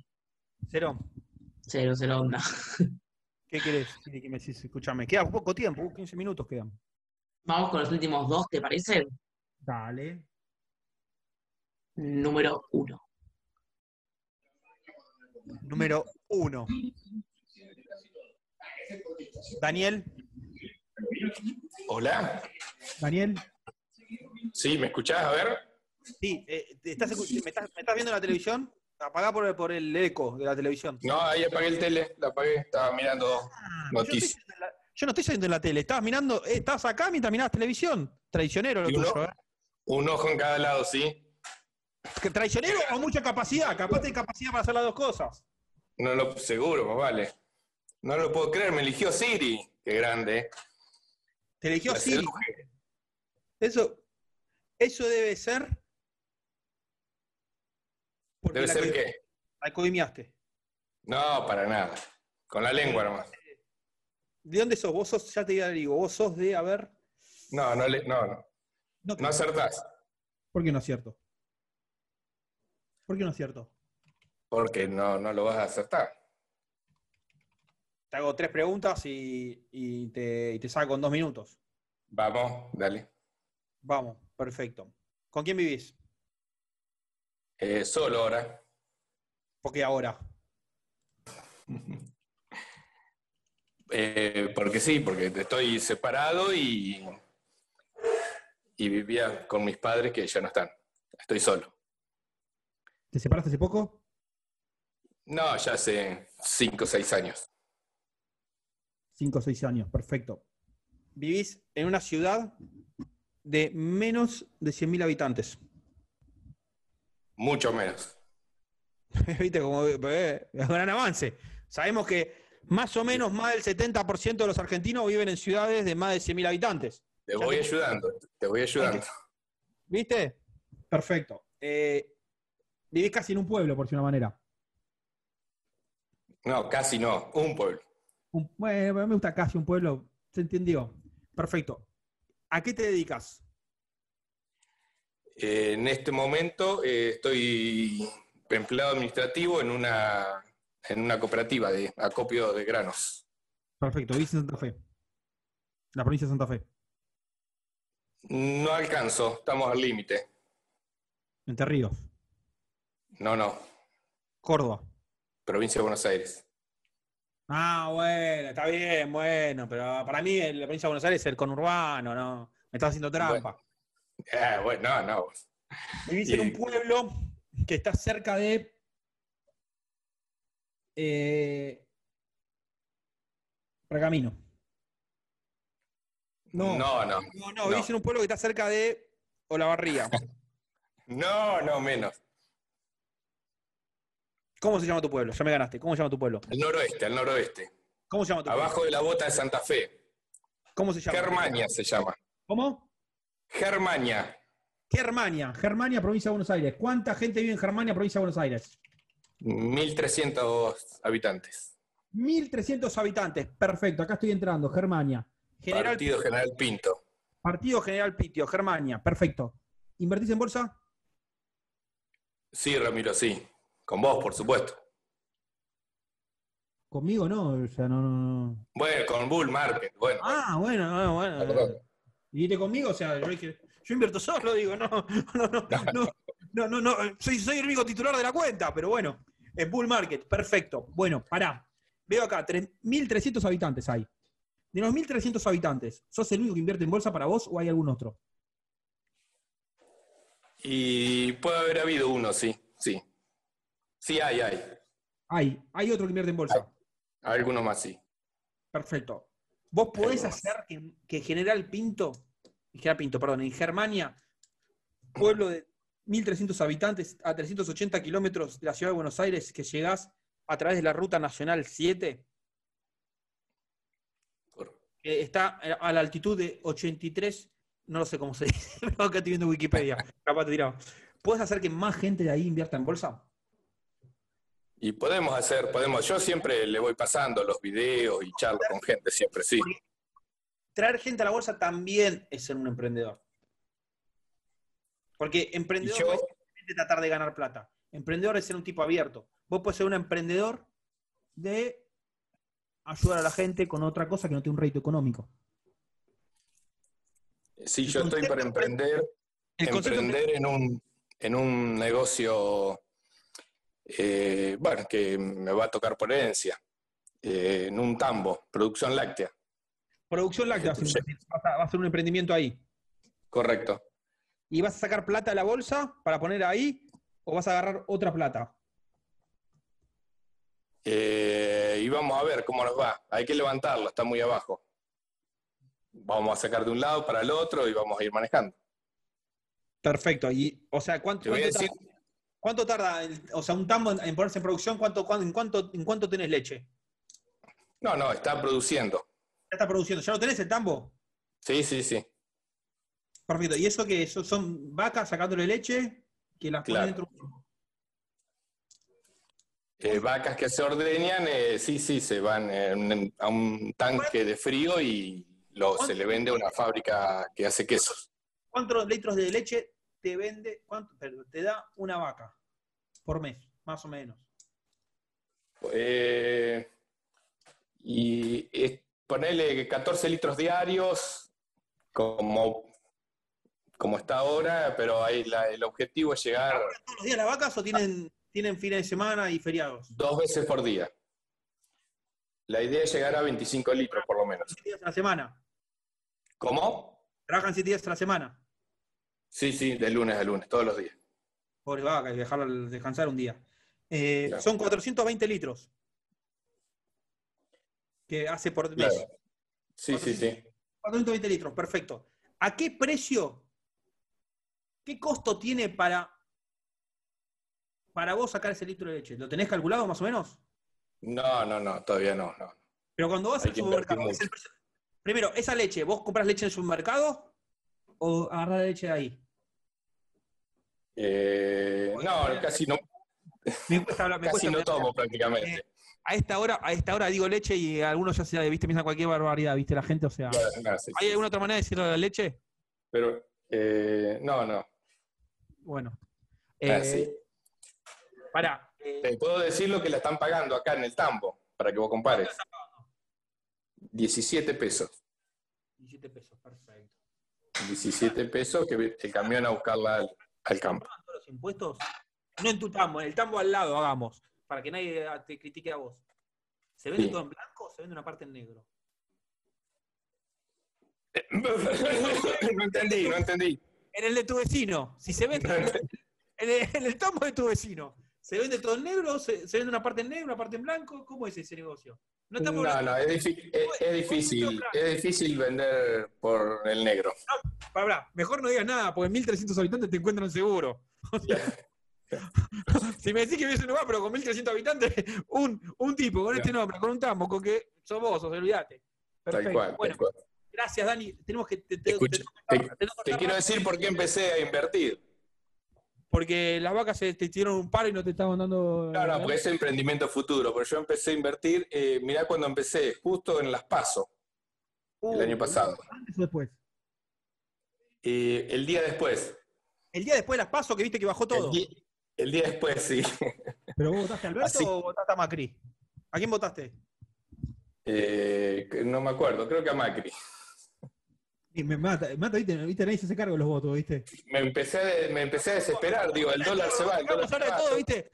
Speaker 1: Cero.
Speaker 2: Cero, cero onda. *laughs*
Speaker 1: ¿Qué querés? Siri, que me decís? Escuchame, queda poco tiempo, uh, 15 minutos quedan.
Speaker 2: Vamos con los últimos dos, ¿te parece?
Speaker 1: Dale.
Speaker 2: Número uno.
Speaker 1: Número uno. Daniel,
Speaker 6: Hola.
Speaker 14: Daniel,
Speaker 6: Sí, ¿me escuchás? A ver.
Speaker 1: sí, eh, te estás, escu- me, estás, me estás viendo la televisión? Apagá por, por el eco de la televisión.
Speaker 6: No, ahí apagué el tele, la apagué, estaba mirando noticias.
Speaker 1: Yo no Ah, estoy saliendo en la tele, estabas mirando, eh, estabas acá mientras mirabas televisión. Traicionero lo
Speaker 6: Y uno-
Speaker 1: tuyo, ¿eh?
Speaker 6: Un ojo en cada lado, ¿sí?
Speaker 1: Que Traicionero o mucha capacidad, capaz de capacidad para hacer las dos cosas.
Speaker 6: No lo seguro, más vale. No lo puedo creer, me eligió Siri. Qué grande. ¿eh?
Speaker 1: Te eligió
Speaker 6: La
Speaker 1: Siri.
Speaker 6: seduje.
Speaker 1: Eso, eso debe ser. Porque
Speaker 6: Debe
Speaker 1: la
Speaker 6: ser
Speaker 1: co-
Speaker 6: que.
Speaker 1: La coimiaste.
Speaker 6: No, para nada. Con la lengua nomás.
Speaker 1: ¿De dónde sos? Vos sos, ya te digo, vos sos de, a ver,
Speaker 6: No, no, le- no, no. No acertás.
Speaker 15: ¿Por qué no es cierto? ¿Por qué no es cierto?
Speaker 6: Porque no, no lo vas a acertar.
Speaker 1: Te hago tres preguntas y, y te, y te saco en dos minutos.
Speaker 6: Vamos, dale.
Speaker 1: Vamos, perfecto. ¿Con quién vivís?
Speaker 6: Eh, solo ahora.
Speaker 1: ¿Por qué ahora?
Speaker 6: Eh, porque sí, porque estoy separado y, y vivía con mis padres que ya no están. Estoy solo.
Speaker 15: ¿Te separaste hace poco?
Speaker 6: No, ya hace cinco o seis años.
Speaker 15: Cinco o seis años, perfecto.
Speaker 1: Vivís en una ciudad de menos de 100.000 habitantes. *laughs*
Speaker 6: Mucho menos.
Speaker 1: ¿Viste? Como, eh, es un gran avance. Sabemos que más o menos más del 70% de los argentinos viven en ciudades de más de 100.000 habitantes.
Speaker 6: Te voy ayudando, te voy ayudando.
Speaker 1: ¿Viste?
Speaker 15: Perfecto.
Speaker 1: Eh,
Speaker 15: Vivís casi en un pueblo, por si una manera.
Speaker 6: No, casi no, un pueblo.
Speaker 15: Un- bueno, me gusta casi un pueblo. ¿Se entendió? Perfecto.
Speaker 1: ¿A qué te dedicas?
Speaker 6: Eh, en este momento eh, estoy empleado administrativo en una, en una cooperativa de acopio de granos.
Speaker 15: Perfecto, vivís en Santa Fe. La provincia de Santa Fe.
Speaker 6: No alcanzo, estamos al límite.
Speaker 15: Entre Ríos.
Speaker 6: No, no,
Speaker 1: Córdoba.
Speaker 6: provincia de Buenos Aires.
Speaker 1: Ah, bueno, está bien, bueno, pero para mí el- la provincia de Buenos Aires es el conurbano, ¿no? Me estás haciendo trampa.
Speaker 6: Ah, bueno, no, no.
Speaker 1: Vivís
Speaker 6: eh.
Speaker 1: en un pueblo que está cerca de. eh,
Speaker 15: Pergamino.
Speaker 1: no,
Speaker 6: No, no.
Speaker 1: no, no, vivís en un pueblo que está cerca de Olavarría.
Speaker 6: No, no, menos.
Speaker 1: ¿Cómo se llama tu pueblo? Ya me ganaste. ¿Cómo se llama tu pueblo?
Speaker 6: Al noroeste, al noroeste.
Speaker 1: ¿Cómo se llama tu
Speaker 6: Abajo
Speaker 1: pueblo?
Speaker 6: de la bota de Santa Fe.
Speaker 1: ¿Cómo se llama?
Speaker 6: Germania se llama.
Speaker 15: ¿Cómo?
Speaker 6: Germania.
Speaker 15: Germania. Germania, provincia de Buenos Aires. ¿Cuánta gente vive en Germania, provincia de Buenos Aires?
Speaker 6: 1.300 habitantes.
Speaker 15: 1.300 habitantes. Perfecto, acá estoy entrando. Germania.
Speaker 1: General-
Speaker 6: Partido General Pinto.
Speaker 1: Partido General Pitio, Germania. Perfecto.
Speaker 15: ¿Invertís en bolsa?
Speaker 6: Sí, Ramiro, sí. Con vos, por supuesto.
Speaker 15: Conmigo no, o sea, no, no, no.
Speaker 6: Bueno, con Bull Market. Bueno,
Speaker 1: Ah, bueno, bueno, bueno.
Speaker 6: Perdón.
Speaker 1: Viviste conmigo, o sea, yo, dije, yo invierto solo, digo, no, *laughs* no, no, no, no, no, no, soy, soy el único titular de la cuenta, pero bueno, es bull market, perfecto. Bueno, pará, veo acá,
Speaker 15: 1.300 habitantes hay. De los 1.300 habitantes, ¿sos el único que invierte en bolsa para vos o hay algún otro?
Speaker 6: y puede haber habido uno, sí, sí. Sí, hay, hay.
Speaker 15: Hay, hay otro que invierte en bolsa.
Speaker 6: Alguno más, sí.
Speaker 1: perfecto. ¿Vos podés hacer que, que General Pinto, General Pinto, perdón, en Germania, pueblo de 1.300 habitantes a 380 kilómetros de la ciudad de Buenos Aires, que llegás a través de la Ruta Nacional 7? que está eh, a la altitud de 83, no lo sé cómo se dice, *laughs* pero acá estoy viendo Wikipedia, capaz te dirá. ¿Puedes hacer que más gente de ahí invierta en bolsa?
Speaker 6: Y podemos hacer, podemos. Yo siempre le voy pasando los videos y charlo con gente, siempre, sí.
Speaker 1: Traer gente a la bolsa también es ser un emprendedor. Porque emprendedor no es simplemente tratar de ganar plata. Emprendedor es ser un tipo abierto. Vos podés ser un emprendedor de ayudar a la gente con otra cosa que no tiene un rédito económico.
Speaker 6: Sí, yo estoy para emprender,
Speaker 1: el concepto-
Speaker 6: emprender en un, en un negocio, eh, bueno, que me va a tocar por herencia, eh, en un tambo, producción láctea,
Speaker 1: Producción láctea, vas a invertir, vas a- vas a hacer un emprendimiento ahí.
Speaker 6: correcto.
Speaker 1: ¿Y vas a sacar plata de la bolsa para poner ahí o vas a agarrar otra plata?
Speaker 6: Eh, y vamos a ver cómo nos va. Hay que levantarlo, está muy abajo. Vamos a sacar de un lado para el otro y vamos a ir manejando.
Speaker 1: Perfecto. Y, o sea, ¿cuánto,
Speaker 6: Te voy a
Speaker 1: cuánto tarda, cuánto tarda el- o sea, un tambo en, en ponerse en producción? ¿Cuánto, cuán- en, cuánto, ¿En cuánto tenés leche?
Speaker 6: No, no, está produciendo.
Speaker 1: Ya está produciendo. ¿Ya lo tenés el tambo?
Speaker 6: Sí, sí, sí.
Speaker 1: Perfecto. ¿Y eso que eso son vacas sacándole leche que las
Speaker 6: Claro.
Speaker 1: ponen dentro?
Speaker 6: Eh, vacas que se ordeñan, eh, sí, sí, se van eh, a un tanque de frío y lo- se le vende a una fábrica que hace quesos.
Speaker 1: ¿Cuántos litros de leche te vende, cuánto, perdón, te da una vaca por mes, más o menos?
Speaker 6: Eh, y es- ponele 14 litros diarios, como, como está ahora, pero ahí la- el objetivo es llegar
Speaker 1: ¿Todos los días las vacas o tienen, tienen fines de semana y feriados?
Speaker 6: dos veces por día. La idea es llegar a 25 litros por lo menos.
Speaker 1: Siete días a la semana.
Speaker 6: ¿Cómo?
Speaker 1: Trabajan siete días a la semana.
Speaker 6: Sí, sí, de lunes a lunes, todos los días.
Speaker 1: Pobre vaca, hay que dejarla descansar un día. Eh,
Speaker 6: Claro.
Speaker 1: Son 420 litros. Que hace por mes.
Speaker 6: Claro. Sí, sí, sí.
Speaker 1: 420 litros, perfecto. ¿A qué precio? ¿Qué costo tiene para, para vos sacar ese litro de leche? ¿Lo tenés calculado más o menos?
Speaker 6: No, no, no, todavía no. no.
Speaker 1: Pero cuando vas
Speaker 6: Hay
Speaker 1: al
Speaker 6: que invertir
Speaker 1: supermercado,
Speaker 6: mucho.
Speaker 1: es el precio- primero, esa leche, ¿vos compras leche en el supermercado o agarrás la leche de ahí?
Speaker 6: Eh, no, casi no.
Speaker 1: Me cuesta hablar, me
Speaker 6: Casi
Speaker 1: cuesta
Speaker 6: no
Speaker 1: hablar. Eh,
Speaker 6: tomo prácticamente.
Speaker 1: A esta hora, a esta hora digo leche y algunos ya se viste, piensan cualquier barbaridad, viste la gente, o sea.
Speaker 6: Claro, claro, sí,
Speaker 1: ¿Hay alguna otra manera de decirlo de la leche?
Speaker 6: Pero, eh, no, no.
Speaker 1: Bueno.
Speaker 6: Ah,
Speaker 1: Eh,
Speaker 6: sí.
Speaker 1: Pará.
Speaker 6: Te puedo decir lo que la están pagando acá en el tambo, para que vos compares. 17 pesos.
Speaker 1: 17 pesos, perfecto.
Speaker 6: 17 pesos que el camión a buscarla al, al campo.
Speaker 1: Todos los impuestos. No en tu tambo, en el tambo al lado hagamos, para que nadie ah, te critique a vos. ¿Se vende
Speaker 6: Sí.
Speaker 1: todo en blanco o se vende una parte en negro?
Speaker 6: Eh, *laughs* no entendí, no entendí.
Speaker 1: En el de tu vecino, si se vende.
Speaker 6: *laughs*
Speaker 1: en, el, en el tambo de tu vecino. ¿Se vende todo en negro? ¿Se, se vende una parte en negro, una parte en blanco? ¿Cómo es ese negocio?
Speaker 6: No,
Speaker 1: No estamos hablando-
Speaker 6: no, es, difi- es- es difícil, es difícil vender por el negro.
Speaker 1: Pará, pará, mejor no digas nada, porque 1300 habitantes te encuentran seguro. *laughs* O sea, *laughs* si me decís que vives en un lugar, pero con 1300 habitantes, *laughs* un, un tipo con este nombre, con un tambo, con que sos vos, o sea, olvidate.
Speaker 6: Tal cual, tal
Speaker 1: Bueno,
Speaker 6: cual.
Speaker 1: gracias, Dani. Tenemos que. Te, te-
Speaker 6: Escucha,
Speaker 1: tenemos que
Speaker 6: te,
Speaker 1: cortar- tenemos que
Speaker 6: te
Speaker 1: cortar
Speaker 6: quiero
Speaker 1: rápido,
Speaker 6: decir por qué empecé a invertir.
Speaker 1: Porque las vacas se te hicieron un paro y no te estaban dando.
Speaker 6: No, no, porque es emprendimiento futuro. Pero yo empecé a invertir, eh, mirá cuando empecé, justo en Las Paso,
Speaker 1: Uh,
Speaker 6: el año pasado.
Speaker 12: Antes o después.
Speaker 6: Eh, el día después.
Speaker 1: El día después de las paso que viste que bajó todo.
Speaker 6: El día, el día después, sí. *laughs*
Speaker 1: ¿Pero vos votaste a Alberto o votaste a Macri? ¿A quién votaste?
Speaker 6: Eh, que no me acuerdo, creo que a Macri.
Speaker 12: Y me mata, mata, viste, viste, nadie se hace cargo de los votos, viste.
Speaker 6: Me empecé, a de- me empecé a desesperar, digo, el dólar se va, el dólar
Speaker 1: Vamos a
Speaker 6: se
Speaker 1: hablar de
Speaker 6: va.
Speaker 1: todo, viste.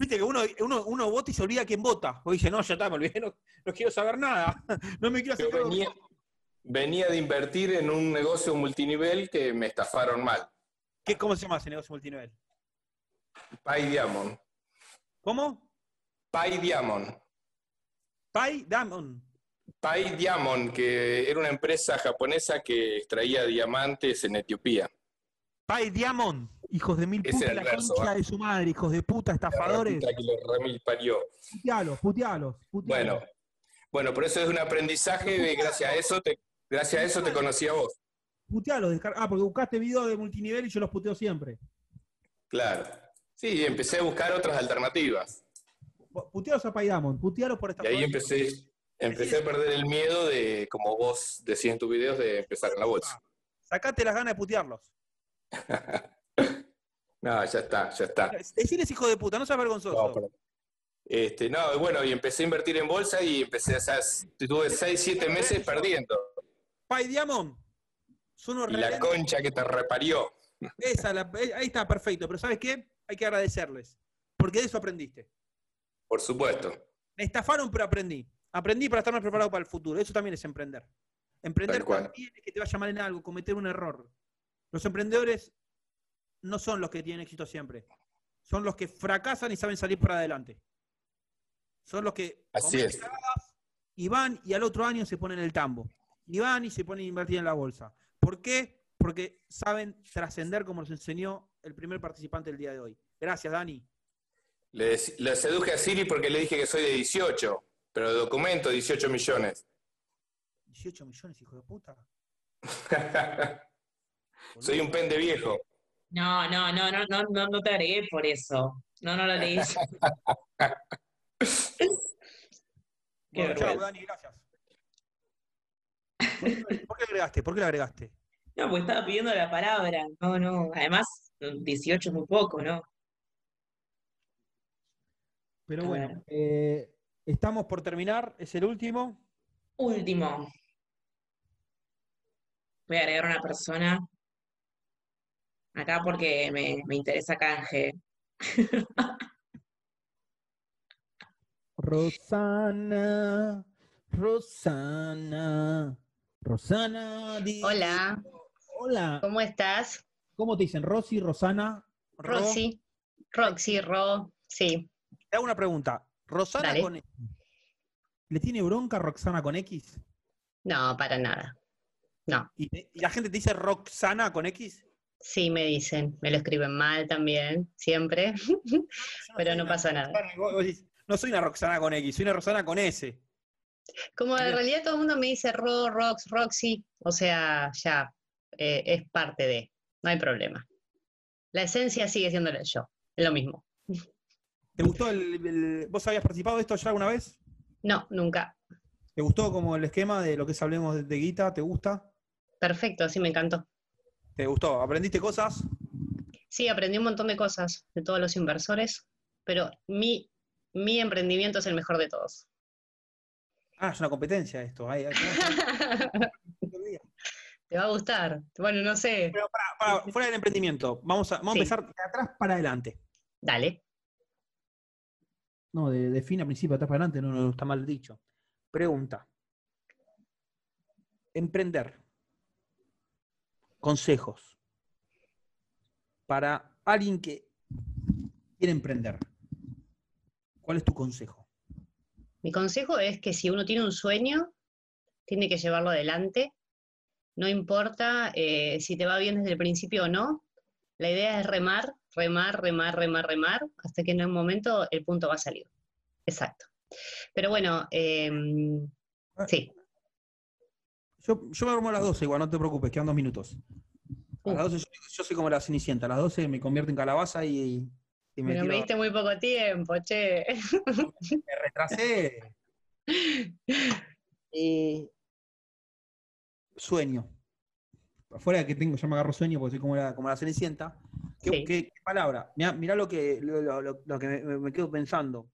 Speaker 1: Viste que uno, uno, uno vota y se olvida quién vota. O dice, no, ya está, me olvidé, no, no quiero saber nada. *laughs* No me quiero hacer
Speaker 6: Yo
Speaker 1: cargo.
Speaker 6: venía, venía de invertir en un negocio multinivel que me estafaron mal.
Speaker 1: ¿Qué, ¿Cómo se llama ese negocio multinivel?
Speaker 6: Pay Diamond.
Speaker 1: ¿Cómo?
Speaker 6: Pay Diamond.
Speaker 1: Pay Damon.
Speaker 6: Pay Diamond, que era una empresa japonesa que extraía diamantes en Etiopía.
Speaker 1: Pay Diamond. Hijos de mil
Speaker 6: Ese
Speaker 1: puta,
Speaker 6: era el
Speaker 1: la
Speaker 6: verso,
Speaker 1: concha
Speaker 6: ¿va?
Speaker 1: de su madre, hijos de puta, estafadores.
Speaker 6: La que lo remil parió.
Speaker 12: Putealos, putealos. putealos.
Speaker 6: Bueno, bueno, por eso es un aprendizaje, y gracias a eso te, gracias a eso te conocí a vos.
Speaker 12: Putealos, descar- Ah, porque buscaste videos de multinivel y yo los puteo siempre.
Speaker 6: Claro. Sí, empecé a buscar otras alternativas.
Speaker 12: Putealos a Paidamon, putealos por
Speaker 6: Y ahí empecé, empecé a perder el miedo de, como vos decías en tus videos, de empezar en la bolsa.
Speaker 1: Sacate las ganas de putearlos.
Speaker 6: No, ya está, ya está.
Speaker 1: Deciles hijo de puta, no seas vergonzoso.
Speaker 6: No, pero- Este, no, bueno, y empecé a invertir en bolsa y empecé, o sea, tuve 6, 7 meses perdiendo.
Speaker 1: Pay Diamond. Son unos
Speaker 6: Y la
Speaker 1: reverentes.
Speaker 6: concha que te reparió.
Speaker 1: Esa, la- eh, ahí está, perfecto. Pero ¿sabes qué? Hay que agradecerles. Porque de eso aprendiste.
Speaker 6: Por supuesto.
Speaker 1: Me estafaron, pero aprendí. Aprendí para estar más preparado para el futuro. Eso también es emprender. Emprender
Speaker 6: Tal cual.
Speaker 1: también es que te vaya mal en algo, cometer un error. Los emprendedores no son los que tienen éxito siempre. Son los que fracasan y saben salir para adelante. Son los que
Speaker 6: Así
Speaker 1: cometen
Speaker 6: es.
Speaker 1: cagadas y van y al otro año se ponen el tambo. Y van y se ponen a invertir en la bolsa. ¿Por qué? Porque saben trascender como nos enseñó el primer participante del día de hoy. Gracias, Dani.
Speaker 6: Le, dec- le seduje a Siri porque le dije que soy de 18, pero de documento 18 millones.
Speaker 1: 18 millones, hijo de puta.
Speaker 6: soy un pende viejo.
Speaker 2: No, no, no, no, no, no, no te agregué por eso. No, no lo leí.
Speaker 1: *laughs* Bueno, chao,
Speaker 2: vergüenza.
Speaker 1: Dani, gracias. ¿Por qué agregaste? ¿Por qué le agregaste?
Speaker 2: No, porque estaba pidiendo la palabra. No, no. Además, 18 es muy poco, ¿no?
Speaker 1: Pero
Speaker 2: A
Speaker 1: bueno, eh, estamos por terminar, es el último.
Speaker 2: Último. Voy a agregar una persona acá porque me, me interesa canje.
Speaker 16: Rosana, Rosana, Rosana. di-
Speaker 17: Hola,
Speaker 16: Hola.
Speaker 17: ¿cómo estás?
Speaker 16: ¿Cómo te dicen? Rosy, Rosana. Ro?
Speaker 17: Rosy. Roxy, Ro, sí.
Speaker 1: Te hago una pregunta. ¿Rosana
Speaker 17: Dale.
Speaker 1: con E. X? ¿Le tiene bronca Roxana con X?
Speaker 17: No, para nada. No.
Speaker 1: ¿Y, te- y la gente te dice Roxana con X?
Speaker 17: Sí, me dicen. Me lo escriben mal también,
Speaker 1: Ah,
Speaker 17: siempre. *laughs* Pero no pasa nada.
Speaker 1: Roxana, y vos- vos decís, No soy una Roxana con X, soy una Roxana con S.
Speaker 17: Como en realidad todo el mundo me dice Ro, Rox, Roxy. O sea, ya eh, es parte de. No hay problema. La esencia sigue siendo el yo. Es lo mismo.
Speaker 1: ¿Te gustó el, el- ¿Vos habías participado de esto ya alguna vez?
Speaker 17: No, nunca.
Speaker 1: ¿Te gustó como el esquema de lo que es Hablemos de, de Guita? ¿Te gusta?
Speaker 17: Perfecto, así me encantó.
Speaker 1: ¿Te gustó? ¿Aprendiste cosas?
Speaker 17: Sí, aprendí un montón de cosas de todos los inversores, pero mi, mi emprendimiento es el mejor de todos.
Speaker 1: Ah, es una competencia esto.
Speaker 17: *laughs*
Speaker 1: Ay, ay,
Speaker 17: Te va a gustar. Bueno, no sé.
Speaker 1: pará, fuera del emprendimiento, vamos a, vamos
Speaker 17: Sí.
Speaker 1: a empezar de atrás para adelante.
Speaker 17: Dale.
Speaker 1: No, de, de fin a principio, atrás para adelante, no, no está mal dicho. Pregunta. Emprender. Consejos. Para alguien que quiere emprender. ¿Cuál es tu consejo?
Speaker 17: Mi consejo es que si uno tiene un sueño, tiene que llevarlo adelante. No importa eh, si te va bien desde el principio o no. La idea es remar, remar, remar, remar, remar, hasta que en un momento el punto va a salir. Exacto. Pero bueno, em, sí.
Speaker 1: Ah. Yo, yo me armo a las 12 igual, no te preocupes, quedan dos minutos. A las 12 yo, yo soy como la Cenicienta, a las 12 me convierto en calabaza y, y me,
Speaker 17: Pero
Speaker 1: tiro-
Speaker 17: me diste muy poco tiempo, che.
Speaker 1: me retrasé.
Speaker 17: *laughs*
Speaker 1: Eh, sueño. Afuera que tengo, ya me agarro sueño porque soy como la, como la Cenicienta. ¿Qué,
Speaker 17: Sí.
Speaker 1: qué- qué palabra? Mirá, mirá lo que, lo, lo- lo- lo que me, me- me quedo pensando.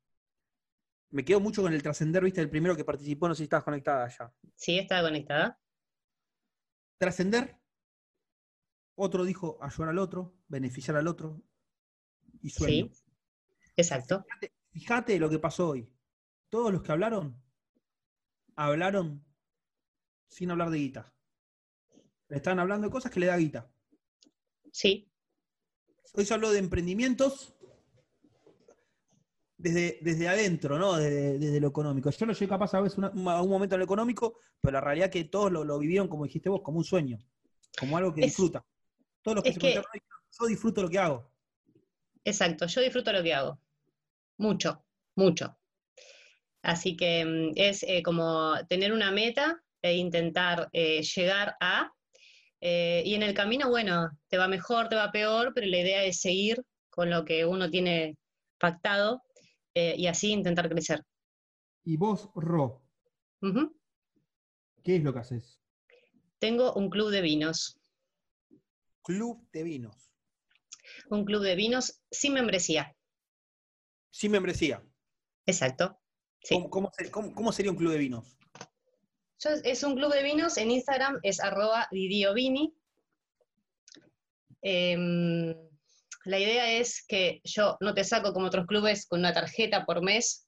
Speaker 1: Me quedo mucho con el trascender, viste, el primero que participó, no sé si estás conectada ya.
Speaker 17: Sí, estaba conectada.
Speaker 1: Trascender. Otro dijo ayudar al otro, beneficiar al otro. Y sueño.
Speaker 17: Sí. Exacto.
Speaker 1: Fíjate lo que pasó hoy. Todos los que hablaron, hablaron sin hablar de guita. Le estaban hablando de cosas que le da guita.
Speaker 17: Sí.
Speaker 1: Hoy se habló de emprendimientos desde, desde adentro, ¿no? Desde, desde lo económico. Yo lo llegué capaz a veces una- un, a un momento en lo económico, pero la realidad que todos lo, lo vivieron, como dijiste vos, como un sueño, como algo que
Speaker 17: Es-
Speaker 1: disfruta. Todos los que
Speaker 17: es
Speaker 1: se
Speaker 17: que-
Speaker 1: conectaron hoy, yo disfruto lo que hago.
Speaker 17: Exacto, yo disfruto lo que hago. Mucho, mucho. Así que mm, es eh, como tener una meta e intentar eh, llegar a, eh, y en el camino, bueno, te va mejor, te va peor, pero la idea es seguir con lo que uno tiene pactado eh, y así intentar crecer.
Speaker 16: Y vos, Ro,
Speaker 17: Ujú.
Speaker 16: ¿qué es lo que haces?
Speaker 17: Tengo un club de vinos,
Speaker 1: Club de vinos.
Speaker 17: un club de vinos sin membresía.
Speaker 1: Sin membresía.
Speaker 17: Exacto. Sí.
Speaker 1: ¿Cómo, cómo se- cómo- cómo sería un club de vinos?
Speaker 17: Yo- es un club de vinos, en Instagram es arroba didiovini. Em, la idea es que yo no te saco como otros clubes con una tarjeta por mes,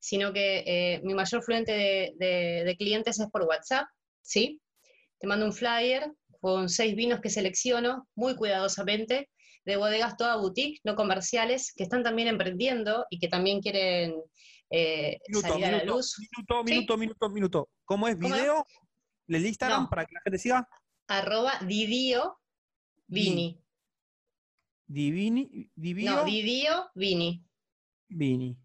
Speaker 17: sino que eh, mi mayor fluente de, de- de clientes es por WhatsApp, ¿sí? Te mando un flyer con seis vinos que selecciono muy cuidadosamente, de bodegas toda boutique, no comerciales, que están también emprendiendo y que también quieren eh,
Speaker 1: Minuto,
Speaker 17: salir a la
Speaker 1: minuto,
Speaker 17: luz.
Speaker 1: minuto, minuto, minuto, minuto. ¿Cómo es
Speaker 17: ¿Cómo es?
Speaker 1: video? ¿El Instagram
Speaker 17: No.
Speaker 1: para que la gente siga?
Speaker 17: arroba Didio Vini.
Speaker 1: Divini, Divio,
Speaker 17: No, Didio Vini.
Speaker 1: Vini.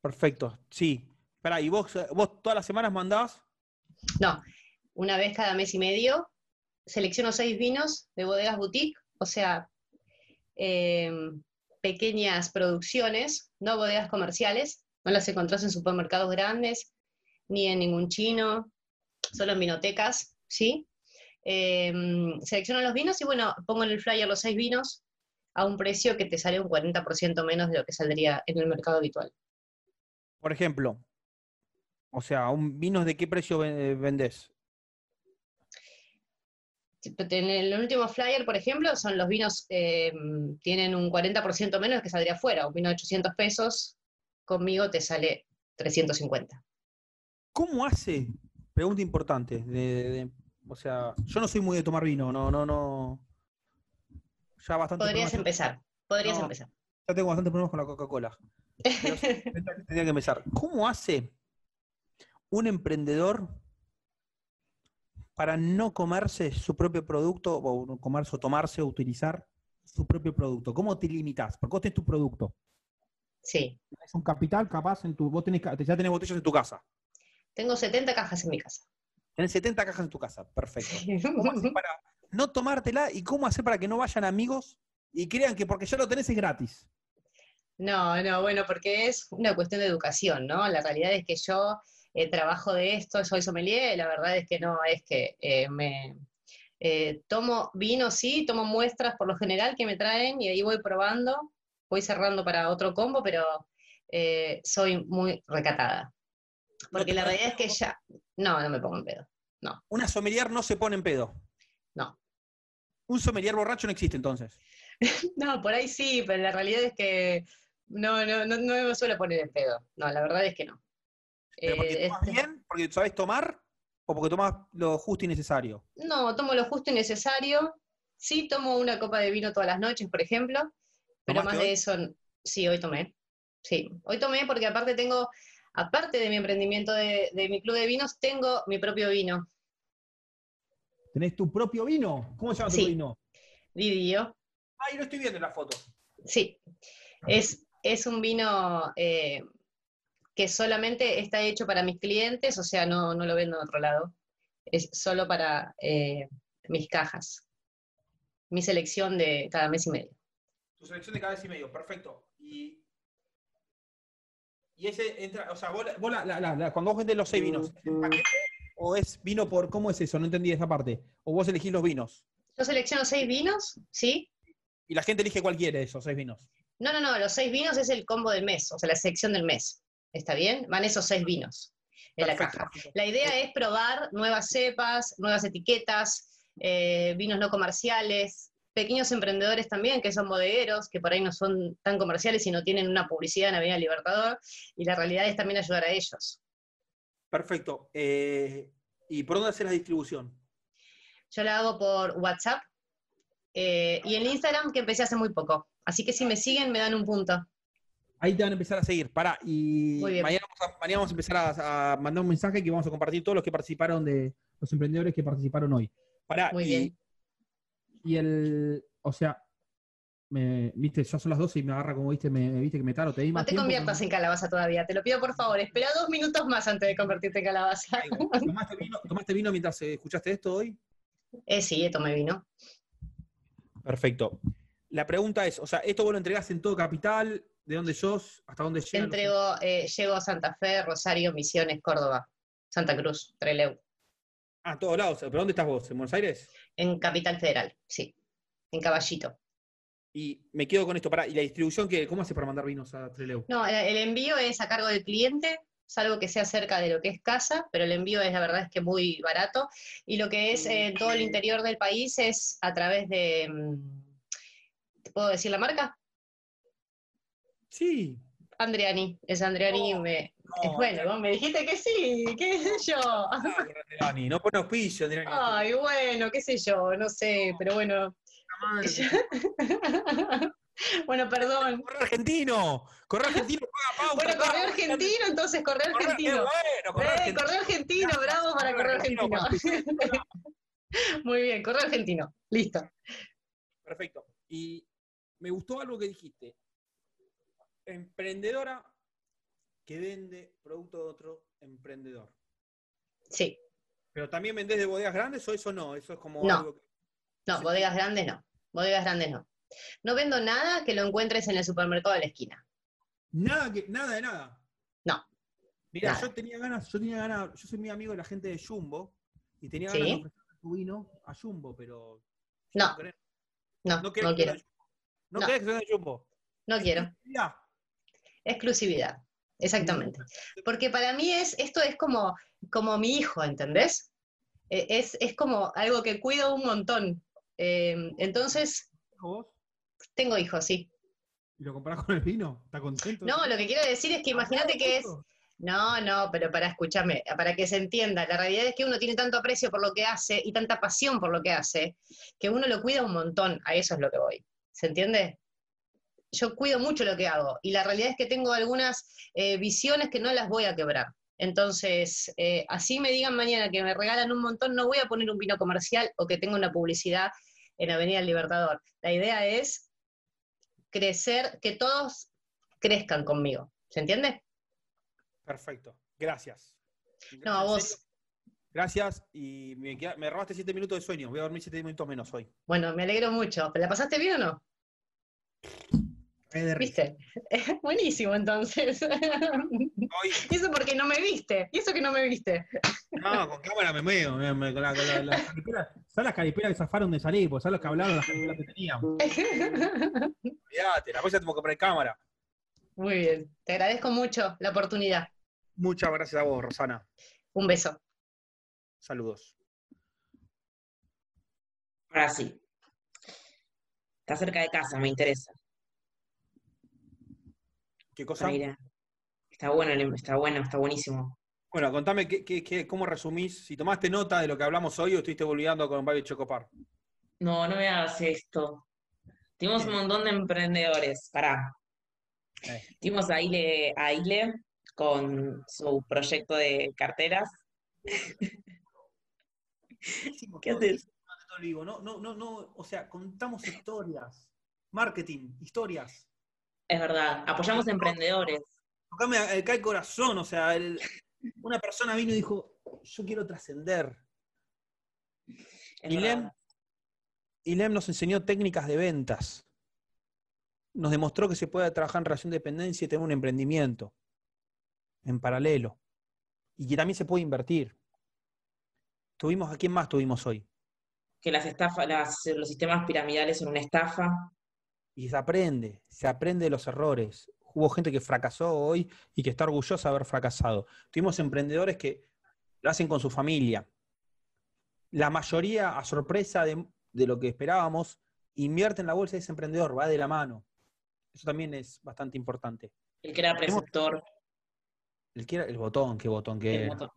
Speaker 1: Perfecto, sí. Espera, ¿y vos, eh, vos todas las semanas mandás?
Speaker 17: No, una vez cada mes y medio selecciono seis vinos de bodegas boutique, o sea, em, pequeñas producciones, no bodegas comerciales, No las encontrás en supermercados grandes, ni en ningún chino, solo en vinotecas, ¿sí? Eh, selecciono los vinos y bueno, pongo en el flyer los seis vinos a un precio que te sale un 40% menos de lo que saldría en el mercado habitual.
Speaker 1: Por ejemplo, o sea, un vinos de qué precio ven- vendés?
Speaker 17: En el último flyer, por ejemplo, son los vinos, eh, tienen un 40% menos que saldría afuera, un vino de 800 pesos, conmigo te sale 350.
Speaker 1: ¿Cómo hace? Pregunta importante. de- de- o sea, yo no soy muy de tomar vino, no, no, no. Ya bastante.
Speaker 17: Podrías
Speaker 1: problemas-
Speaker 17: empezar, podrías
Speaker 1: No.
Speaker 17: empezar.
Speaker 1: Ya tengo bastantes problemas con la Coca-Cola. Pero
Speaker 17: *laughs*
Speaker 1: sí, tendría que- tendría que empezar. ¿Cómo hace un emprendedor para no comerse su propio producto, o no comerse o tomarse o utilizar su propio producto? ¿Cómo te limitas? Porque vos tenés tu producto.
Speaker 17: Sí.
Speaker 1: Es un capital capaz en tu. Vos tenés, ca- ya tenés botellas en tu casa.
Speaker 17: Tengo 70 cajas en mi casa.
Speaker 1: Tenés 70 cajas en tu casa. Perfecto. ¿Cómo haces para no tomártela y cómo hacer para que no vayan amigos y crean que porque ya lo tenés es gratis?
Speaker 17: No, no, bueno, porque es una cuestión de educación, ¿no? La realidad es que yo eh, trabajo de esto, soy sommelier, y la verdad es que no es que eh, me eh, tomo vino, sí, tomo muestras por lo general que me traen y ahí voy probando, voy cerrando para otro combo, pero eh, soy muy recatada. Porque la realidad es que ya, no, no me pongo en pedo.
Speaker 1: Una sommelier no se pone en pedo.
Speaker 17: No.
Speaker 1: Un sommelier borracho no existe entonces.
Speaker 17: No, por ahí sí, pero la realidad es que no, no, no, no me suelo poner en pedo. No, la verdad es que no.
Speaker 1: Pero porque
Speaker 17: Eh,
Speaker 1: tomas
Speaker 17: este-
Speaker 1: bien, porque sabes tomar o porque tomas lo justo y necesario.
Speaker 17: No, tomo lo justo y necesario. Sí, tomo una copa de vino todas las noches, por ejemplo, pero
Speaker 7: ¿Tomaste
Speaker 17: más de
Speaker 7: hoy?
Speaker 17: eso, n- sí, hoy tomé. Sí, hoy tomé porque aparte tengo, aparte de mi emprendimiento de, de mi club de vinos, tengo mi propio vino,
Speaker 18: ¿Tenés tu propio vino? ¿Cómo se llama
Speaker 17: Sí.
Speaker 18: tu vino?
Speaker 17: Didio.
Speaker 1: Ahí lo estoy viendo en la foto.
Speaker 17: Sí, es, es un vino eh, que solamente está hecho para mis clientes, o sea, no, no lo vendo en otro lado. Es solo para eh, mis cajas, mi selección de cada mes y medio.
Speaker 1: Tu selección de cada vez y medio, perfecto. Y, y ese entra, o sea, vos, la- vos la- la- la- la- cuando vos vendés los seis vinos, ¿es el paquete o es vino por, cómo es eso? No entendí esa parte. O vos elegís los vinos
Speaker 17: Yo selecciono seis vinos, ¿sí?
Speaker 1: y la gente elige cualquiera de esos seis vinos.
Speaker 17: No, no, no, los seis vinos es el combo del mes, o sea, la sección del mes. ¿Está bien? Van esos seis vinos en la caja. La idea es probar nuevas cepas, nuevas etiquetas, eh, vinos no comerciales, pequeños emprendedores también que son bodegueros, que por ahí no son tan comerciales y no tienen una publicidad en Avenida Libertador, y la realidad es también ayudar a ellos.
Speaker 1: Perfecto. Eh, ¿Y por dónde haces la distribución?
Speaker 17: Yo la hago por WhatsApp eh, y en Instagram que empecé hace muy poco. Así que si me siguen me dan un punto.
Speaker 1: Ahí te van a empezar a seguir. Pará, y
Speaker 17: Muy bien.
Speaker 1: mañana vamos, a, mañana vamos a empezar a, a mandar un mensaje que vamos a compartir todos los que participaron de los emprendedores que participaron hoy. Pará,
Speaker 17: Muy
Speaker 1: y-
Speaker 17: bien.
Speaker 18: Y el, o sea, me, viste, ya son las 12 y me agarra como viste, me viste que me taro, te di
Speaker 17: No
Speaker 18: más
Speaker 17: te
Speaker 18: tiempo,
Speaker 17: conviertas en calabaza todavía, te lo pido por favor. Espera dos minutos más antes de convertirte en calabaza.
Speaker 1: ¿Tomaste vino, tomaste vino mientras eh, escuchaste esto hoy?
Speaker 17: eh, sí, eh, tomé vino.
Speaker 1: Perfecto. La pregunta es, o sea, ¿esto vos lo entregás en todo capital? ¿De dónde sos? ¿Hasta dónde
Speaker 17: *laughs* Te
Speaker 1: llegan? los-
Speaker 17: entrego, eh, llego a Santa Fe, Rosario, Misiones, Córdoba, Santa Cruz, Treleu,
Speaker 1: Ah, a todos lados. ¿Pero dónde estás vos? ¿En Buenos Aires?
Speaker 17: en Capital Federal, sí, en Caballito.
Speaker 1: Y me quedo con esto. Pará, ¿y la distribución que ¿Cómo haces para mandar vinos a Treleu?
Speaker 17: No, el- el envío es a cargo del cliente, salvo que sea cerca de lo que es casa, pero el envío es la verdad es que muy barato. Y lo que es eh, todo el interior del país es a través de... mm, ¿Te puedo decir la marca?
Speaker 1: Sí.
Speaker 17: Andriani, es Andriani. me- es bueno, vos me dijiste que sí, qué sé yo.
Speaker 1: Andriani, no pone auspicio, Andriani.
Speaker 17: Ay, bueno, qué sé yo, no sé, pero bueno. *laughs* bueno, perdón.
Speaker 1: ¡Correo argentino! ¡Correo argentino! ¡Paga, paga!
Speaker 17: Bueno, correo argentino, entonces correo argentino.
Speaker 1: correo
Speaker 17: Eh,
Speaker 1: argentino.
Speaker 17: correo argentino, bravo para correo argentino. Muy bien, correo argentino, listo.
Speaker 1: Perfecto. Y me gustó algo que dijiste. Emprendedora que vende producto de otro emprendedor.
Speaker 17: Sí,
Speaker 1: ¿Pero también vendés de bodegas grandes o eso no? Eso es como
Speaker 17: No.
Speaker 1: algo que-
Speaker 17: no, bodegas grandes no, bodegas grandes no. No vendo nada que lo encuentres en el supermercado de la esquina.
Speaker 1: Nada, que, nada de nada.
Speaker 4: Mirá,
Speaker 17: Nada.
Speaker 4: yo tenía ganas, yo tenía ganas, yo soy muy amigo de la gente de Jumbo y tenía
Speaker 17: Sí.
Speaker 4: ganas de ofrecerle tu vino a Jumbo, pero
Speaker 17: No,
Speaker 4: querés.
Speaker 17: no, no,
Speaker 4: No querés que
Speaker 17: quiero.
Speaker 4: venga Jumbo. No,
Speaker 17: No.
Speaker 4: querés que venga Jumbo.
Speaker 17: No quiero. Exclusividad, exactamente. Porque para mí es, esto es como, como mi hijo, ¿entendés? Eh, Es, es como algo que cuido un montón. Eh, entonces, tengo hijos, sí.
Speaker 4: ¿Y lo comparás con el vino? ¿Está contento?
Speaker 17: No, lo que quiero decir es que imagínate que es... No, no, pero para escucharme, para que se entienda, la realidad es que uno tiene tanto aprecio por lo que hace y tanta pasión por lo que hace, que uno lo cuida un montón, a eso es lo que voy. ¿Se entiende? Yo cuido mucho lo que hago y la realidad es que tengo algunas eh, visiones que no las voy a quebrar. Entonces, eh, así me digan mañana que me regalan un montón, no voy a poner un vino comercial o que tenga una publicidad en Avenida El Libertador. La idea es crecer, que todos crezcan conmigo. ¿Se entiende?
Speaker 1: Perfecto. Gracias.
Speaker 17: No, a vos.
Speaker 1: Gracias y me, queda- me robaste 7 minutos de sueño. Voy a dormir 7 minutos menos hoy.
Speaker 17: Bueno, me alegro mucho. ¿La pasaste bien o no? ¿Viste? *laughs* Buenísimo, entonces. *laughs* Y eso porque no me viste. Y eso que no me viste. *laughs*
Speaker 4: No, con cámara me meo. me- me- con la- con la- la caripela- ¿Sabes las caripelas que zafaron de salir? Pues, ¿Sabes los que hablaron? Las caripelas que teníamos.
Speaker 1: Cuídate, la cosa tengo que comprar cámara.
Speaker 17: Muy bien. Te agradezco mucho la oportunidad.
Speaker 1: Muchas gracias a vos, Rosana.
Speaker 17: Un beso.
Speaker 1: Saludos.
Speaker 2: Ahora sí. Está cerca de casa, me interesa.
Speaker 1: ¿Qué cosa?
Speaker 2: Para ir a- Está bueno, el- em, está bueno, está buenísimo.
Speaker 1: Bueno, contame qué, qué- qué- cómo resumís, si tomaste nota de lo que hablamos hoy o estuviste volviendo con Babi Chocopar.
Speaker 2: No, no me hagas esto. Tuvimos un montón de emprendedores, pará. Tuvimos a Ile, a Ile con su proyecto de carteras. ¿Qué haces?
Speaker 4: Todo el vivo, No, no, no, no, o sea, contamos historias. Marketing, historias.
Speaker 2: Es verdad, apoyamos a emprendedores.
Speaker 4: Acá me eh, cae el corazón, o sea, el- una persona vino y dijo, yo quiero trascender.
Speaker 1: Y Lem, y Lem nos enseñó técnicas de ventas. Nos demostró que se puede trabajar en relación de dependencia y tener un emprendimiento en paralelo. Y que también se puede invertir. Tuvimos, ¿a quién más tuvimos hoy?
Speaker 2: Que las estafas, las- los sistemas piramidales son una estafa.
Speaker 1: Y se aprende, se aprende de los errores. Hubo gente que fracasó hoy y que está orgullosa de haber fracasado. Tuvimos emprendedores que lo hacen con su familia. La mayoría, a sorpresa de, de lo que esperábamos, invierte en la bolsa de ese emprendedor, va de la mano. Eso también es bastante importante.
Speaker 2: El que era
Speaker 1: Tenemos-
Speaker 2: preceptor,
Speaker 1: El, que era- el botón, qué botón,
Speaker 2: el
Speaker 1: qué,
Speaker 2: motor.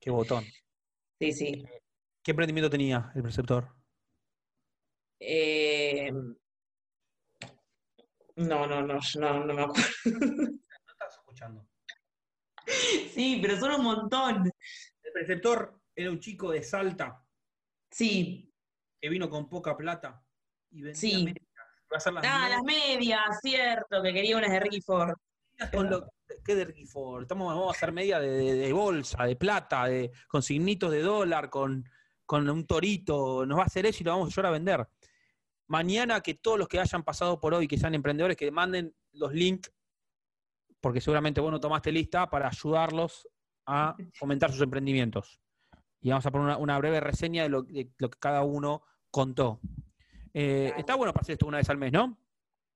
Speaker 1: qué botón.
Speaker 2: *laughs* Sí, sí.
Speaker 1: Eh, ¿Qué emprendimiento tenía el preceptor?
Speaker 2: Eh, no, no, no, yo no, no me acuerdo.
Speaker 1: escuchando.
Speaker 2: *laughs* Sí, pero son un montón.
Speaker 1: El preceptor era un chico de Salta.
Speaker 2: Sí.
Speaker 1: Que vino con poca plata y vendía
Speaker 2: Sí.
Speaker 1: medias. Iba a hacer las
Speaker 2: Ah, las medias, cierto, que quería unas de Rifford.
Speaker 1: con lo- ¿Qué de Rifford? Estamos, vamos a hacer media de, de- de bolsa, de plata, de, con signitos de dólar, con, con un torito. Nos va a hacer eso y lo vamos a llevar a vender. Mañana que todos los que hayan pasado por hoy, que sean emprendedores, que manden los links, porque seguramente vos no tomaste lista, para ayudarlos a fomentar sus emprendimientos. Y vamos a poner una, una breve reseña de lo, de lo que cada uno contó. Eh, está bueno para hacer esto una vez al mes, ¿no?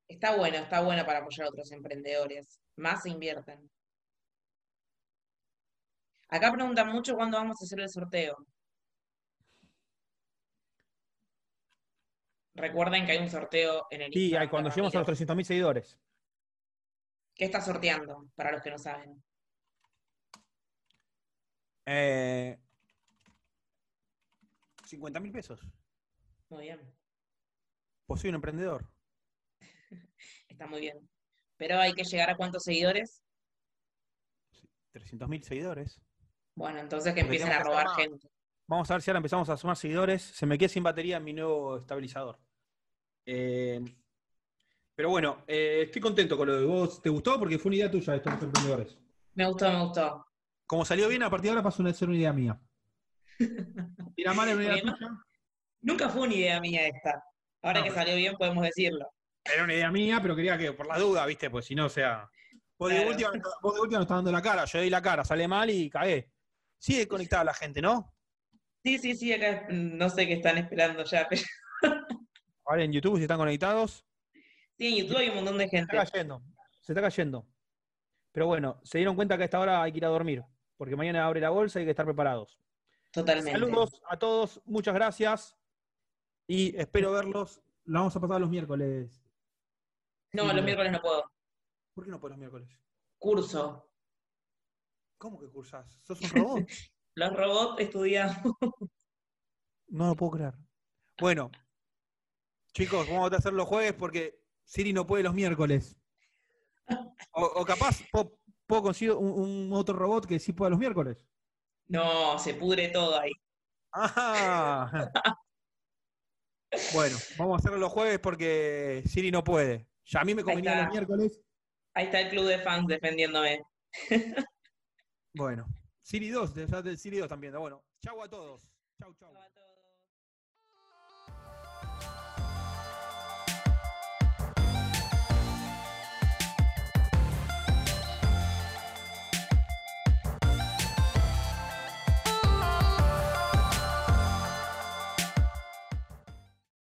Speaker 2: Está bueno, está bueno para apoyar a otros emprendedores. Más se invierten. Acá preguntan mucho cuándo vamos a hacer el sorteo. Recuerden que hay un sorteo en el
Speaker 1: Sí,
Speaker 2: Instagram
Speaker 1: ahí cuando
Speaker 2: de
Speaker 1: lleguemos a los
Speaker 2: Ramiro.
Speaker 1: 300.000 seguidores.
Speaker 2: ¿Qué está sorteando? Para los que no saben.
Speaker 1: Eh, 50 mil pesos.
Speaker 2: Muy bien,
Speaker 1: Pues soy un emprendedor.
Speaker 2: está muy bien. Pero hay que llegar a cuántos seguidores.
Speaker 1: 300 mil seguidores.
Speaker 2: Bueno, entonces que
Speaker 1: Porque
Speaker 2: empiecen a
Speaker 1: tenemos que
Speaker 2: robar
Speaker 1: hacer
Speaker 2: gente.
Speaker 1: Vamos a ver si ahora empezamos a sumar seguidores. Se me quedé sin batería en mi nuevo estabilizador. Eh, pero bueno, eh, estoy contento con lo de vos. ¿Te gustó? Porque fue una idea tuya de estos emprendedores.
Speaker 2: Me gustó, me gustó.
Speaker 1: Como salió bien, a partir de ahora pasó a ser una idea mía.
Speaker 4: Y la mala era una idea
Speaker 2: Porque
Speaker 4: tuya.
Speaker 2: Nunca fue una idea mía esta. Ahora
Speaker 4: No,
Speaker 2: que
Speaker 4: pero-
Speaker 2: salió bien podemos decirlo.
Speaker 1: Era una idea mía, pero quería que, por la duda, ¿viste? Pues si no, o sea. Vos de, última, vos de última no estás dando la cara, yo di la cara, sale mal y cagué. Sigue conectada la gente, ¿no?
Speaker 2: Sí, sí, sí, acá no sé qué están esperando ya, pero *laughs*
Speaker 1: Ahora en YouTube, si están conectados.
Speaker 2: sí, en YouTube hay un montón de gente.
Speaker 1: Se está cayendo, se está cayendo. Pero bueno, se dieron cuenta que a esta hora hay que ir a dormir, porque mañana abre la bolsa y hay que estar preparados.
Speaker 2: Totalmente.
Speaker 1: Saludos a todos, muchas gracias y espero verlos. La vamos a pasar los miércoles.
Speaker 2: No, los miércoles no puedo.
Speaker 1: ¿Por qué no puedes los miércoles?
Speaker 2: Curso.
Speaker 1: ¿Cómo que cursás? ¿Sos un
Speaker 2: *laughs*
Speaker 1: robot?
Speaker 2: Los robots estudiamos. *laughs*
Speaker 1: No lo puedo creer. Bueno, chicos, vamos a hacer los jueves porque Siri no puede los miércoles. O, o capaz po- puedo conseguir un, un otro robot que sí pueda los miércoles.
Speaker 2: No, se pudre todo ahí. *laughs*
Speaker 1: Ah. Bueno, vamos a hacerlo los jueves porque Siri no puede. Ya a mí me convenía
Speaker 2: está.
Speaker 1: los miércoles.
Speaker 2: Ahí está el club de fans defendiéndome.
Speaker 1: Bueno, Siri 2, de- ya de Siri 2 también. Bueno, chau a todos. Chau, chau.
Speaker 2: Chau a todos.